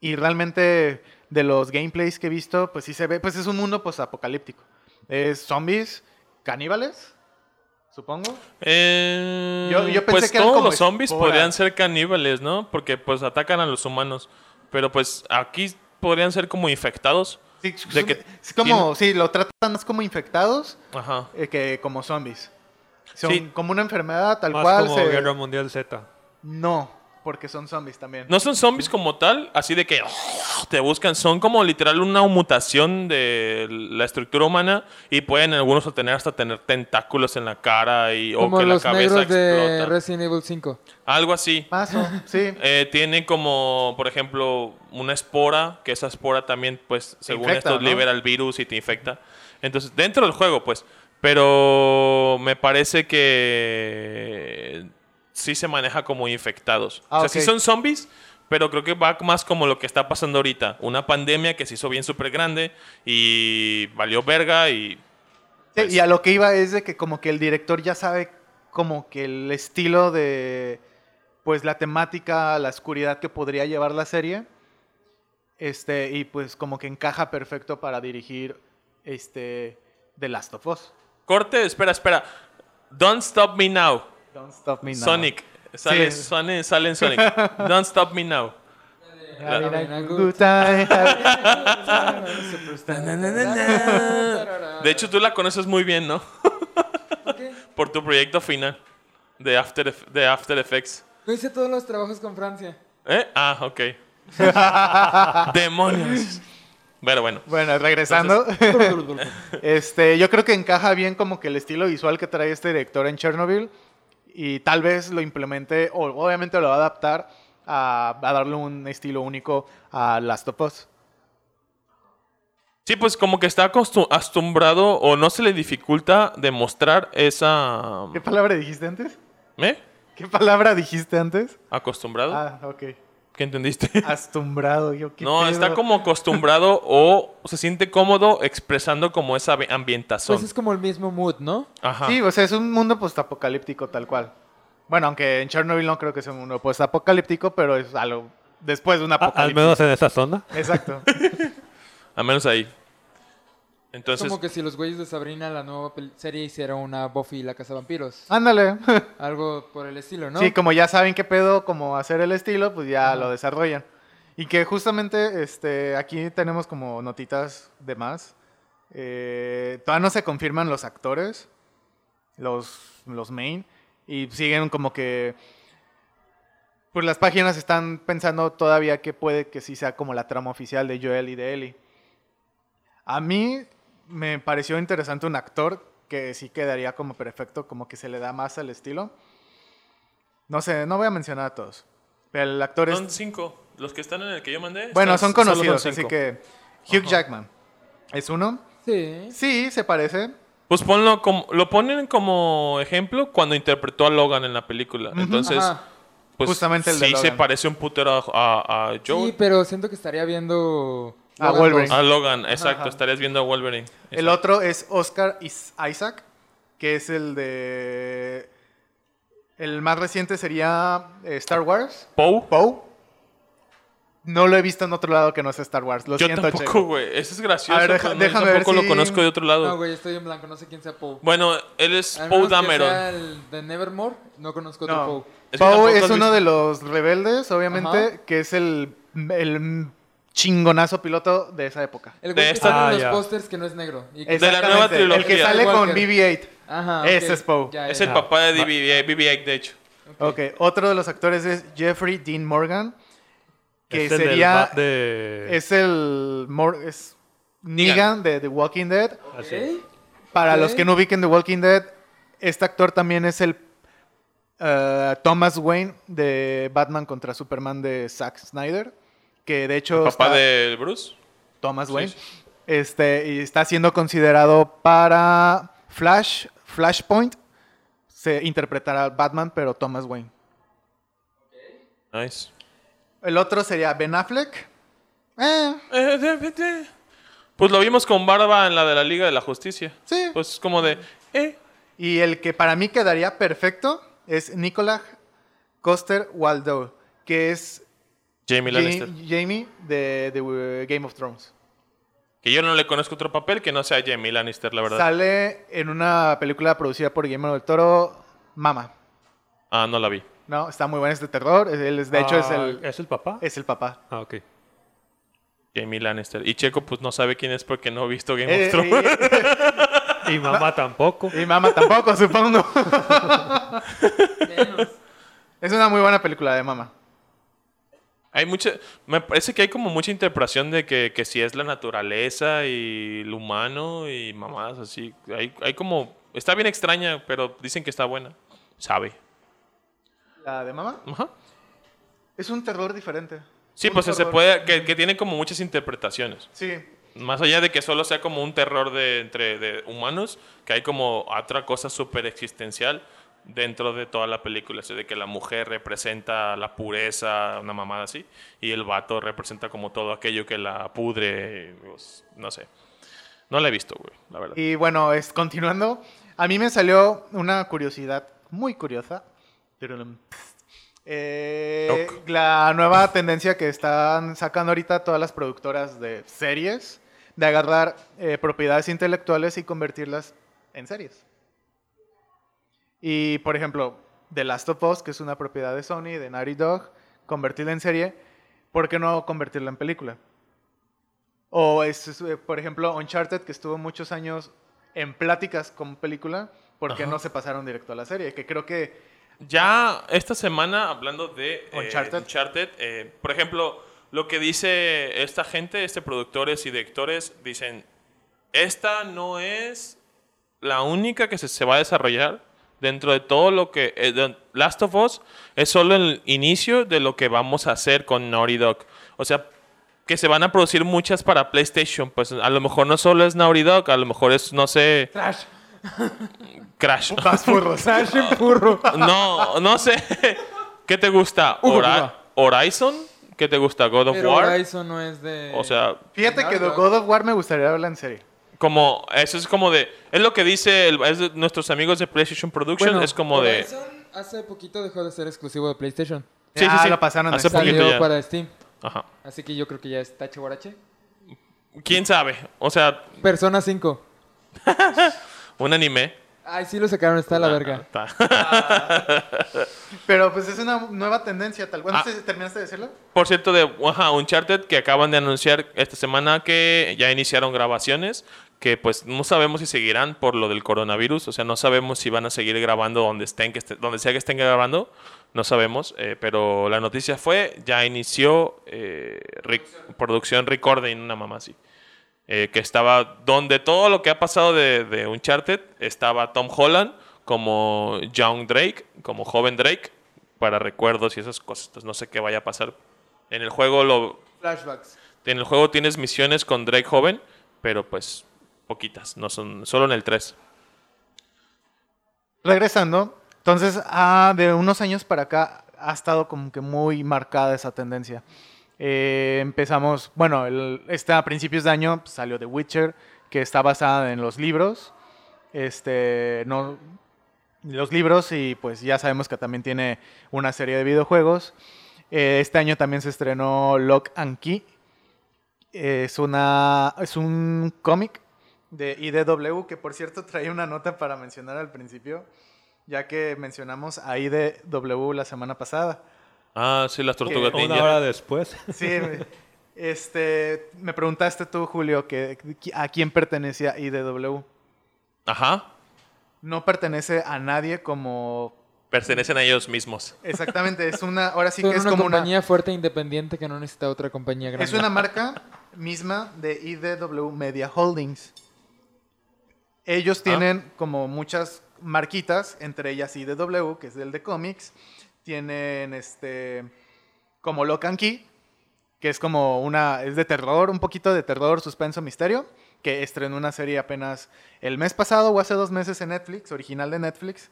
S5: Y realmente de los gameplays que he visto, pues sí se ve, pues es un mundo posapocalíptico. Es zombies, caníbales, supongo.
S3: Eh,
S5: Yo- yo pensé
S3: pues
S5: que eran
S3: todos
S5: como
S3: los zombies
S5: esporas.
S3: podrían ser caníbales, ¿no? Porque pues atacan a los humanos, pero pues aquí podrían ser como infectados.
S5: Sí,
S3: De
S5: son-
S3: que
S5: es como, sí, lo tratan más como infectados
S3: Ajá.
S5: eh, que como zombies. Son
S3: Sí.
S5: como una enfermedad tal
S2: Más
S5: cual.
S2: como
S5: se-
S2: Guerra Mundial Z.
S5: No, porque son zombies también.
S3: No son zombies como tal, así de que oh, te buscan. Son como literal una mutación de la estructura humana y pueden algunos obtener hasta tener tentáculos en la cara y, o
S4: Como
S3: que la
S4: los
S3: cabeza
S4: negros de
S3: explota.
S4: Resident Evil 5.
S3: Algo así.
S5: Paso, sí.
S3: Eh, tiene como, por ejemplo, una espora, que esa espora también, pues, según
S5: infecta,
S3: esto,
S5: ¿no?
S3: libera el virus y te infecta. Entonces, dentro del juego, pues. Pero me parece que sí se maneja como infectados.
S5: Ah,
S3: o sea,
S5: ok.
S3: sí son zombies, pero creo que va más como lo que está pasando ahorita. Una pandemia que se hizo bien súper grande y valió verga y...
S5: Sí,
S3: Pues-
S5: y a lo que iba es de que como que el director ya sabe como que el estilo de pues la temática, la oscuridad que podría llevar la serie. Este, y pues como que encaja perfecto para dirigir este The Last of Us.
S3: Corte, espera, espera. Don't stop me now.
S5: Don't stop me now.
S3: Sonic. Sale,
S5: Sí.
S3: sale- sale en Sonic. Don't stop me now.
S5: Having a
S4: Claro.
S5: good time.
S4: Ah,
S3: De hecho, tú la conoces muy bien, ¿no? Por tu proyecto final de After, Eff- de After Effects.
S4: Yo hice todos los trabajos con Francia.
S3: ¿Eh? Ah, ok. ¡Demonios! Pero bueno.
S5: Bueno, regresando.
S4: Pues
S5: este, yo creo que encaja bien como que el estilo visual que trae este director en Chernobyl y tal vez lo implemente o obviamente lo va a adaptar a, a darle un estilo único a Last of Us.
S3: Sí, pues como que está acostu- acostumbrado o no se le dificulta demostrar esa...
S5: ¿Qué palabra dijiste antes?
S3: ¿Eh?
S5: ¿Qué palabra dijiste antes?
S3: ¿Acostumbrado?
S5: Ah, ok.
S3: ¿Qué entendiste?
S5: Astumbrado, yo ¿qué
S3: No,
S5: pedo?
S3: está como acostumbrado o se siente cómodo expresando como esa ambi- ambientación.
S4: Pues es como el mismo mood, ¿no?
S3: Ajá.
S5: Sí, o sea, es un mundo postapocalíptico tal cual. Bueno, aunque en Chernobyl no creo que sea un mundo postapocalíptico, pero es algo después
S3: Ah,
S5: de un
S2: A- al
S5: apocalipsis.
S2: menos en esa zona.
S5: Exacto.
S3: Al menos ahí.
S4: Es
S3: Entonces,
S4: como que si los güeyes de Sabrina, la nueva pel- serie, hicieron una Buffy y la Casa de Vampiros.
S5: Ándale.
S4: Algo por el estilo, ¿no?
S5: Sí, como ya saben qué pedo, como hacer el estilo, pues ya lo desarrollan. Y que justamente este, aquí tenemos como notitas de más. Eh, todavía no se confirman los actores, los, los main, y siguen como que... Pues las páginas están pensando todavía que puede que sí sea como la trama oficial de Joel y de Ellie. A mí me pareció interesante un actor que sí quedaría como perfecto, como que se le da más al estilo. No sé, no voy a mencionar a todos. Pero el actor
S3: son
S5: es...
S3: cinco. Los que están en el que yo mandé.
S5: Bueno,
S3: están-
S5: son conocidos,
S3: solo son
S5: así
S3: cinco.
S5: que... Hugh Jackman. ¿Es uno?
S4: Sí.
S5: Sí, se parece.
S3: Pues ponlo como, lo ponen como ejemplo cuando interpretó a Logan en la película. Entonces,
S4: Ajá.
S3: pues
S5: Justamente el de
S3: sí se
S5: Logan.
S3: parece un putero a, a, a Joel.
S4: Sí, pues, pero siento que estaría viendo...
S5: A
S4: Logan
S5: Wolverine.
S4: dos.
S3: A Logan, exacto.
S5: ajá.
S3: Estarías viendo a Wolverine.
S5: El otro es Oscar Is- Isaac, que es el de... El más reciente sería eh, Star Wars.
S3: Poe.
S5: Poe. No lo he visto en otro lado que no es Star Wars. Lo
S3: Yo
S5: siento,
S3: tampoco,
S5: Checo.
S3: güey. Ese es gracioso.
S5: A ver, deja-
S3: pero no,
S5: déjame
S3: yo
S5: ver
S3: tampoco
S5: si-
S3: lo conozco de otro lado.
S4: No, güey, estoy en blanco, no sé quién sea Poe.
S3: bueno, él es
S4: Al
S3: Poe
S4: menos que
S3: Dameron.
S4: sea el de Nevermore, no conozco otro
S5: No.
S4: Poe.
S3: Es que tampoco
S5: Poe
S3: has
S5: es uno
S3: visto-
S5: de los rebeldes, obviamente,
S4: Ajá.
S5: que es el, el chingonazo piloto de esa época.
S4: El
S3: De
S4: güey que
S3: esta-
S4: sale
S2: Ah,
S4: en los
S2: ya.
S4: pósters que no es negro. Y que-
S3: Es- De la nueva
S5: Exactamente, El que
S3: trilogía.
S5: sale con
S4: Skywalker.
S5: BB-8.
S4: Ajá,
S5: ese
S4: ok,
S5: es Poe.
S4: ya,
S3: Es
S4: ya.
S3: el papá de BB-8, BB-8, de hecho.
S5: Ok, otro de los actores es Jeffrey Dean Morgan, que
S2: Es el del
S5: sería...
S2: ba- de-
S5: Es el... Mor- es Negan de The Walking Dead.
S2: así.
S4: Ok.
S5: Para
S4: Ok.
S5: los que no ubiquen The Walking Dead, este actor también es el eh, Thomas Wayne de Batman contra Superman de Zack Snyder, que de hecho
S3: Papá
S5: está-
S3: de Bruce.
S5: Thomas Wayne,
S3: sí.
S5: este y está siendo considerado para Flash, Flashpoint, se interpretará a Batman pero Thomas Wayne.
S3: Nice.
S5: El otro sería Ben Affleck. Eh,
S3: Eh, de- de- de. Pues lo vimos con Barba en la de la Liga de la Justicia.
S5: Sí.
S3: Pues es como de, eh.
S5: Y el que para mí quedaría perfecto es Nicolas Coster Waldo, que es
S3: Jamie
S5: Ja-
S3: Lannister.
S5: Jamie de, de, uh, Game of Thrones.
S3: Que yo no le conozco otro papel que no sea Jamie Lannister, la verdad.
S5: Sale en una película producida por Guillermo del Toro, Mama.
S3: ah, no la vi.
S5: No, está muy buena, es de terror. es- Él es, de hecho, es
S2: Ah,
S5: el,
S2: ¿Es el papá?
S5: es el papá.
S2: Ah, ok.
S3: Jamie Lannister. Y Checo, pues no sabe quién es porque no ha visto Game
S5: Eh,
S3: of Thrones.
S5: eh,
S2: Y mamá tampoco.
S5: eh, y mamá tampoco, supongo.
S4: Menos.
S5: Es una muy buena película de mamá.
S3: Hay mucha, me parece que hay como mucha interpretación de que, que si es la naturaleza y el humano y mamadas así. Hay, hay como, está bien extraña, pero dicen que está buena. Sabe.
S5: ¿La de mamá?
S3: Ajá.
S5: Es un terror diferente.
S3: Sí,
S5: Un
S3: pues se
S5: terror.
S3: puede, que, que tiene como muchas interpretaciones.
S5: Sí,
S3: Más allá de que solo sea como un terror de, entre de humanos, que hay como otra cosa súper existencial dentro de toda la película. Así de que la mujer representa la pureza, una mamada así, y el vato representa como todo aquello que la pudre. pues, no sé. No la he visto, güey, la verdad.
S5: Y bueno, es, continuando, a mí me salió una curiosidad muy curiosa. Tururum. Eh, la nueva tendencia que están sacando ahorita todas las productoras de series, de agarrar eh, propiedades intelectuales y convertirlas en series. Y, por ejemplo, The Last of Us, que es una propiedad de Sony, de Naughty Dog, convertirla en serie, ¿por qué no convertirla en película? O, es, es, eh, por ejemplo, Uncharted, que estuvo muchos años en pláticas con película, ¿por qué
S3: Ajá.
S5: no se pasaron directo a la serie? Que creo que
S3: Ya esta semana, hablando de eh,
S5: Uncharted.
S3: Uncharted, eh, por ejemplo, lo que dice esta gente, este productores y directores, dicen, esta no es la única que se, se va a desarrollar dentro de todo lo que... eh, de- Last of Us es solo el inicio de lo que vamos a hacer con Naughty Dog. O sea, que se van a producir muchas para PlayStation. Pues a lo mejor no solo es Naughty Dog, a lo mejor es, no sé,
S4: Trash.
S3: Crash.
S5: vas furros.
S4: Trash en burro.
S3: No, no sé. ¿Qué te gusta?
S4: Hugo
S3: Hora-
S4: Boss.
S3: ¿Horizon? ¿Qué te gusta? ¿God of
S4: Pero
S3: War?
S4: Horizon eh. no es de.
S3: O sea,
S5: Fíjate que de God of War me gustaría hablar en serie.
S3: como. Eso es como de. Es lo que dice el- es de nuestros amigos de PlayStation Production.
S4: Bueno,
S3: es como de.
S4: Horizon hace poquito dejó de ser exclusivo de PlayStation.
S3: Sí,
S5: Ah,
S3: sí, sí.
S5: lo pasaron
S3: Hace
S5: en-
S3: poquito
S4: Salió
S3: ya.
S4: para Steam.
S3: Ajá.
S4: Así que yo creo que ya está Chihuarache.
S3: ¿Quién sabe? O sea,
S4: Persona 5.
S3: un anime.
S4: Ay, sí lo sacaron, está la verga.
S3: Está.
S5: Pero pues es una nueva tendencia, tal cual.
S3: Ah.
S5: ¿No sé si ¿Terminaste de decirlo?
S3: Por cierto, de ajá, Uncharted, que acaban de anunciar esta semana que ya iniciaron grabaciones, que pues no sabemos si seguirán por lo del coronavirus, o sea, no sabemos si van a seguir grabando donde estén, que esté- donde sea que estén grabando, no sabemos, eh, pero la noticia fue, ya inició eh, re- producción recording, una mamá así, eh, que estaba donde todo lo que ha pasado de, de Uncharted, estaba Tom Holland como Young Drake, como joven Drake, para recuerdos y esas cosas, entonces no sé qué vaya a pasar. En el juego lo,
S4: Flashbacks.
S3: en el juego tienes misiones con Drake joven, pero pues poquitas, no son solo en el 3.
S5: Regresando, entonces ah, de unos años para acá ha estado como que muy marcada esa tendencia. Eh, empezamos, bueno, el- este, a principios de año pues, salió The Witcher, que está basada en los libros. Este, no, los libros y pues ya sabemos que también tiene una serie de videojuegos. Eh, este año también se estrenó Lock and Key. Es, una, es un cómic de IDW, que por cierto traía una nota para mencionar al principio, ya que mencionamos a IDW la semana pasada.
S3: Ah, sí, las tortugas
S5: Eh,
S2: Una
S3: ninja.
S2: hora después.
S5: Sí, este, me preguntaste tú, Julio, que, a quién pertenecía IDW.
S3: Ajá,
S5: No pertenece a nadie como...
S3: pertenecen a ellos mismos.
S5: Exactamente, es una... Ahora sí
S4: Son
S5: que es
S4: una
S5: como una...
S4: compañía fuerte e independiente que no necesita otra compañía grande.
S5: Es una marca misma de IDW Media Holdings.
S3: Ah.
S5: Ellos tienen como muchas marquitas, entre ellas IDW, que es el de cómics. Tienen este como Lock and Key, que es como una es de terror, un poquito de terror, suspenso, misterio, que estrenó una serie apenas el mes pasado o hace dos meses en Netflix, original de Netflix.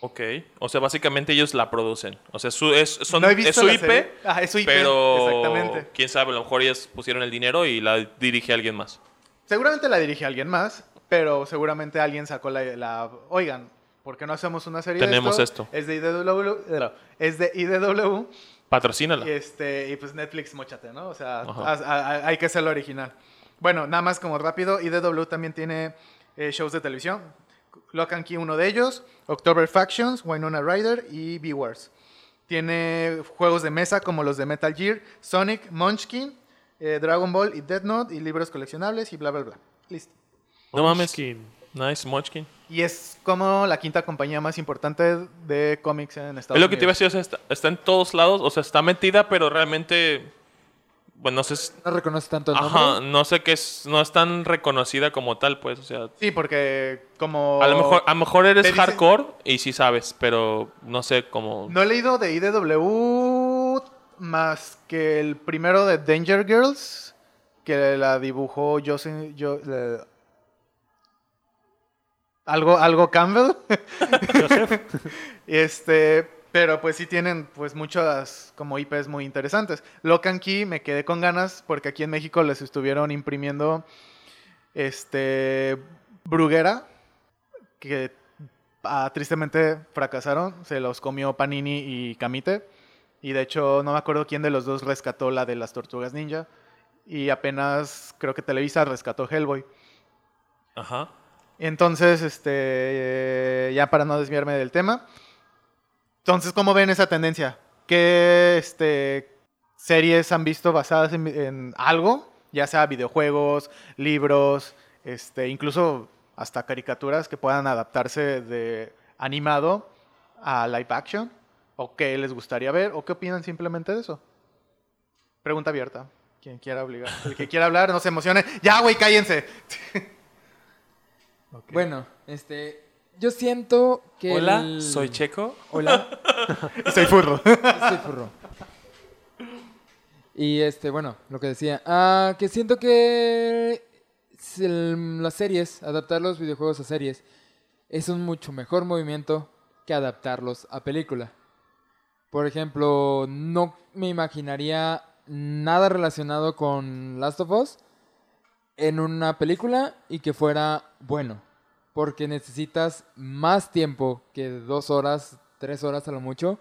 S3: Ok, o sea, básicamente ellos la producen. O sea, su, es, son,
S5: No he
S3: es
S5: visto
S3: su
S5: la
S3: IP,
S5: serie. Ah, es su IP,
S3: pero
S5: exactamente.
S3: quién sabe, a lo mejor ellos pusieron el dinero y la dirige alguien más.
S5: Seguramente la dirige alguien más, pero seguramente alguien sacó la, la- oigan, ¿por qué no hacemos una serie
S3: Tenemos
S5: de
S3: esto.
S5: Es de IDW, era- es de IDW,
S3: Patrocínala.
S5: y este y pues Netflix mochate, ¿no? O sea,
S3: Ajá.
S5: haz- a- a- hay que hacerlo original. Bueno, nada más como rápido, IDW también tiene eh, shows de televisión. Lock and Key uno de ellos, October Factions, Winona Rider y B-Wars. Tiene juegos de mesa como los de Metal Gear, Sonic, Munchkin, eh, Dragon Ball y Death Note y libros coleccionables y bla, bla, bla. Listo.
S3: No mames.
S2: Skin.
S3: Nice, Munchkin.
S5: Y es como la quinta compañía más importante de cómics en Estados Unidos.
S3: Es lo que te iba a decir, o sea, está, está en todos lados, o sea, está metida, pero realmente, bueno, no sé, si-
S4: No reconoce tanto el nombre.
S3: ajá, no sé qué es, no es tan reconocida como tal, pues, o sea,
S5: Sí, porque como...
S3: a lo mejor, a lo mejor eres
S5: Oh. Te dicen-
S3: hardcore y sí sabes, pero no sé cómo.
S5: No he leído de IDW más que el primero de Danger Girls, que la dibujó Joseph... Yo, eh, algo, algo Campbell. este, pero pues sí tienen pues muchas como IPs muy interesantes. Locan Key me quedé con ganas porque aquí en México les estuvieron imprimiendo este Bruguera que ah, tristemente fracasaron, se los comió Panini y Kamite y de hecho no me acuerdo quién de los dos rescató la de las Tortugas Ninja y apenas creo que Televisa rescató Hellboy.
S3: Ajá.
S5: Entonces, este, eh, ya para no desviarme del tema. Entonces, ¿cómo ven esa tendencia? ¿Qué este, series han visto basadas en, en algo? Ya sea videojuegos, libros, este, incluso hasta caricaturas que puedan adaptarse de animado a live action. ¿O qué les gustaría ver? ¿O qué opinan simplemente de eso? Pregunta abierta. Quien quiera obligar. El que quiera hablar, no se emocione. Ya, güey, cállense.
S4: Bueno, este. Yo siento que.
S3: Hola,
S4: el-
S3: soy Checo.
S4: Hola,
S5: Soy furro.
S4: soy Furro. Y este, bueno, lo que decía. Ah, que siento que. si el- Las series, adaptar los videojuegos a series, es un mucho mejor movimiento que adaptarlos a película. Por ejemplo, no me imaginaría nada relacionado con Last of Us en una película y que fuera bueno. Porque necesitas más tiempo que dos horas, tres horas a lo mucho,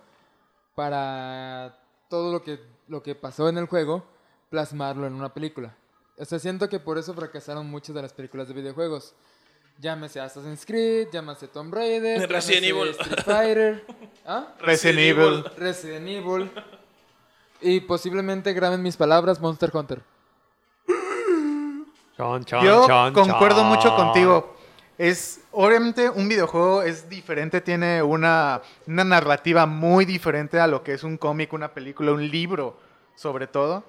S4: para todo lo que, lo que pasó en el juego, plasmarlo en una película. O sea, siento que por eso fracasaron muchas de las películas de videojuegos. Llámese Assassin's Creed, llámese Tomb Raider,
S3: Resident
S4: llámese
S3: Evil.
S4: Street Fighter. ¿Ah?
S5: Resident Evil.
S4: Resident Evil. Y posiblemente graben mis palabras Monster Hunter.
S2: Chon, chon,
S5: Yo
S2: chon,
S5: concuerdo
S2: chon.
S5: mucho contigo. Es obviamente un videojuego es diferente, tiene una, una narrativa muy diferente a lo que es un cómic, una película, un libro, sobre todo.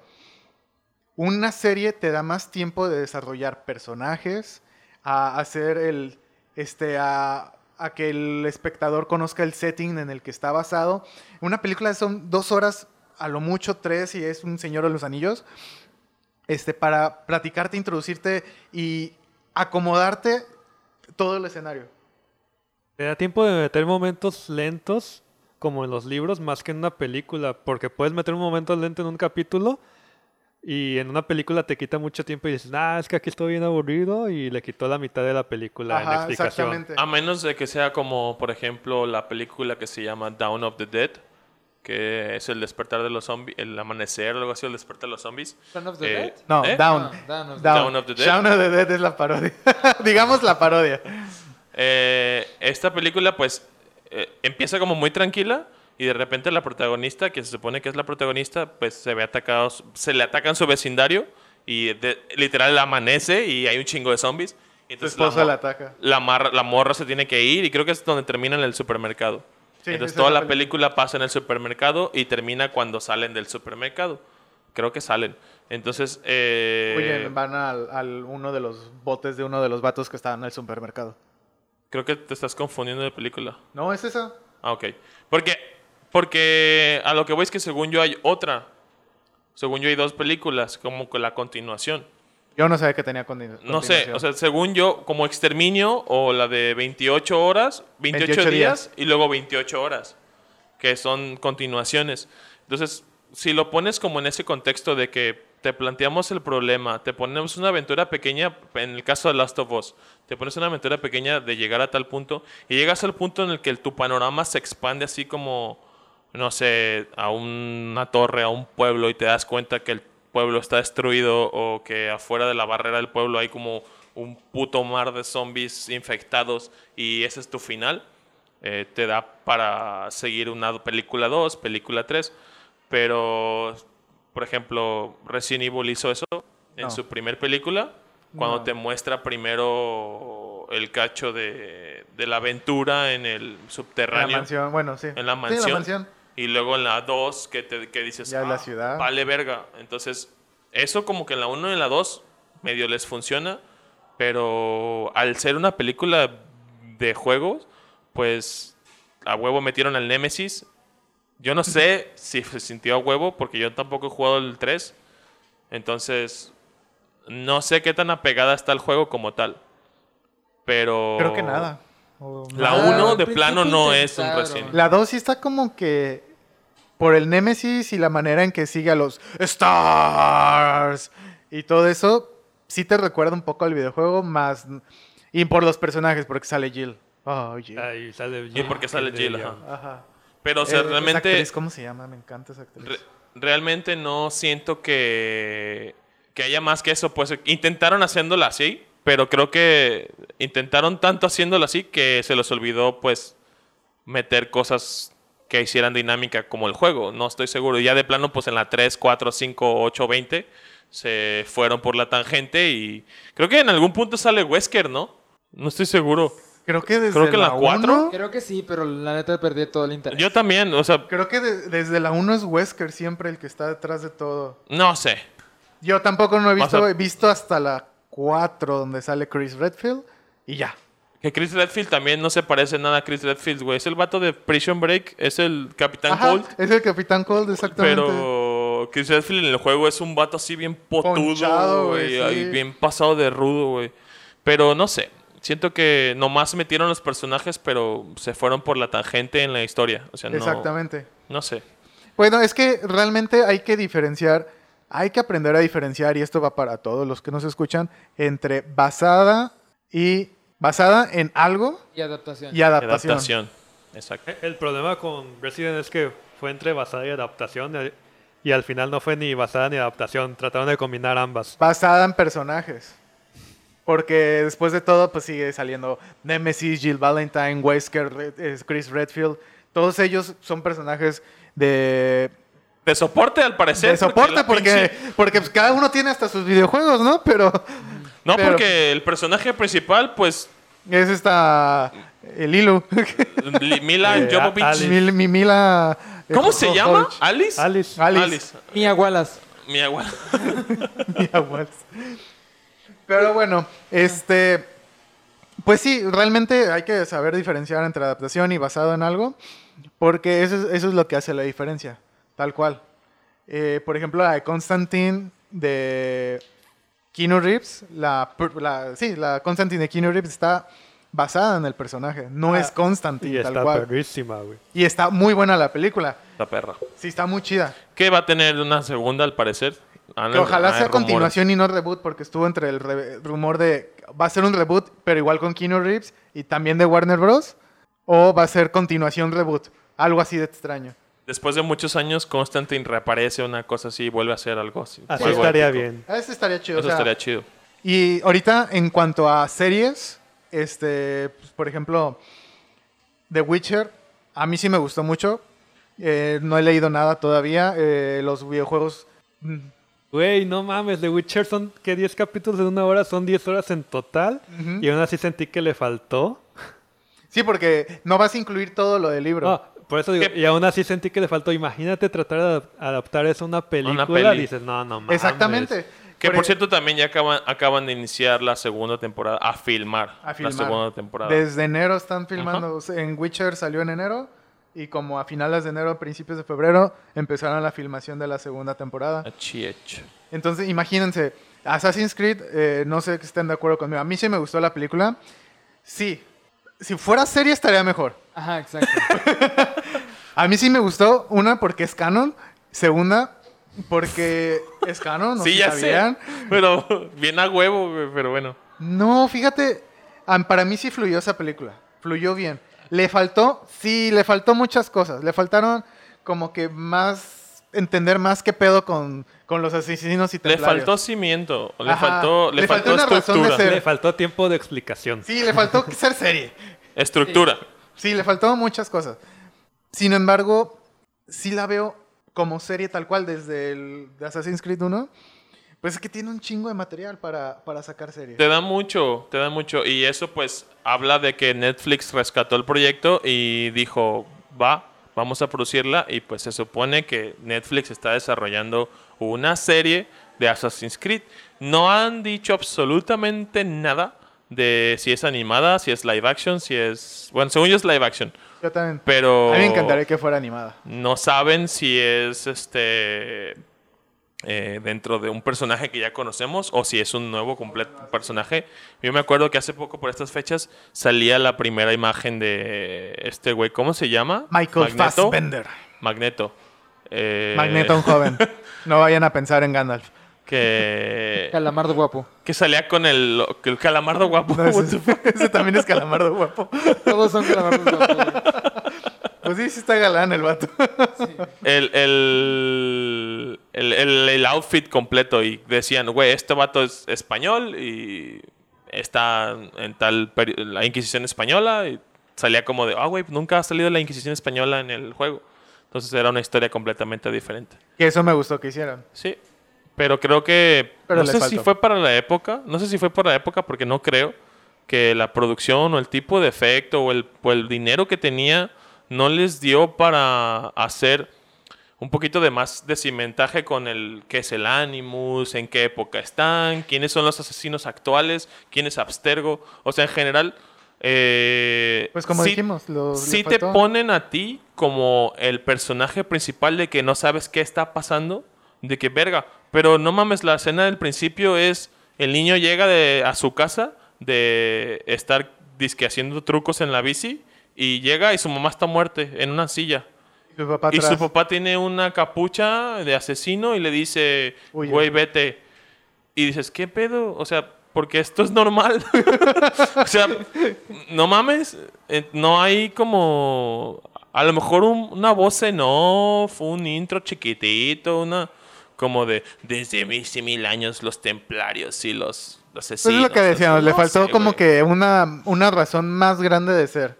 S5: Una serie te da más tiempo de desarrollar personajes, a hacer el este a, a que el espectador conozca el setting en el que está basado. Una película son dos horas a lo mucho tres y es un señor de los anillos este, para platicarte, introducirte y acomodarte todo el escenario.
S2: Te da tiempo de meter momentos lentos, como en los libros, más que en una película, porque puedes meter un momento lento en un capítulo y en una película te quita mucho tiempo y dices, ah, es que aquí estoy bien aburrido y le quitó la mitad de la película en
S5: Ajá,
S2: explicación.
S5: exactamente.
S3: A menos de que sea como, por ejemplo, la película que se llama Down of the Dead, que es el despertar de los zombies, el amanecer o algo así, el despertar de los zombies.
S4: Son of the
S3: Eh,
S4: Dead. Ah,
S5: No,
S3: ¿Eh?
S5: Down.
S4: No, Dawn of
S5: Down.
S4: the
S3: Dawn of the Dead.
S5: Shaun of the Dead es la parodia. Digamos la parodia.
S3: Eh, esta película, pues, eh, empieza como muy tranquila y de repente la protagonista, que se supone que es la protagonista, pues se ve atacado, se le ataca en su vecindario y de- literal amanece y hay un chingo de zombies. Y
S5: Su
S3: entonces
S5: esposa
S3: mo-
S5: la ataca.
S3: la, mar- la morra se tiene que ir y creo que es donde termina en el supermercado.
S5: Sí, esa
S3: Entonces
S5: es
S3: toda
S5: la
S3: la película. pasa en el supermercado y termina cuando salen del supermercado. Creo que salen. Entonces... eh,
S5: Oye, van al, al uno de los botes de uno de los vatos que estaban en el supermercado.
S3: creo que te estás confundiendo de película.
S5: No, es esa.
S3: Ah, ok. Porque, porque a lo que voy es que según yo hay otra. Según yo hay dos películas, como con la continuación.
S5: Yo no sabía que tenía condi-
S3: No sé,
S5: continuación.
S3: o sea, según yo, como Exterminio o la de 28 horas, 28,
S5: 28
S3: días y luego 28 horas, que son continuaciones. Entonces, si lo pones como en ese contexto de que te planteamos el problema, te ponemos una aventura pequeña, en el caso de Last of Us, te pones una aventura pequeña de llegar a tal punto y llegas al punto en el que tu panorama se expande así como, no sé, a una torre, a un pueblo y te das cuenta que el pueblo está destruido o que afuera de la barrera del pueblo hay como un puto mar de zombies infectados y ese es tu final, eh, te da para seguir una película 2, película 3, pero Por ejemplo, Resident Evil hizo eso en
S5: No.
S3: su primer película, cuando
S4: No.
S3: te muestra primero el cacho de, de la aventura en el
S5: la
S3: subterráneo.
S5: mansión, bueno, sí.
S3: En la
S5: Sí,
S3: mansión.
S5: en la mansión.
S3: Y luego en la 2 que, te, que dices, "Ah,
S5: Ya en la ciudad".
S3: vale verga. Entonces, eso como que en la 1 y en la 2 medio les funciona, pero al ser una película de juegos, pues a huevo metieron al Nemesis. Yo no sé si se sintió a huevo, porque yo tampoco he jugado el 3. Entonces, no sé qué tan apegada está el juego como tal. Pero...
S5: Creo que nada. O
S3: La
S5: nada.
S4: Ah,
S3: 1 de
S4: al
S3: plano
S4: principio
S3: no es un
S4: intentaron.
S3: Resident
S5: La 2 sí está como que por el Némesis y la manera en que sigue a los Stars y todo eso, sí te recuerda un poco al videojuego, más. Y por los personajes, porque sale Jill. Oh, Jill.
S2: Ahí sale
S3: Y porque sale Jill, ajá.
S5: Ajá.
S3: Pero, o sea,
S5: Eh, esa
S3: realmente,
S5: actriz, ¿Cómo se llama? Me encanta esa actriz.
S3: re- realmente no siento que, que haya más que eso. Pues intentaron haciéndola así, pero creo que intentaron tanto haciéndola así que se les olvidó, pues, meter cosas que hicieran dinámica como el juego. No estoy seguro. Ya de plano, pues en la 3, 4, 5, 8, 20 se fueron por la tangente y creo que en algún punto sale Wesker, ¿no? No estoy seguro.
S5: Creo que desde
S3: creo que en la cuatro.
S5: uno-
S4: Creo que sí, pero la neta perdí todo el interés.
S3: Yo también, o sea,
S5: creo que de- desde la 1 es Wesker siempre el que está detrás de todo.
S3: no sé.
S5: Yo tampoco no he
S3: Vas
S5: visto,
S3: a-
S5: he visto hasta la 4 donde sale Chris Redfield y ya.
S3: Que Chris Redfield también no se parece nada a Chris Redfield, güey. Es el vato de Prison Break, es el Capitán
S5: Ajá,
S3: Cold.
S5: Es el Capitán Cold, exactamente.
S3: Pero Chris Redfield en el juego es un vato así bien potudo,
S5: Ponchado,
S3: güey.
S5: güey,
S3: ahí
S5: sí.
S3: Bien pasado de rudo, güey. Pero no sé. Siento que nomás metieron los personajes, pero se fueron por la tangente en la historia. O sea, no,
S5: Exactamente.
S3: No sé.
S5: Bueno, es que realmente hay que diferenciar, hay que aprender a diferenciar, y esto va para todos los que nos escuchan, entre basada y basada en algo
S4: Y adaptación.
S5: y adaptación.
S3: Adaptación. Exacto.
S2: E, El problema con Resident es que fue entre basada y adaptación eh, y al final no fue ni basada ni adaptación. Trataron de combinar ambas.
S5: Basada en personajes. Porque después de todo, pues sigue saliendo Nemesis, Jill Valentine, Wesker, Red- eh, Chris Redfield. Todos ellos son personajes de,
S3: De soporte, al parecer.
S5: de soporte,
S3: la
S5: porque,
S3: pinche-
S5: porque pues, cada uno tiene hasta sus videojuegos, ¿no? Pero
S3: No,
S5: pero-
S3: porque el personaje principal, pues...
S5: es esta. El hilo.
S3: Li- Mila
S2: Eh,
S3: Jovovich.
S2: Alice.
S5: Mil- mi Mila. eh,
S3: ¿Cómo se
S5: Ho-
S3: llama?
S5: Hodge.
S3: ¿Alice?
S2: Alice.
S5: Pues, Alice.
S3: Alice.
S4: Mia Wallace.
S3: Mi abuela.
S5: Mia Wallace. Pero bueno, este. Pues sí, realmente hay que saber diferenciar entre adaptación y basado en algo, porque eso es, eso es lo que hace la diferencia, tal cual. Eh, por ejemplo, la de Constantine de Keanu Reeves, la, pr- la- sí, la Constantine de Keanu Reeves está basada en el personaje, no
S2: Ah,
S5: es Constantine
S2: Y
S5: tal
S2: está
S5: cual.
S2: perrísima, güey.
S5: Y está muy buena la película,
S3: La perra.
S5: sí está muy chida.
S3: Que va a tener una segunda, al parecer. Han-
S5: Que ojalá
S3: hay
S5: sea
S3: rumores.
S5: continuación y no reboot, porque estuvo entre el re- rumor de va a ser un reboot, pero igual con Keanu Reeves y también de Warner Bros. O va a ser continuación reboot, algo así de extraño.
S3: Después de muchos años, Constantine reaparece una cosa así y vuelve a hacer algo así.
S2: Así
S3: Algo
S2: estaría
S3: épico.
S2: bien.
S5: Ah, Eso estaría chido.
S3: Eso
S5: o sea,
S3: estaría chido.
S5: Y ahorita en cuanto a series, este, pues, por ejemplo, The Witcher, a mí sí me gustó mucho. Eh, no he leído nada todavía. Eh, los videojuegos mm,
S2: Güey, no mames, The Witcher son que 10 capítulos de una hora, son 10 horas en total.
S5: Ujú.
S2: Y aún así sentí que le faltó.
S5: Sí, porque no vas a incluir todo lo del libro.
S2: No, Ah, por eso digo,
S3: ¿Qué?
S2: y aún así sentí que le faltó. Imagínate tratar de adap- adaptar eso a una película.
S3: peli.
S2: Dices, no, no mames.
S5: Exactamente.
S3: Que por
S5: Porque-
S3: cierto, también ya acaban, acaban de iniciar la segunda temporada. A filmar.
S5: A filmar.
S3: La segunda temporada.
S5: Desde enero están filmando. O sea, En Witcher salió en enero. Y como a finales de enero, principios de febrero, empezaron la filmación de la segunda
S3: Ah, Eh.
S5: temporada.
S3: Achiecho.
S5: Entonces, imagínense, Assassin's Creed, eh, no sé si estén de acuerdo conmigo. A mí sí me gustó la película. Sí, si fuera serie estaría mejor.
S4: Ajá, exacto.
S5: A mí sí me gustó, una, porque es canon. Segunda, porque es canon, no
S3: sí,
S5: sé si
S3: ya
S5: sabían.
S3: sé. Pero bien a huevo, güey, pero bueno.
S5: No, fíjate, am- para mí sí fluyó esa película, fluyó bien. Le faltó, sí, le faltó muchas cosas, le faltaron como que más, entender más qué pedo con, con los asesinos y
S3: Le
S5: templarios.
S3: faltó cimiento. o Le
S5: Ajá.
S3: faltó, le
S5: Le faltó
S3: faltó,
S5: una razón de
S3: estructura.
S5: ser.
S2: Le faltó tiempo de explicación.
S5: Sí, le faltó ser serie,
S3: Estructura.
S5: sí, le faltó muchas cosas. Sin embargo, sí la veo como serie tal cual desde el de Assassin's Creed 1, pues es que tiene un chingo de material para, para sacar series.
S3: Te da mucho, te da mucho. Y eso pues habla de que Netflix rescató el proyecto y dijo, va, vamos a producirla. Y pues se supone que Netflix está desarrollando una serie de Assassin's Creed. No han dicho absolutamente nada de si es animada, si es live action, si es... Bueno, según yo es live action.
S5: Yo también.
S3: Pero...
S5: A mí me encantaría que fuera animada.
S3: No saben si es este eh, dentro de un personaje que ya conocemos o si es un nuevo completo personaje. Yo me acuerdo que hace poco por estas fechas salía la primera imagen de este güey, ¿cómo se llama?
S5: Michael
S3: Magneto.
S5: Fassbender.
S3: Magneto. Eh,
S5: Magneto un joven. No vayan a pensar en Gandalf.
S3: Que,
S4: Calamardo guapo.
S3: que salía con el, el calamardo guapo.
S5: No,
S3: What
S5: ese,
S3: the fuck?
S5: ese también es calamardo guapo.
S4: Todos son calamardos guapos. güey.
S5: Pues sí, sí está galán el vato.
S3: el, el, el, el- el outfit completo y decían, güey, este vato es español y está en tal peri- la Inquisición española y salía como de, ah, güey, nunca ha salido la Inquisición española en el juego. Entonces era una historia completamente diferente.
S5: Que eso me gustó que hicieron.
S3: Sí, pero creo que
S5: Pero
S3: no
S5: le
S3: sé si
S5: faltó.
S3: fue para la época, no sé si fue para la época porque no creo que la producción o el tipo de efecto o el, o el dinero que tenía no les dio para hacer un poquito de más de cimentaje con el qué es el Animus, en qué época están, quiénes son los asesinos actuales, quién es Abstergo, o sea, en general eh,
S5: Pues como
S3: sí-
S5: dijimos, lo,
S3: si
S5: le
S3: te
S5: faltó.
S3: ponen a ti como el personaje principal de que no sabes qué está pasando, de que verga, pero no mames, la escena del principio es el niño llega de, a su casa de estar disque haciendo trucos en la bici y llega y su mamá está muerta en una silla.
S5: Su papá
S3: Y su
S5: atrás.
S3: papá tiene una capucha de asesino y le dice,
S5: Huye.
S3: güey, vete. Y dices, ¿qué pedo? O sea, porque esto es normal. o sea, no mames, eh, no hay como... A lo mejor un- una voz en off, un intro chiquitito, una... Como de, desde mis y mil años los templarios y los
S5: Pues
S3: asesinos.
S5: es lo que decíamos, le
S3: No
S5: faltó
S3: sé,
S5: como
S3: güey.
S5: que una, una razón más grande de ser.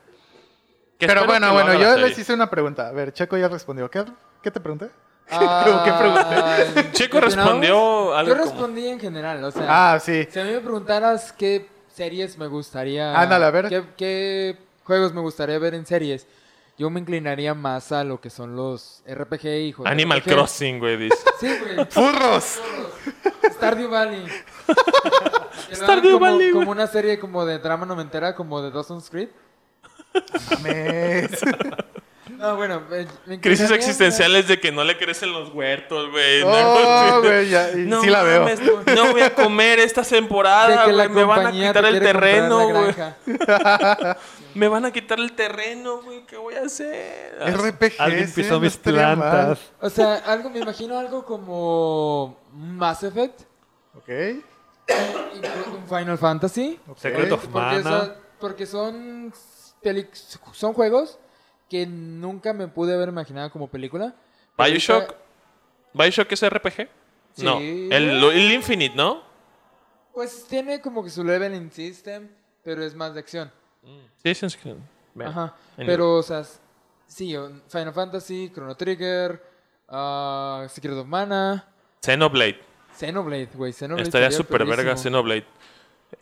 S3: Que
S5: Pero
S3: espero que
S5: bueno,
S3: lo
S5: bueno,
S3: haga la
S5: yo
S3: serie.
S5: les hice una pregunta. A ver, Checo ya respondió. ¿Qué, qué te pregunté? ¿Qué pregunté?
S4: Ay,
S3: Checo
S4: ¿continuamos?
S3: respondió algo
S4: Yo
S3: como-
S4: respondí en general, o sea.
S5: Ah, sí.
S4: Si a mí me preguntaras qué series me gustaría...
S5: Ándale, a ver.
S4: Qué, qué juegos me gustaría ver en series, yo me inclinaría más a lo que son los RPG y JRPG.
S3: Animal Crossing, güey, dice.
S4: Sí, güey.
S5: ¡Furros!
S4: Stardew Valley. Que lo hagan
S3: Stardew
S4: como-
S3: Valley, güey.
S4: Como una serie como de drama noventera, como de Dawson's Creek.
S5: Mames.
S4: No, bueno. eh, me
S3: Crisis
S4: inclinaría-
S3: existenciales de que no le crecen los huertos, güey.
S5: Oh, güey, ya, y sí la veo.
S3: mames, no- no voy a comer esta
S4: De
S3: temporada,
S4: que
S3: güey.
S4: la
S3: Me van a
S4: compañía
S3: quitar
S4: te
S3: el
S4: quiere comprar
S3: terreno,
S4: la
S3: güey.
S4: granja.
S3: Me van a quitar el terreno, güey. ¿Qué voy a hacer?
S5: RPG.
S2: Alguien
S5: sí,
S2: pisó
S5: no
S2: mis
S5: estaría mal.
S2: plantas.
S4: O sea, algo, me imagino algo como Mass Effect
S5: Ok.
S4: y un Final Fantasy.
S5: ok.
S2: Secret of
S4: Porque,
S2: Mana.
S4: son, porque son, peli- son juegos que nunca me pude haber imaginado como película. Pero
S3: Ah, Bioshock.
S4: ahorita,
S3: ¿Bioshock es RPG? No.
S4: Sí.
S3: El, el Infinite, ¿no?
S4: Pues tiene como que su leveling system, pero es más de acción.
S3: Sí, sí, sí. Vean.
S4: Ajá.
S3: Anyway.
S4: Pero, o sea, s- sí, o- Final Fantasy, Chrono Trigger, ah, Secret of Mana,
S3: Xenoblade.
S4: Xenoblade, güey. Xenoblade
S3: Estaría
S4: sería
S3: súper verga
S4: perrísimo.
S3: Xenoblade.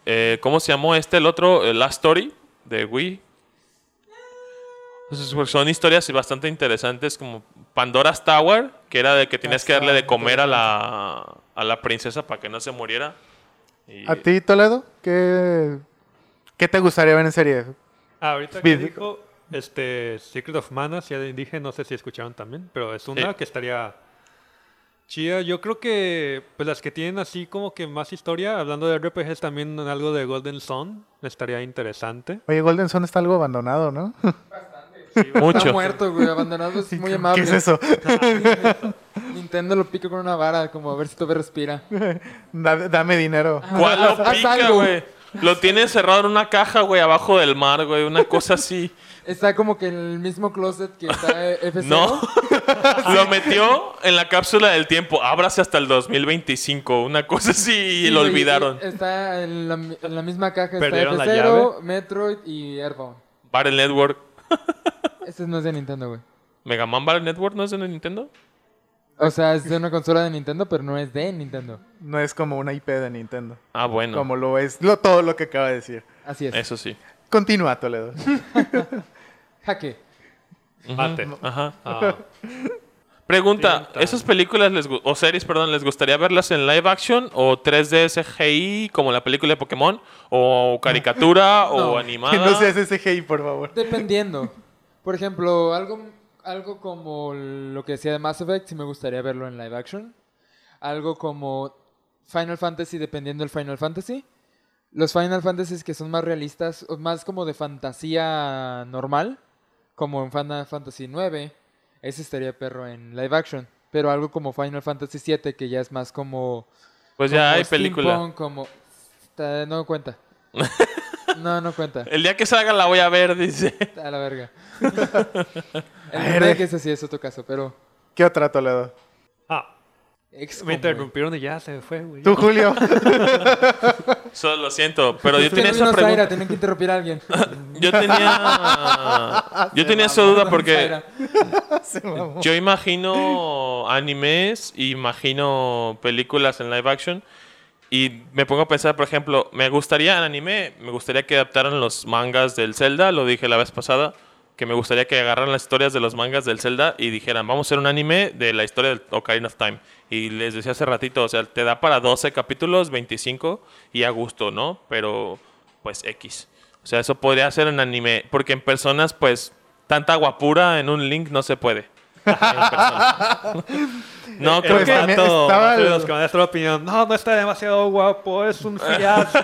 S3: Eh, ¿Cómo se llamó este, el otro? Eh, Last Story de Wii. Entonces, pues, Son historias bastante interesantes como Pandora's Tower, que era de que tenías que darle de comer a la, a la princesa para que no se muriera. Y-
S5: ¿A ti, Toledo? ¿Qué, ¿Qué te gustaría ver en serie?
S2: Ah, ahorita que
S5: Vid-
S2: dijo este, Secret of Mana, ya le dije, no sé si escucharon también, pero es una
S3: Sí.
S2: que estaría chida. Yo creo que pues las que tienen así como que más historia, hablando de RPGs, también algo de Golden Sun estaría interesante.
S5: Oye, Golden Sun está algo abandonado, ¿no?
S4: Está
S3: Mucho.
S4: muerto, güey, abandonado, es muy amable.
S5: ¿Qué es eso?
S4: Nintendo lo pica con una vara, como a ver si todavía respira.
S5: Da- dame dinero.
S3: ¿Cuál
S4: Haz-
S3: lo
S4: haz
S3: pica,
S4: algo.
S3: güey? Lo tiene cerrado en una caja, güey, abajo del mar, güey. Una cosa así.
S4: Está como que en el mismo closet que está FC.
S3: No. lo metió en la cápsula del tiempo. Ábrase hasta el 2025. Una cosa así y lo olvidaron.
S4: Está en la, en la misma caja.
S2: Perdieron la
S4: está F0,
S2: llave.
S4: Metroid y Airbound.
S3: Battle Network.
S4: Este no es de Nintendo, güey.
S3: ¿Mega Man Battle Network no es de Nintendo?
S4: O sea, es de una consola de Nintendo, pero no es de Nintendo.
S5: No es como una IP de Nintendo.
S3: Ah, bueno.
S5: Como lo es lo, todo lo que acaba de decir.
S4: Así es.
S3: Eso sí.
S5: Continúa, Toledo.
S4: Jaque.
S3: Ujú.
S2: Mate.
S3: Ajá.
S2: Ah,
S3: Pregunta,
S2: Pregunta.
S3: ¿esas películas les gu- o series, perdón, les gustaría verlas en live action o 3D CGI como la película de Pokémon o caricatura o animada?
S5: que no seas ese hey, por favor.
S4: Dependiendo. Por ejemplo, algo, algo como lo que decía de Mass Effect, sí me gustaría verlo en live action. Algo como Final Fantasy, dependiendo del Final Fantasy. Los Final Fantasies que son más realistas, o más como de fantasía normal, como en Final Fantasy 9, ese estaría perro en live action. Pero algo como Final Fantasy 7, que ya es más como
S3: Pues ya
S4: como
S3: hay película.
S4: steampunk, como... Ta- No cuenta. No, no cuenta.
S3: El día que salga la voy a ver, dice.
S4: A la verga.
S5: A
S4: El
S5: ver,
S4: de
S5: eh.
S4: que ese sí es otro caso, pero...
S5: ¿Qué otra, Toledo?
S2: ah,
S4: XCOM,
S2: me
S4: güey.
S2: interrumpieron y ya se me fue, güey.
S5: Tú, Julio.
S3: Solo lo siento, pero yo
S4: Es que
S3: tenía
S4: no
S3: esa
S4: vino Zaira,
S3: pregunta.
S4: tienen que interrumpir a alguien.
S3: Yo tenía Yo tenía esa duda porque
S4: Zaira.
S5: Se mamó.
S3: yo imagino animes, imagino películas en live action y me pongo a pensar, por ejemplo, me gustaría en anime, me gustaría que adaptaran los mangas del Zelda, lo dije la vez pasada, que me gustaría que agarraran las historias de los mangas del Zelda y dijeran, vamos a hacer un anime de la historia del Ocarina of Time. Y les decía hace ratito, o sea, te da para 12 capítulos, 25 y a gusto, ¿no? Pero pues X. O sea, eso podría ser en anime, porque en personas pues tanta guapura en un link no se puede. En persona. no, creo
S5: Pues
S3: que
S5: también
S3: tanto-
S5: estaba
S2: Soy
S5: el-
S2: de los que van a dar otra opinión. No, no está demasiado guapo, es un fiasco.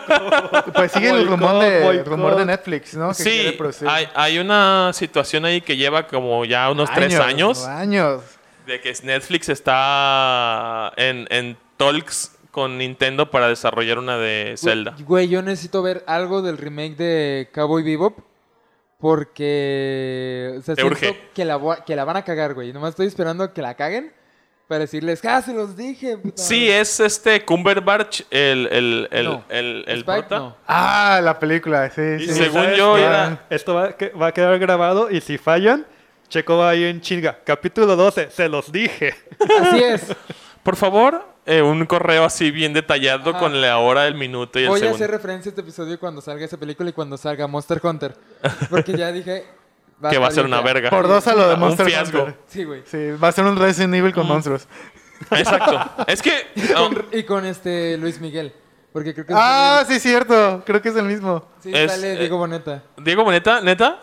S5: Pues sigue el
S2: Boicot,
S5: rumor de,
S2: boicot.
S5: rumor de Netflix, ¿no? Que quiere
S3: Sí,
S5: producir.
S3: hay, hay una situación ahí que lleva como ya unos tres años
S5: Años.
S3: de que Netflix está en, en talks con Nintendo para desarrollar una de Zelda.
S4: Güey, yo necesito ver algo del remake de Cowboy Bebop. Porque... O sea,
S3: Te
S4: siento
S3: urge.
S4: Que, la, vo- que la van a cagar, güey. Nomás estoy esperando a que la caguen para decirles, ¡ah, se los dije! puta
S3: Sí,
S4: madre".
S3: es este Cumberbatch el, el, el,
S4: No.
S3: el, el,
S4: Spike,
S3: prota.
S4: no.
S5: Ah, la película, sí.
S3: Y
S5: sí.
S3: según
S2: ¿sabes
S3: yo
S2: qué?
S3: era-
S2: Esto va, que- va a quedar grabado y si fallan, Checo va ahí en chinga. Capítulo 12, se los dije.
S4: Así es.
S3: Por favor, eh, un correo así bien detallado
S4: Ajá.
S3: con la hora, el minuto y el
S4: Voy a
S3: segundo.
S4: hacer referencia a este episodio cuando salga esa película y cuando salga Monster Hunter. Porque ya dije...
S3: que va a
S4: estar
S3: ser
S4: bien
S3: una
S4: fea.
S3: verga.
S5: Por dos a lo de
S3: Un
S5: Monster
S3: fiasco. Mm.
S5: Hunter.
S4: Sí, güey.
S5: Sí, va a ser un Resident Evil con monstruos.
S3: Exacto. Es que no,
S4: Con- y con este Luis Miguel. Porque creo que
S5: Ah, sí, cierto. Creo que es el mismo.
S4: sí,
S3: es- eh,
S4: sale Diego Boneta.
S3: Diego Boneta, neta,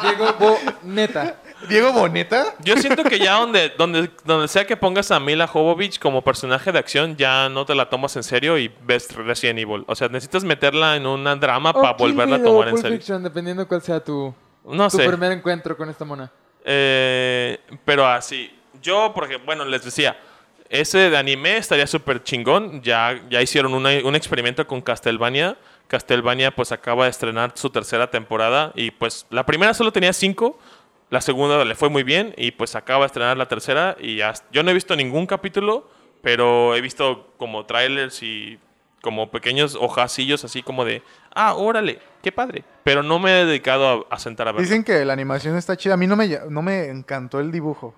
S4: Diego Boneta.
S5: ¿Diego Boneta?
S3: yo siento que ya donde, donde, donde sea que pongas a Mila Jovovich como personaje de acción, ya no te la tomas en serio y ves Resident Evil. O sea, necesitas meterla en una drama para
S4: O Kill
S3: volverla a
S4: Bill o
S3: tomar en
S4: Pulp
S3: serio.
S4: Fiction, dependiendo cuál sea tu,
S3: No
S4: tu
S3: sé.
S4: primer encuentro con esta mona.
S3: Eh, pero así, yo, porque, bueno, les decía, ese de anime estaría súper chingón. Ya, ya hicieron una- un experimento con Castlevania. Castlevania, pues, acaba de estrenar su tercera temporada. Y, pues, la primera solo tenía cinco. La segunda le fue muy bien. Y, pues, acaba de estrenar la tercera. Y ya- yo no he visto ningún capítulo, pero he visto como trailers y como pequeños hojacillos así como de, ah, órale, qué padre. Pero no me he dedicado a, a sentar a ver.
S5: Dicen que la animación está chida. A mí no me, ll- no me encantó el dibujo.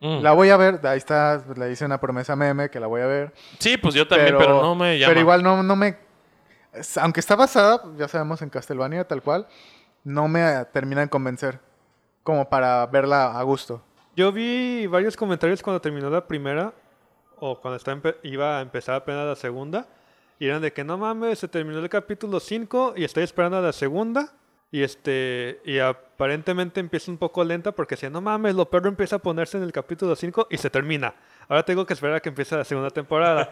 S3: Mm.
S5: La voy a ver. Ahí está. Le hice una promesa meme que la voy a ver.
S3: Sí, pues yo también, pero, no me llama.
S5: Pero igual no, no me... es- Aunque está basada, ya sabemos, en Castlevania, tal cual, no me eh, termina de convencer. Como para verla a gusto.
S2: Yo vi varios comentarios cuando terminó la primera o cuando estaba empe- iba a empezar apenas la segunda y eran de que no mames, se terminó el capítulo 5 y estoy esperando a la segunda y este y aparentemente empieza un poco lenta porque si no mames, lo peor empieza a ponerse en el capítulo 5 y se termina. Ahora tengo que esperar a que empiece la segunda temporada.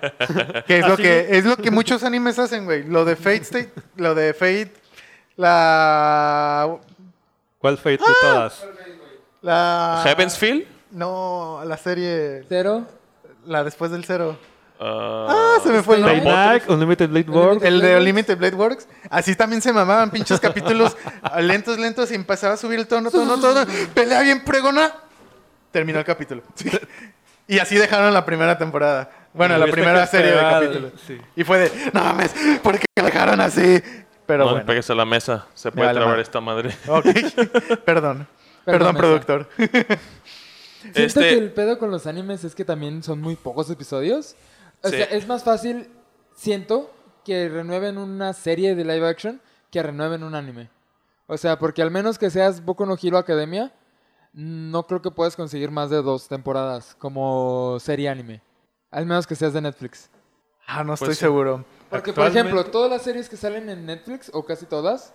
S5: Que
S3: ¿Ah,
S5: es lo
S2: Así-
S5: que es lo que muchos animes hacen, güey. Lo de Fate State, lo de Fate la
S2: ¿Cuál fue de todas?
S5: la
S3: Heaven's Feel.
S5: No, la serie
S4: Cero.
S5: la después del cero.
S3: Ah,
S5: Ah, se me fue el
S4: Stay
S5: nombre.
S4: Night.
S2: Night, Unlimited Blade World.
S5: El de Unlimited Blade Works. Así también se mamaban pinches capítulos lentos, lentos y empezaba a subir el tono, tono, tono. Pelea bien pregona. Terminó el capítulo. Sí. Y así dejaron la primera temporada. Bueno, la
S2: Tuviste
S5: primera
S2: que
S5: serie de
S2: esperar,
S5: capítulos.
S2: Este sí.
S5: Y fue de, no mames, ¿por qué lo dejaron así? Pero
S3: no le
S5: bueno.
S3: pegues a la mesa. Se puede
S5: vale
S3: trabar
S5: madre.
S3: esta madre.
S5: Ok, perdón. Perdón,
S4: mesa.
S5: productor.
S4: Siento
S3: Este-
S4: que el pedo con los animes es que también son muy pocos episodios. O
S3: Sí.
S4: sea, es más fácil, siento, que renueven una serie de live action que renueven un anime. O sea, porque al menos que seas Boku no Hero Academia, no creo que puedas conseguir más de dos temporadas como serie anime. Al menos que seas de Netflix.
S5: Ah, no estoy
S3: Pues sí.
S5: seguro.
S4: Porque, por ejemplo,
S2: Actualmente-
S4: todas las series que salen en Netflix, o casi todas,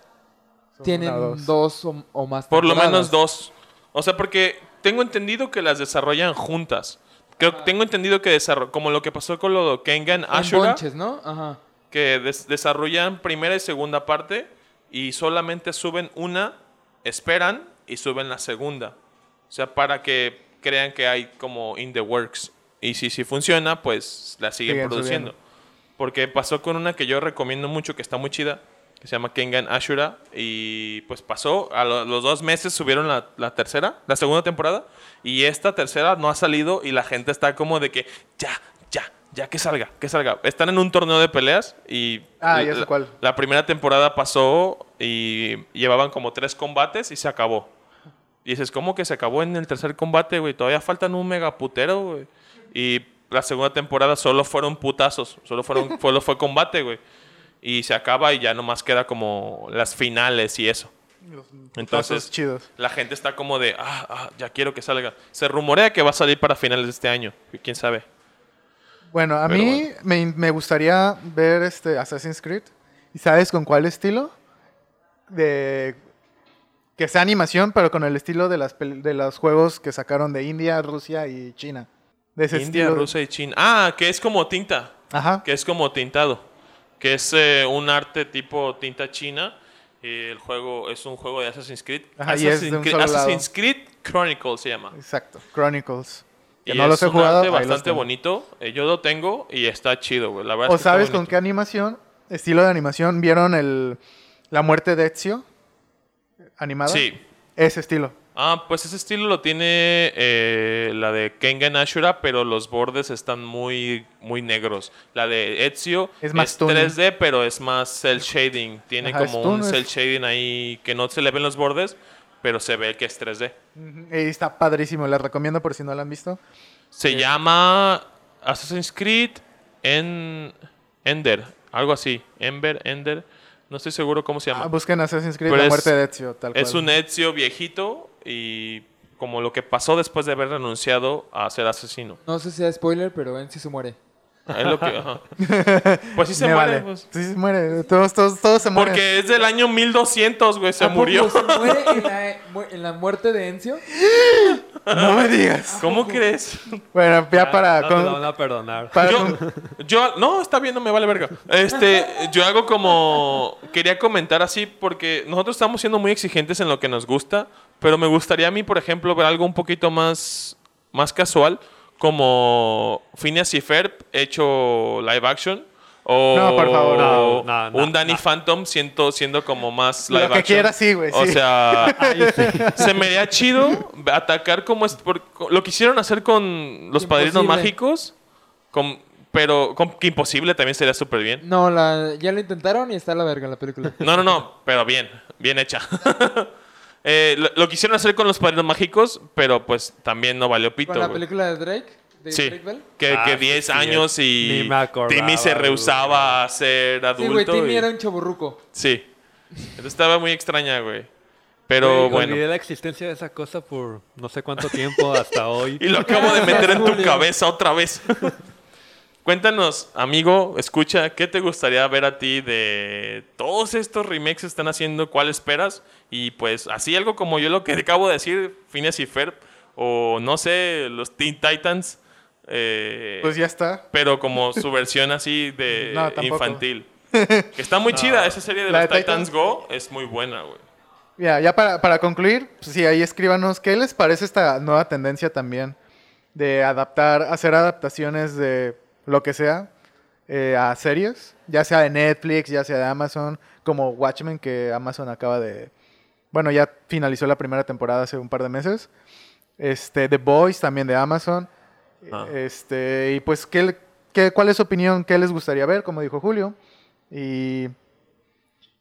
S5: Son
S4: tienen
S5: una o
S4: dos,
S5: dos.
S4: o, o más
S3: Por lo
S4: temporadas.
S3: menos dos. O sea, porque tengo entendido que las desarrollan juntas. Creo, Tengo entendido que desarro- como lo que pasó con lo de Kengan
S4: En
S3: Ashura,
S4: bonches, ¿no? Ajá.
S3: que des- desarrollan primera y segunda parte y solamente suben una, esperan y suben la segunda. O sea, para que crean que hay como in the works. Y si, si funciona, pues la siguen
S5: Siguen
S3: produciendo. Porque pasó con una que yo recomiendo mucho, que está muy chida, que se llama Kengan Ashura. Y pues pasó, a lo- los dos meses subieron la, la tercera, la segunda temporada. Y esta tercera no ha salido y la gente está como de que ya, ya, ya que salga, que salga. Están en un torneo de peleas y...
S5: Ah, ya
S3: la-
S5: sé cuál.
S3: La primera temporada pasó y llevaban como tres combates y se acabó. Y dices, ¿cómo que se acabó en el tercer combate, güey? Todavía faltan un megaputero, güey. Y la segunda temporada solo fueron putazos, solo, fueron, solo fue combate, güey. Y se acaba y ya nomás queda como las finales y eso. Entonces,
S5: Entonces, chidos.
S3: La gente está como de, ah, ah, ya quiero que salga. Se rumorea que va a salir para finales de este año. ¿Quién sabe?
S5: Bueno, a
S3: Pero
S5: mí me, me gustaría ver este Assassin's Creed. ¿Y sabes con cuál estilo? De que sea animación, pero con el estilo de las pel- de los juegos que sacaron de India, Rusia y China. De ese
S3: India,
S5: estilo.
S3: Rusia y China. Ah, que es como tinta.
S5: Ajá.
S3: que es como tintado, que es eh, un arte tipo tinta china. eh, el juego es un juego de Assassin's Creed.
S5: Ajá, y es de un
S3: Creed,
S5: solo lado.
S3: Assassin's Creed Chronicles se llama.
S5: Exacto. Chronicles. Que
S3: Y
S5: no los
S3: es
S5: he
S3: un
S5: jugado.
S3: arte
S5: ahí los
S3: bastante
S5: tengo.
S3: bonito. eh, yo lo tengo y está chido, güey. La verdad
S5: ¿O
S3: es que está
S5: sabes con
S3: bonito.
S5: qué animación? Estilo de animación. ¿Vieron el la muerte de Ezio? Animada.
S3: Sí.
S5: Ese estilo.
S3: Ah, pues ese estilo lo tiene eh, la de Kengan Ashura, pero los bordes están muy, muy negros. La de Ezio
S5: Es más toon.
S3: 3D, pero es más cel shading. Tiene
S5: Ajá, es
S3: como
S5: toon,
S3: un
S5: es-
S3: cel shading ahí que no se le ven los bordes, pero se ve que es 3D.
S5: Ujú, y está padrísimo. Les recomiendo por si no lo han visto.
S3: Se llama Assassin's Creed en Ender, algo así. Ember, Ender. No estoy seguro cómo se llama.
S5: Ah, busquen Assassin's Creed
S3: Pero
S5: La
S3: es-
S5: muerte de Ezio, tal cual.
S3: es un Ezio viejito y como lo que pasó después de haber renunciado a ser asesino.
S4: No sé si sea spoiler, pero en sí se muere.
S3: Es lo que- ajá. Pues sí se
S5: Me
S3: muere.
S5: vale.
S3: pues.
S5: Sí, se muere. Todos, todos, todos se mueren.
S3: Porque es del año 1200, güey. Se
S4: ¿A poco
S3: murió.
S4: ¿Se muere en la, e-, mu- en la muerte de Encio?
S5: No me digas.
S3: ¿Cómo crees?
S5: Bueno,
S3: Ah,
S5: ya para...
S2: No te
S5: con-
S2: la van a perdonar.
S5: para
S3: Yo,
S5: con-
S3: yo- no, está bien, no me vale verga. Este, yo algo como quería comentar así porque nosotros estamos siendo muy exigentes en lo que nos gusta, pero me gustaría a mí, por ejemplo, ver algo un poquito más más casual como Phineas y Ferb hecho live action o
S5: No, por favor.
S2: No, no, no,
S3: un Danny
S2: no.
S3: Phantom siendo, siendo como más
S5: Lo
S3: live
S5: que
S3: action.
S5: quiera, sí, güey,
S3: O
S5: sí.
S3: sea, se me haría chido atacar como es por- lo quisieron hacer con los padrinos
S4: Imposible.
S3: mágicos. Con- pero con, que imposible también sería súper bien.
S4: No, la, ya lo intentaron y está la verga la película.
S3: No, no, no, pero bien, bien hecha. Eh, lo, lo quisieron hacer con los padrinos mágicos, pero pues también no valió pito.
S4: Con la
S3: güey.
S4: película de Drake, de
S3: Sí,
S4: Drake Bell.
S3: que,
S2: Ah,
S3: que
S2: sí,
S3: 10
S2: sí,
S3: años
S2: ni
S3: y
S2: me acordaba,
S3: Timmy se
S2: güey.
S3: rehusaba a ser
S4: Sí, güey,
S3: adulto.
S4: Timmy
S3: y-
S4: era un chaburruco.
S3: Sí, entonces estaba muy extraña, güey. Pero
S2: Güey,
S3: bueno.
S2: Olvidé la existencia de esa cosa por no sé cuánto tiempo hasta hoy.
S3: Y lo acabo de meter en tu
S4: Julio.
S3: cabeza otra vez. Cuéntanos, amigo, escucha, ¿qué te gustaría ver a ti de todos estos remakes que están haciendo? ¿Cuál esperas? Y pues así algo como yo lo que acabo de decir, Phineas y Ferb, o no sé, los Teen Titans, eh,
S5: Pues ya está.
S3: pero como su versión así de
S5: No, tampoco.
S3: infantil. Que está muy chida, esa serie de
S5: La
S3: los
S5: de
S3: Titans
S5: Titans.
S3: Go es muy buena, güey.
S5: Mira, ya para, para concluir, pues sí, ahí escríbanos qué les parece esta nueva tendencia también de adaptar, hacer adaptaciones de lo que sea eh, a series, ya sea de Netflix, ya sea de Amazon, como Watchmen, que Amazon acaba de. Bueno, ya finalizó la primera temporada hace un par de meses. Este, The Boys también de Amazon.
S3: Ah.
S5: Este, y pues, ¿qué, le- qué, ¿cuál es su opinión? ¿Qué les gustaría ver? Como dijo Julio. Y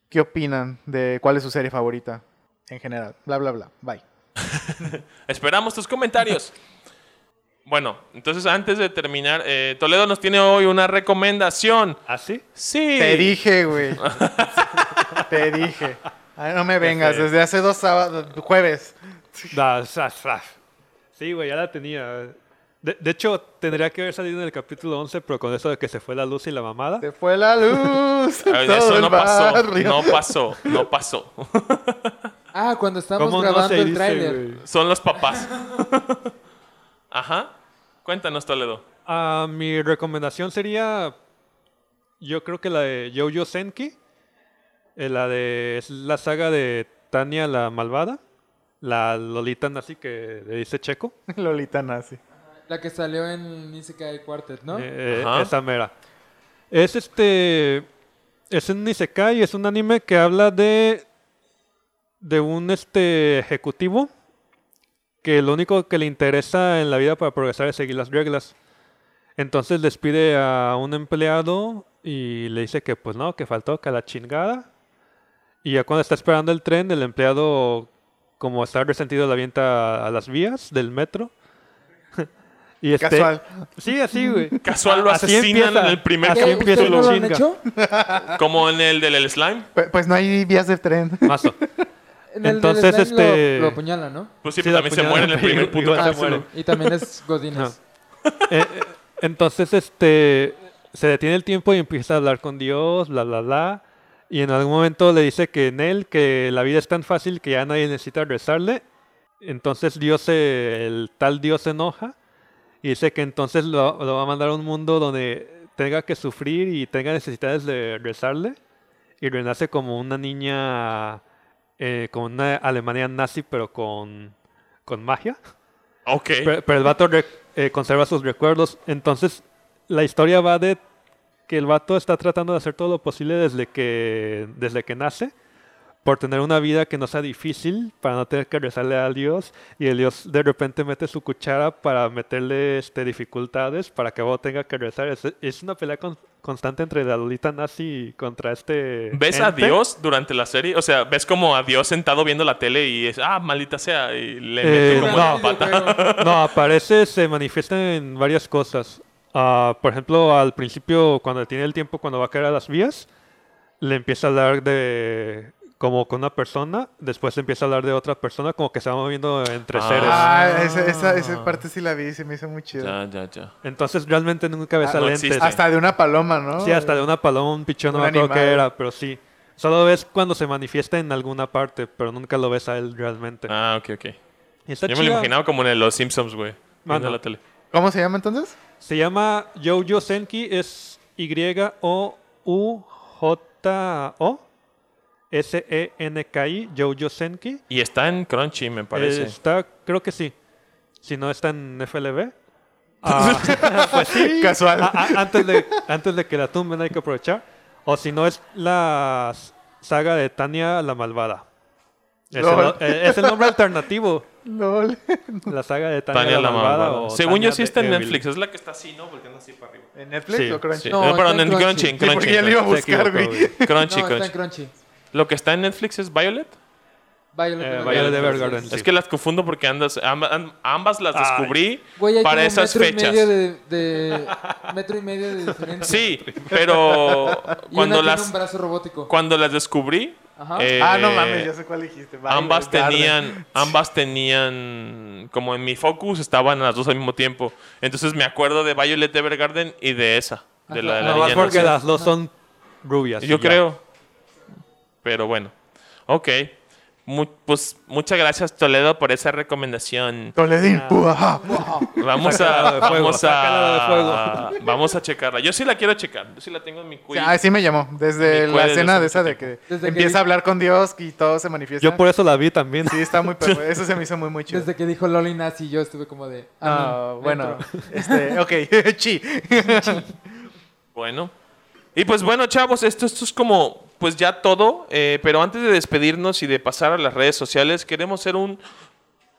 S5: ¿Qué opinan de cuál es su serie favorita en general? Bla, bla, bla. Bye.
S3: Esperamos tus comentarios. Bueno, entonces antes de terminar, eh, Toledo nos tiene hoy una recomendación.
S2: ¿Así?
S3: Sí.
S5: Te dije, güey. Te dije. Ay, no me vengas, desde hace dos sábados, jueves.
S2: Da, zas, zas. Sí, güey, ya la tenía. De, de hecho, tendría que haber salido en el capítulo 11, pero con eso de que se fue la luz y la mamada.
S5: Se fue la luz. en
S3: A ver,
S5: todo
S3: Eso
S5: el
S3: no pasó,
S5: barrio.
S3: no pasó, no pasó.
S4: Ah, cuando estábamos
S2: ¿Cómo no
S4: grabando
S2: se
S4: el
S2: dice,
S4: tráiler.
S2: güey?
S3: Son los papás. Ajá. Cuéntanos, Toledo.
S2: Ah, mi recomendación sería, yo creo que la de Yo-Yo Senki, eh, la de es la saga de Tania la malvada, la lolita nazi que le dice Checo,
S5: Lolita nazi.
S4: La que salió en Isekai Quartet, ¿no?
S2: eh, eh,
S3: Ajá.
S2: esa mera. Es este, es un isekai, es un anime que habla de de un este ejecutivo que lo único que le interesa en la vida para progresar es seguir las reglas. Entonces despide a un empleado y le dice que pues no, que faltó, que a la chingada. Y ya cuando está esperando el tren, el empleado, como está resentido, la avienta a las vías del metro. y este,
S5: Casual.
S2: Sí, así, güey.
S3: Casual lo
S2: Así
S3: asesinan
S2: empieza.
S3: en el primer
S2: Así
S4: ¿Qué?
S3: capítulo.
S2: empieza
S4: ¿Ustedes no lo han
S2: chinga.
S4: hecho?
S3: Como en el del el slime.
S5: Pe- Pues no hay vías de tren.
S2: Mazo.
S4: En el
S2: Entonces,
S4: del slime lo-
S2: este-
S4: Lo, apuñala, ¿no? Ah,
S3: Pues sí,
S2: Sí,
S3: pero
S2: la
S3: también se
S2: puñalada,
S3: muere en el
S2: pero
S3: primer puto
S2: igual se
S3: capítulo.
S2: muere.
S4: Y también es Godines.
S2: Eh, eh, entonces, este, se detiene el tiempo y empieza a hablar con Dios, bla, bla, bla. Y en algún momento le dice que en él, que la vida es tan fácil que ya nadie necesita rezarle. Entonces Dios, se- el tal Dios se enoja y dice que entonces lo, lo va a mandar a un mundo donde tenga que sufrir y tenga necesidades de rezarle. Y renace como una niña, eh, como una Alemania nazi, pero con, con magia.
S3: Ok.
S2: Pero, pero el vato re- eh, conserva sus recuerdos. Entonces, la historia va de que el vato está tratando de hacer todo lo posible desde que, desde que nace por tener una vida que no sea difícil, para no tener que rezarle a Dios. Y el Dios de repente mete su cuchara para meterle este, dificultades para que vos tenga que rezar. Es, es una pelea con- constante entre la Lolita nazi contra este.
S3: ¿Ves a
S2: ente.
S3: Dios durante la serie? O sea, ¿ves como a Dios sentado viendo la tele y es, ah, maldita sea, y le mete
S2: Eh,
S3: como
S2: no.
S3: una pata?
S2: No, aparece, se manifiesta en varias cosas. Ah, por ejemplo, al principio, cuando tiene el tiempo, cuando va a caer a las vías, le empieza a hablar de como con una persona, después le empieza a hablar de otra persona, como que se va moviendo entre
S3: Ah.
S2: seres.
S5: Ah, esa, esa, esa parte sí la vi, se me hizo muy chido.
S3: Ya, ya, ya.
S2: Entonces realmente nunca ves
S3: Ah,
S2: a
S3: no
S2: lentes.
S3: existe.
S5: Hasta de una paloma, ¿no?
S2: Sí, hasta de una paloma, un pichón, no
S5: Un
S2: me acuerdo qué
S5: animal.
S2: era, pero sí. Solo ves cuando se manifiesta en alguna parte, pero nunca lo ves a él realmente.
S3: Ah, ok, ok.
S2: Y está
S3: Yo me lo
S2: chida.
S3: imaginaba como en el Los Simpsons, güey. Viendo
S2: Mano.
S3: la tele.
S5: ¿Cómo se llama entonces?
S2: Se llama Jojo Senki, es Y-O-U-J-O. E S-E-N-K-I, Jojo Senki.
S3: Y está en Crunchy, me parece.
S2: Eh, está, creo que sí. Si no está en FLB. Ah, pues sí.
S5: Casual.
S2: A- a- antes, de, antes de que la tumben hay que aprovechar. O si no es la s- saga de Tania la Malvada. Es, el,
S5: Lol.
S2: no- eh, es el nombre alternativo.
S5: LOL.
S2: La saga de Tania,
S3: Tania la
S2: Malvada.
S3: Malvada.
S2: o
S3: Según yo
S2: Tania
S3: sí
S2: the
S3: está en
S2: Evil.
S3: Netflix. Es la que está así, ¿no? Volteando así para arriba.
S5: ¿En Netflix
S2: Sí,
S5: o Crunchy?
S3: Sí.
S5: Sí,
S4: No,
S3: Eh, perdón,
S4: está en
S3: en Crunchy.
S4: Crunchy.
S3: en Crunchy,
S5: porque ya
S3: en
S5: lo iba a
S3: Crunchy.
S2: Se
S5: buscar,
S2: equivocó,
S5: güey.
S3: Crunchy,
S4: no, está
S3: Crunchy.
S4: en Crunchy.
S3: Lo que está en Netflix es Violet.
S4: Violet,
S2: Eh,
S4: Evergarden.
S2: Violet Evergarden, sí.
S3: Es que las confundo porque andas, amba- am- ambas las
S2: Ay.
S3: descubrí
S4: Güey, hay
S3: para
S4: como
S3: esas
S4: metro
S3: fechas.
S4: Y medio de, de- metro y medio de diferencia.
S3: Sí, pero
S4: Y
S3: cuando
S4: una tiene
S3: las,
S4: un brazo robótico.
S3: cuando las descubrí,
S4: Ajá.
S3: eh,
S5: Ah, no mames, ya sé cuál dijiste. Violet
S3: ambas
S5: Garden.
S3: tenían, ambas tenían, como en mi focus estaban las dos al mismo tiempo. Entonces me acuerdo de Violet Evergarden y de esa, de la, de la
S2: Nada más
S3: niña
S2: porque
S3: anunciada.
S2: las dos son rubias. y
S3: Yo
S2: ya.
S3: creo. Pero bueno. Ok. Mu- pues muchas gracias Toledo por esa recomendación.
S5: Toledín. uaja.
S3: Vamos
S2: Sácala
S3: a,
S2: de fuego,
S3: vamos a,
S2: sácala
S3: vamos a checarla. Yo sí la quiero checar. Yo sí la tengo en mi cuello.
S5: Ah, sí me llamó.
S3: Mi
S5: Desde la
S3: cuello
S5: escena
S3: desde
S5: de esa
S3: hace
S5: de que
S4: Desde que
S5: empieza
S4: dijo-
S5: a hablar con Dios y todo se manifiesta.
S2: Yo por eso la vi también.
S5: Sí, está muy... perro. Eso se me hizo muy, muy chido.
S4: Desde que dijo Loli Nazi, yo estuve como de.
S5: Ah,
S4: amén,
S5: bueno,
S4: dentro.
S5: este, ok, chi.
S3: Bueno. Y pues bueno, chavos, esto, esto es como pues ya todo. eh, pero antes de despedirnos y de pasar a las redes sociales, queremos hacer un,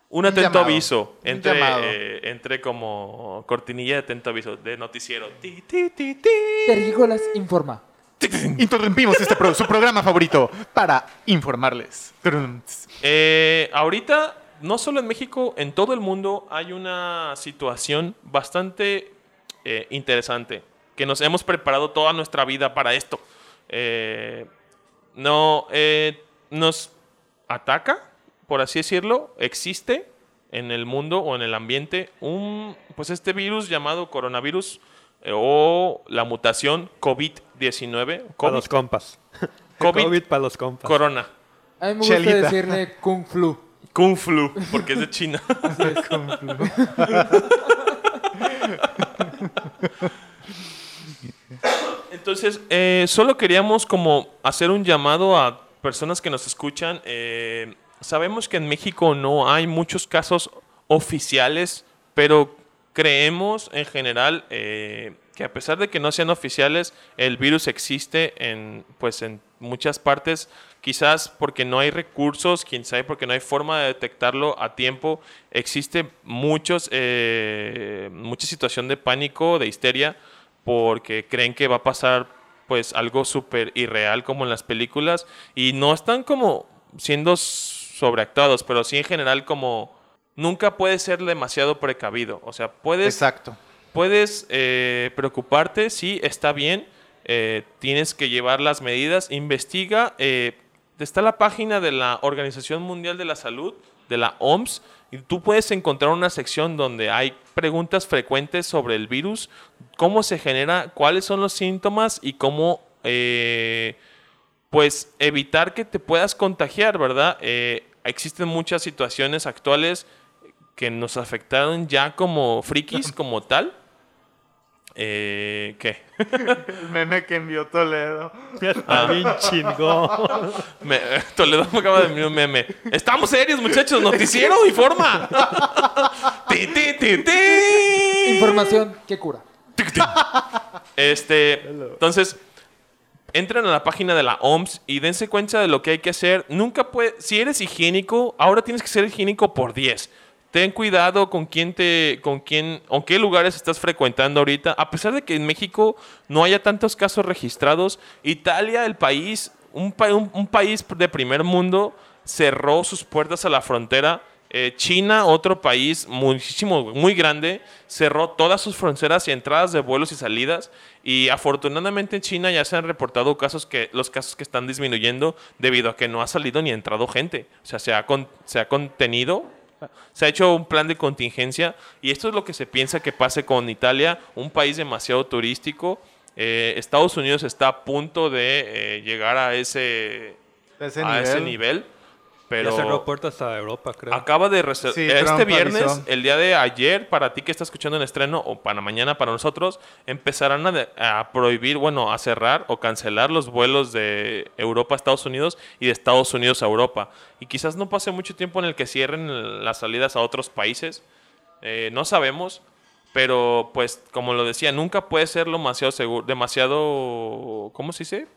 S3: un atento
S5: llamado.
S3: aviso.
S5: Un
S3: Entre,
S5: llamado.
S3: eh, entre como cortinilla de atento aviso de noticiero. Ti, ti, ti, ti.
S4: Terrícolas informa.
S5: Interrumpimos este pro- su programa favorito para informarles. Trunts.
S3: Eh, ahorita no solo en México, en todo el mundo hay una situación bastante eh, interesante, que nos hemos preparado toda nuestra vida para esto. Eh, no, eh, nos ataca, por así decirlo, existe en el mundo o en el ambiente un, pues este virus llamado coronavirus eh, o la mutación COVID-19,
S2: Para
S3: COVID,
S2: los compas.
S3: COVID.
S2: COVID, para los compas.
S3: corona,
S4: A mí me
S5: Chelita.
S4: gusta decirle Kung Flu.
S3: Kung Flu, porque es de China. Entonces, eh, solo queríamos como hacer un llamado a personas que nos escuchan. Eh, sabemos que en México no hay muchos casos oficiales, pero creemos en general eh, que a pesar de que no sean oficiales, el virus existe en, pues, en muchas partes, quizás porque no hay recursos, quién sabe, porque no hay forma de detectarlo a tiempo. Existe muchos, eh, mucha situación de pánico, de histeria, porque creen que va a pasar pues algo súper irreal como en las películas y no están como siendo sobreactuados, pero sí en general como nunca puede ser demasiado precavido, o sea, puedes
S5: Exacto.
S3: puedes eh, preocuparte, sí, está bien, eh, tienes que llevar las medidas, investiga, eh, está la página de la Organización Mundial de la Salud, de la OMS, y tú puedes encontrar una sección donde hay preguntas frecuentes sobre el virus, cómo se genera, cuáles son los síntomas y cómo... eh, pues evitar que te puedas contagiar, ¿verdad? Eh, existen muchas situaciones actuales que nos afectaron ya como frikis, como tal. Eh, ¿Qué?
S5: El meme que envió Toledo.
S3: Ah.
S2: Está bien chingón.
S3: Me- Toledo me acaba de enviar un meme. Estamos serios, muchachos. Noticiero, informa. Ti, ti, ti, ti.
S4: Información que cura.
S3: Este, entonces, entren a la página de la OMS y dense cuenta de lo que hay que hacer. Nunca puede, si eres higiénico, ahora tienes que ser higiénico por 10. Ten cuidado con quién te, con quién, o qué lugares estás frecuentando ahorita. A pesar de que en México no haya tantos casos registrados, Italia, el país, un, pa- un- un país de primer mundo, cerró sus puertas a la frontera. Eh, China, otro país muchísimo, muy grande, cerró todas sus fronteras y entradas de vuelos y salidas. Y afortunadamente en China ya se han reportado casos que, los casos que están disminuyendo debido a que no ha salido ni entrado gente. O sea, se ha, con- se ha contenido, se ha hecho un plan de contingencia. Y esto es lo que se piensa que pase con Italia, un país demasiado turístico. Eh, Estados Unidos está a punto de eh, llegar a ese,
S5: Ese
S3: a ese nivel. Pero
S2: Ya cerró puertas a Europa, creo.
S3: Acaba de reservar.
S5: Sí,
S3: este
S5: Trump
S3: viernes,
S5: avisó.
S3: el día de ayer, para ti que estás escuchando en estreno, o para mañana para nosotros, empezarán a, de- a prohibir, bueno, a cerrar o cancelar los vuelos de Europa a Estados Unidos y de Estados Unidos a Europa. Y quizás no pase mucho tiempo en el que cierren el- las salidas a otros países. Eh, no sabemos. Pero, pues, como lo decía, nunca puede ser lo demasiado seguro, demasiado, ¿cómo se dice?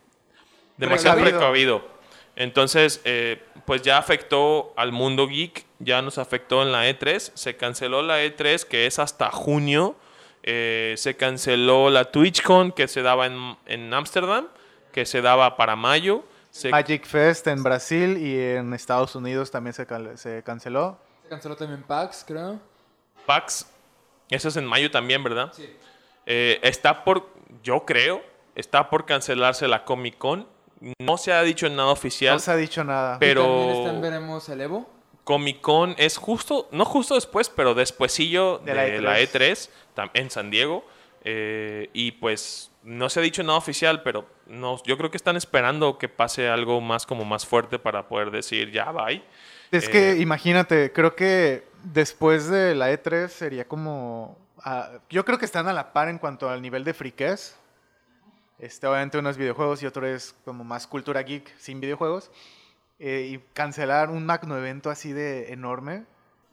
S3: demasiado precavido.
S5: Precavido.
S3: Entonces, eh, pues ya afectó al mundo geek, ya nos afectó en la E3, se canceló la E3 que es hasta junio, eh, se canceló la TwitchCon que se daba en en Ámsterdam, que se daba para mayo, se
S5: Magic Fest en Brasil y en Estados Unidos también se, cal- se canceló.
S4: Se canceló también PAX, creo.
S3: PAX, eso es en mayo también, ¿verdad?
S4: Sí.
S3: Eh, está por, yo creo, está por cancelarse la Comic Con, no se ha dicho nada oficial.
S5: No se ha dicho nada.
S3: Pero-
S4: Y también está en Veremos el Evo.
S3: Comic Con es justo, no justo después, pero despuesillo de,
S5: De la
S3: la
S5: E3.
S3: E3, tam- en San Diego. eh, y pues no se ha dicho nada oficial, pero no, yo creo que están esperando que pase algo más como más fuerte para poder decir ya bye.
S5: es
S3: eh,
S5: que imagínate, creo que después de la E3 sería como... ah, yo creo que están a la par en cuanto al nivel de friquez. Este, obviamente uno es videojuegos y otro es como más cultura geek sin videojuegos. Eh, y cancelar un magno evento así de enorme,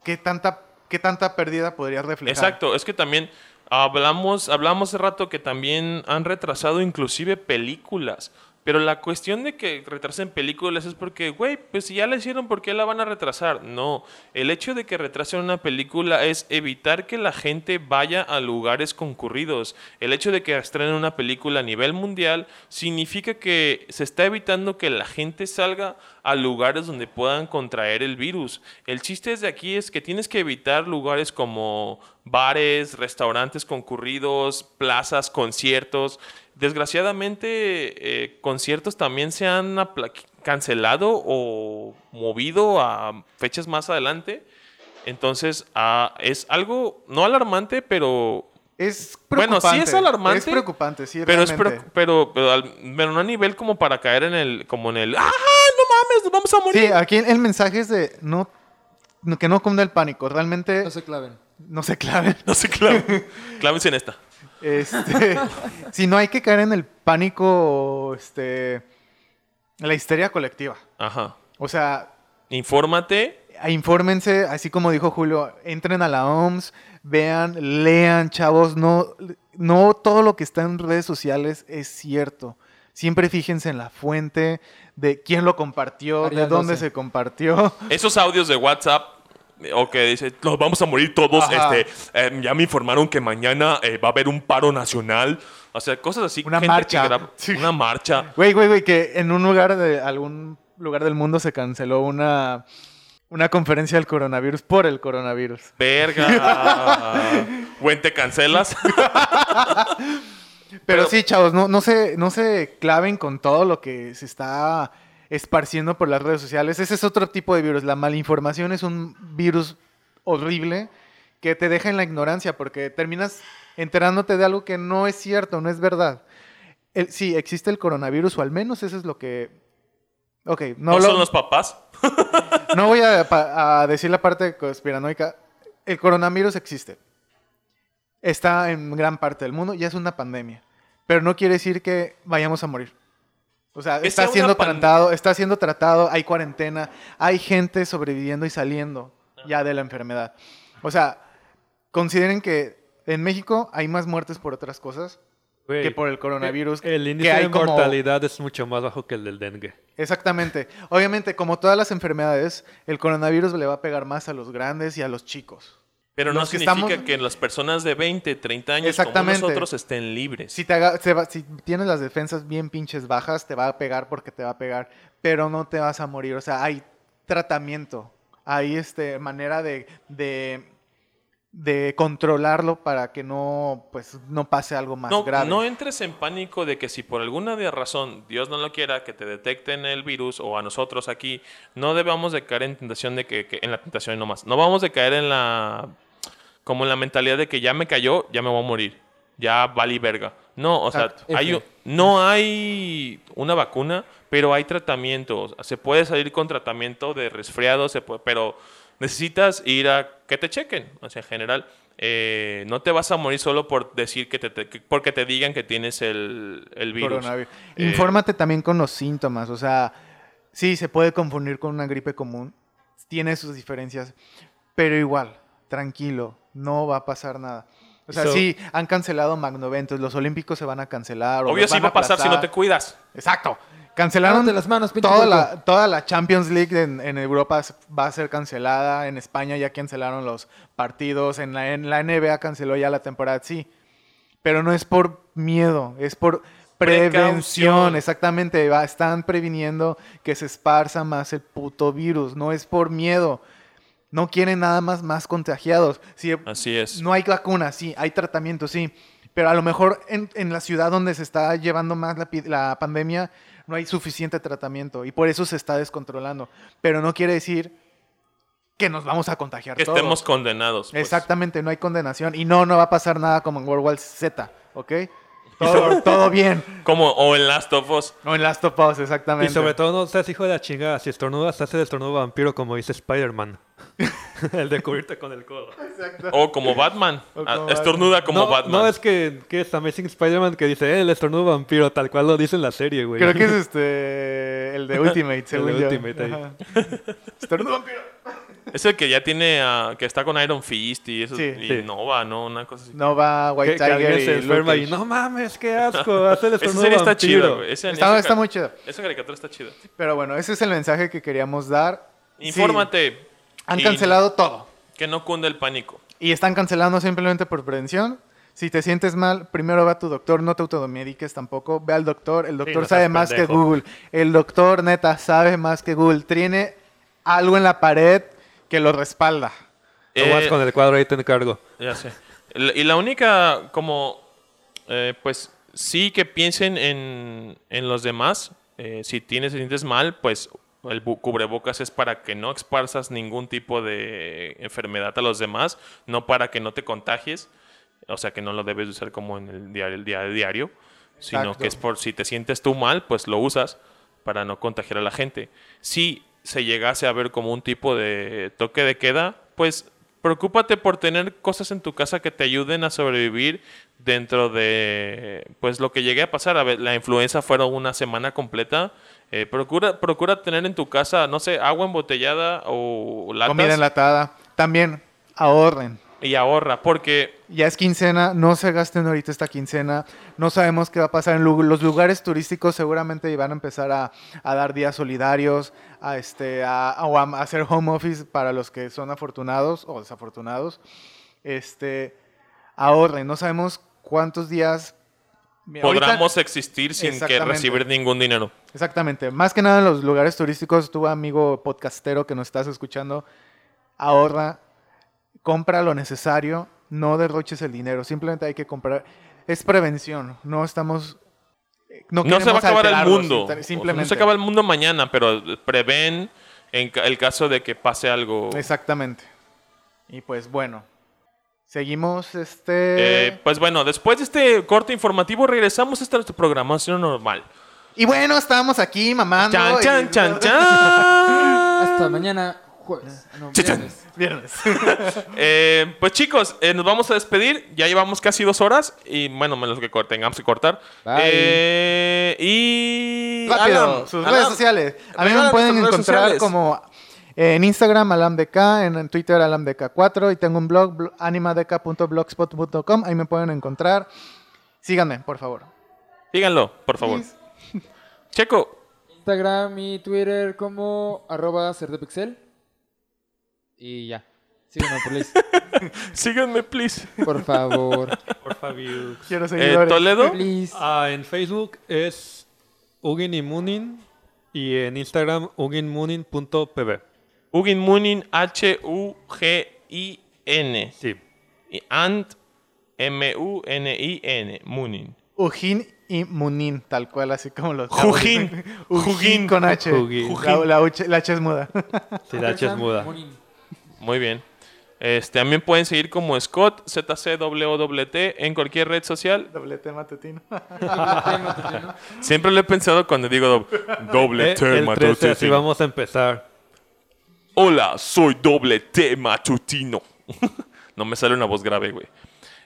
S5: ¿qué tanta, qué tanta pérdida podría reflejar?
S3: Exacto, es que también hablamos, hablamos hace rato que también han retrasado inclusive películas. Pero la cuestión de que retrasen películas es porque, güey, pues si ya la hicieron, ¿por qué la van a retrasar? No, el hecho de que retrasen una película es evitar que la gente vaya a lugares concurridos. El hecho de que estrenen una película a nivel mundial significa que se está evitando que la gente salga a lugares donde puedan contraer el virus. El chiste desde aquí es que tienes que evitar lugares como bares, restaurantes concurridos, plazas, conciertos. Desgraciadamente, eh, conciertos también se han apla- cancelado o movido a fechas más adelante. Entonces, ah, es algo no alarmante, pero
S5: Es
S3: Bueno,
S5: preocupante.
S3: sí es alarmante,
S5: Es preocupante, sí,
S3: pero, es
S5: realmente.
S3: preocu- pero, pero, al- pero no a nivel como para caer en el, como en el, ¡ah, no mames, nos vamos a morir!
S5: Sí, aquí el mensaje es de no, no- que no cunda el pánico. Realmente
S4: No se claven.
S5: no se claven.
S3: No se claven, clávense en esta.
S5: Este, si no hay que caer en el pánico, este, la histeria colectiva.
S3: Ajá.
S5: O sea,
S3: Infórmate.
S5: infórmense, así como dijo Julio, entren a la OMS, vean, lean, chavos, no, no todo lo que está en redes sociales es cierto. Siempre fíjense en la fuente de quién lo compartió, de
S4: Arial
S5: dónde
S4: 12.
S5: se compartió.
S3: Esos audios de WhatsApp, eh, o que dice, nos vamos a morir todos,
S5: Ajá.
S3: este, eh, ya me informaron que mañana eh, va a haber un paro nacional. O sea, cosas así.
S5: Una
S3: gente que
S5: marcha.
S3: graba-
S5: Sí.
S3: Una marcha.
S5: Güey, güey, güey, que en un lugar de algún lugar del mundo se canceló una, una conferencia del coronavirus por el coronavirus.
S3: Verga. Güey, te cancelas.
S5: Pero,
S3: Pero- pues,
S5: sí, chavos, no, no, se, no se claven con todo lo que se está esparciendo por las redes sociales. Ese es otro tipo de virus. La malinformación es un virus horrible que te deja en la ignorancia porque terminas enterándote de algo que no es cierto, no es verdad. El- sí, existe el coronavirus o al menos eso es lo que... Ok, no,
S3: No,
S5: lo-
S3: son los papás.
S5: no voy a, pa- a decir la parte conspiranoica. El coronavirus existe. Está en gran parte del mundo, ya es una pandemia. Pero no quiere decir que vayamos a morir. O sea,
S3: Que sea
S5: está
S3: una
S5: siendo
S3: pan-
S5: tratado, está siendo tratado, hay cuarentena, hay gente sobreviviendo y saliendo ya de la enfermedad. O sea, consideren que en México hay más muertes por otras cosas
S2: Güey,
S5: que por el coronavirus.
S2: El
S5: que
S2: índice
S5: hay
S2: de
S5: como-
S2: mortalidad es mucho más bajo que el del dengue.
S5: Exactamente. Obviamente, como todas las enfermedades, el coronavirus le va a pegar más a los grandes y a los chicos.
S3: Pero no
S5: Los que
S3: significa
S5: estamos-
S3: que las personas de 20, 30 años
S5: Exactamente.
S3: como nosotros estén libres.
S5: Si, te haga- se va- si tienes las defensas bien pinches bajas, te va a pegar porque te va a pegar, pero no te vas a morir. O sea, hay tratamiento, hay este, manera de, de, de controlarlo para que no, pues, no pase algo más
S3: no,
S5: grave.
S3: no entres en pánico de que si por alguna de razón, Dios no lo quiera, que te detecten el virus o a nosotros aquí, no debamos de caer en tentación de que, que- en la tentación nomás. No vamos de caer en la como en la mentalidad de que ya me cayó, ya me voy a morir. Ya valí verga. No, o sea,
S5: Exacto.
S3: hay,
S4: F.
S3: un- no hay una vacuna, pero hay tratamientos. Se puede salir con tratamiento de resfriado, se puede- pero necesitas ir a que te chequen. O sea, en general, eh, no te vas a morir solo por decir que te, te- que- porque te digan que tienes el, el virus.
S5: Coronavirus.
S3: Eh,
S5: Infórmate también con los síntomas. O sea, sí, se puede confundir con una gripe común. Tiene sus diferencias. Pero igual, tranquilo, no va a pasar nada. O sea,
S2: So-
S5: sí, han cancelado magnoventos. Los olímpicos se van a cancelar. o
S3: Obvio
S5: los
S3: sí
S5: van
S3: va a pasar si no te
S5: aplazar.
S3: cuidas.
S5: Exacto. Cancelaron
S4: Lávate las manos, pinche
S5: toda,
S4: puerco.
S5: la, toda la Champions League en, en Europa s- va a ser cancelada. En España ya cancelaron los partidos. En la, en la NBA canceló ya la temporada, sí. Pero no es por miedo, es por prevención.
S3: Precaución.
S5: Exactamente. va- están previniendo que se esparza más el puto virus. No es por miedo. No quieren nada más más contagiados. Si
S3: Así es.
S5: no hay vacuna, sí, hay tratamiento, sí. Pero a lo mejor en, en la ciudad donde se está llevando más la, pi- la pandemia, no hay suficiente tratamiento y por eso se está descontrolando. Pero no quiere decir que nos vamos a contagiar
S3: que
S5: todos.
S3: estemos condenados. pues.
S5: Exactamente, no hay condenación y no, no va a pasar nada como en World War Z, ¿ok? Todo, todo bien.
S3: Como o en Last of Us.
S5: O en Last of Us, exactamente.
S2: Y sobre todo no seas hijo de la chingada. Si estornudas, haces el estornudo vampiro como dice Spider-Man. el de cubrirte con el codo.
S3: O como Batman.
S5: O como
S3: Ah,
S5: Batman.
S3: Estornuda como
S2: no,
S3: Batman.
S2: no, es que, que es Amazing Spider-Man que dice "Eh, el estornudo vampiro, tal cual lo dice en la serie, güey.
S5: Creo que es este el de Ultimate, según yo.
S2: Ultimate, ahí.
S5: Ajá. Estornudo vampiro.
S3: Es el que ya tiene, ah, que está con Iron Fist y eso,
S5: Sí.
S3: y
S2: Sí.
S3: Nova, ¿no? Una cosa así.
S5: Nova, White
S2: Que, que
S5: Tiger
S2: alguien
S5: y
S2: se enferma
S5: Luke
S2: y
S5: Cage.
S2: no mames, qué asco, hazle el
S3: Esa
S2: estornudo
S3: serie está
S2: vampiro.
S3: chida, güey. Esa-
S5: Está,
S3: esa
S5: está
S3: ca-
S5: muy chido.
S3: Esa caricatura está chida.
S5: Pero bueno, ese es el mensaje que queríamos dar. Sí,
S3: Infórmate.
S5: han
S3: Y
S5: cancelado todo.
S3: Que no cunde el pánico.
S5: Y están cancelando simplemente por prevención. Si te sientes mal, primero va a tu doctor, no te automediques tampoco. Ve al doctor, el doctor
S2: no seas
S5: sabe más que
S2: pendejo.
S5: Google. El doctor, neta, sabe más que Google. Tiene algo en la pared que lo respalda.
S2: No vas
S3: Eh,
S2: con el cuadro ahí te encargo.
S3: Ya sé. La- Y la única, como, eh, pues sí que piensen en, en los demás. Eh, si tienes, te sientes mal, pues el bu- cubrebocas es para que no esparzas ningún tipo de enfermedad a los demás, no para que no te contagies. O sea que no lo debes usar como en el diario, el día a diario, sino
S5: Exacto.
S3: que es por si te sientes tú mal, pues lo usas para no contagiar a la gente. Si se llegase a ver como un tipo de toque de queda, pues preocúpate por tener cosas en tu casa que te ayuden a sobrevivir dentro de pues lo que llegue a pasar. A ver, la influenza fueron una semana completa. Eh, procura, procura tener en tu casa, no sé, agua embotellada o latas
S5: Comida enlatada. También ahorren.
S3: y ahorra, porque
S5: Ya es quincena, no se gasten ahorita esta quincena. No sabemos qué va a pasar en lu- los lugares turísticos. Seguramente van a empezar a, a dar días solidarios, a, este, a, a- o a hacer home office para los que son afortunados o desafortunados. Este, ahorren, no sabemos cuántos días Mira, ahorita-
S3: podamos existir sin que
S5: Exactamente.
S3: recibir ningún dinero.
S5: Exactamente. Más que nada en los lugares turísticos, tu amigo podcastero que nos estás escuchando, ahorra, compra lo necesario, no derroches el dinero. Simplemente hay que comprar. Es prevención. No estamos. eh, No,
S3: No se va a
S5: queremos
S3: acabar el
S5: alterarlo,
S3: mundo.
S5: sim-
S3: No
S5: Simplemente.
S3: se acaba el mundo mañana, pero prevén en ca- el caso de que pase algo.
S5: Este- Exactamente. Y pues bueno. Seguimos este.
S3: Eh, pues bueno, después de este corte informativo regresamos a esta programación normal.
S5: Y bueno, estábamos aquí mamando.
S3: Chan,
S5: Ah, y-
S3: chan, chan, chan.
S4: Hasta mañana, jueves.
S5: Ah.
S4: No, viernes.
S5: Viernes.
S3: Eh, pues chicos, eh, nos vamos a despedir. Ya llevamos casi dos horas. Y bueno, menos que cor- tengamos que cortar.
S4: Bye.
S3: Eh, y.
S5: Rápido,
S3: Alan,
S5: sus
S3: Alan,
S5: redes sociales. A mí
S3: regálanos
S5: me pueden
S3: tus redes
S5: encontrar
S3: sociales.
S5: como eh, en Instagram alamdk, en en Twitter alamdk4 y tengo un blog blo- animadk.blogspot.com, ahí me pueden encontrar. Síganme, por favor.
S3: Díganlo, por favor. Checo,
S4: Instagram y Twitter como arroba cerdepixel. Y ya. Sígueme, please.
S3: síganme, please.
S4: Por favor.
S2: Por favor.
S5: Quiero
S3: Eh,
S5: seguidores.
S3: Toledo.
S4: Please.
S2: Ah, en Facebook es Ugin y Munin y en Instagram uginmunin.pb.
S3: Ugin Munin, H-U-G-I-N.
S2: Sí.
S3: Y Ant, M-U-N-I-N. Munin.
S5: Ujin y Munin, tal cual, así como los...
S3: Jujín. Jujín.
S5: Ujin con H.
S2: Jujín.
S5: La, la H la H es muda.
S2: Sí, la H es muda. Eh,
S4: Munin.
S3: Muy bien. Este, también pueden seguir como Scott, Z-C-W-W-T, en cualquier red social.
S5: Doblete matutino.
S3: Siempre lo he pensado cuando digo doble, doble
S2: Eh,
S3: T
S2: el 13, así
S3: matutino.
S2: vamos a empezar.
S3: Hola, soy doble T matutino. no me sale una voz grave, güey.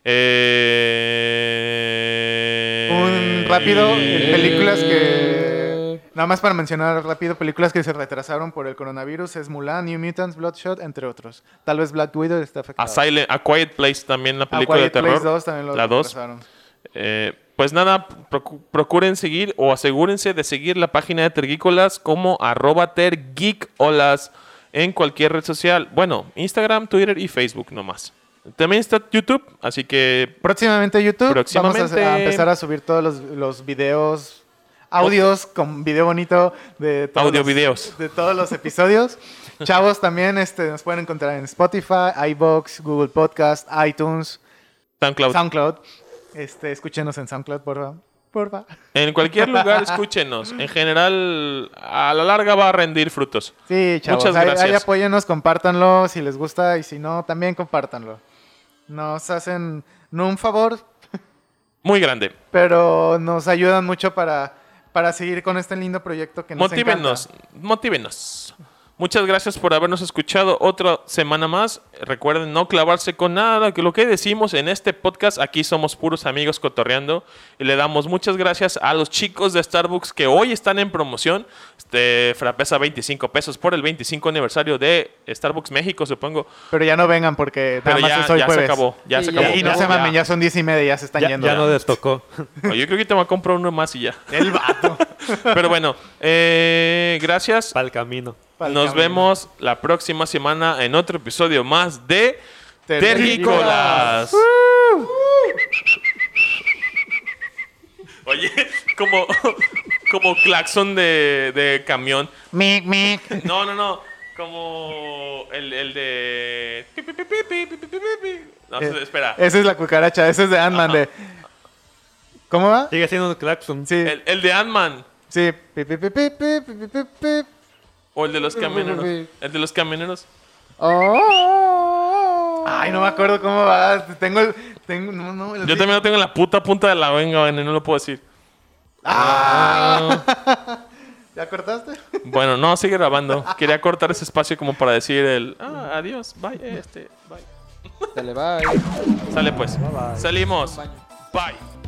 S3: Eh...
S5: Un rápido, eh, películas que. Nada más para mencionar rápido, películas que se retrasaron por el coronavirus es Mulan, New Mutants, Bloodshot, entre otros. Tal vez Black Widow está
S3: A,
S5: afectada.
S3: Silent- A Quiet Place también, la
S5: A
S3: película
S5: Quiet
S3: de terror.
S5: Place 2 también lo
S3: la 2.
S5: retrasaron.
S3: Eh, pues nada, procu- procuren seguir o asegúrense de seguir la página de Tergícolas como arroba tergeekolas en cualquier red social. Bueno, Instagram, Twitter y Facebook nomás. También está YouTube, así que
S5: Próximamente YouTube. Vamos
S3: Próximamente.
S5: a- a, empezar a subir todos los, los videos, audios con video bonito de todos
S3: Audio
S5: los-
S3: videos.
S5: de todos los episodios. Chavos, también este, nos pueden encontrar en Spotify, iBox, Google Podcast, iTunes,
S3: SoundCloud.
S5: SoundCloud. Este, escúchenos en SoundCloud, por favor. Por favor.
S3: En cualquier lugar, escúchenos. En general, a la larga va a rendir frutos.
S5: Sí, chavos.
S3: Muchas
S5: ahí- Ahí,
S3: gracias.
S5: apóyennos, compártanlo si les gusta y si no, también compártanlo. Nos hacen no un favor,
S3: Muy grande.
S5: pero nos ayudan mucho para, para seguir con este lindo proyecto que nos encanta.
S3: Motívenos, motívenos. Muchas gracias por habernos escuchado otra semana más. Recuerden no clavarse con nada, que lo que decimos en este podcast, aquí somos puros amigos cotorreando. Y le damos muchas gracias a los chicos de Starbucks que hoy están en promoción. Este frapesa 25 pesos por el 25 aniversario de Starbucks México, supongo.
S5: Pero ya no vengan porque nada
S3: Pero
S5: más
S3: ya,
S5: es hoy
S3: ya se
S5: jueves.
S3: acabó. Ya
S4: Sí,
S3: se
S4: ya
S3: acabó.
S5: Y no se
S4: Ya.
S5: mamen, ya son diez y media, ya se están
S2: Ya,
S5: yendo.
S2: ya no destocó.
S3: Oye, Yo creo que te voy a comprar uno más y ya.
S5: El vato.
S3: Pero bueno, eh, gracias.
S2: Para el camino.
S5: Pa'l
S3: Nos
S5: camino.
S3: vemos la próxima semana en otro episodio más de
S5: Terrícolas.
S3: Terrícolas. Oye, como, como claxon de, de camión.
S5: Mic, mic.
S3: No, no, no. Como el, el de. No,
S5: Eh,
S3: espera.
S5: Esa es la cucaracha, esa es de Ant-Man. de- ¿Cómo va?
S2: Sigue siendo un claxon.
S5: Sí,
S3: El, el de Ant-Man.
S5: sí. Pip, pip, pip, pip, pip, pip, pip, pip.
S3: O el de los camioneros. El de los camioneros.
S4: Oh.
S5: Ay, no me acuerdo cómo va. Tengo el. Tengo, no, no, el-
S3: Yo también lo tengo en la puta punta de la venga, bueno, no lo puedo decir.
S5: ¿Ya cortaste?
S3: Bueno, no, sigue grabando. Quería cortar ese espacio como para decir el ah, adiós, bye, este, bye.
S4: Dale, bye.
S3: Sale pues. Salimos.
S4: Baño.
S3: Bye.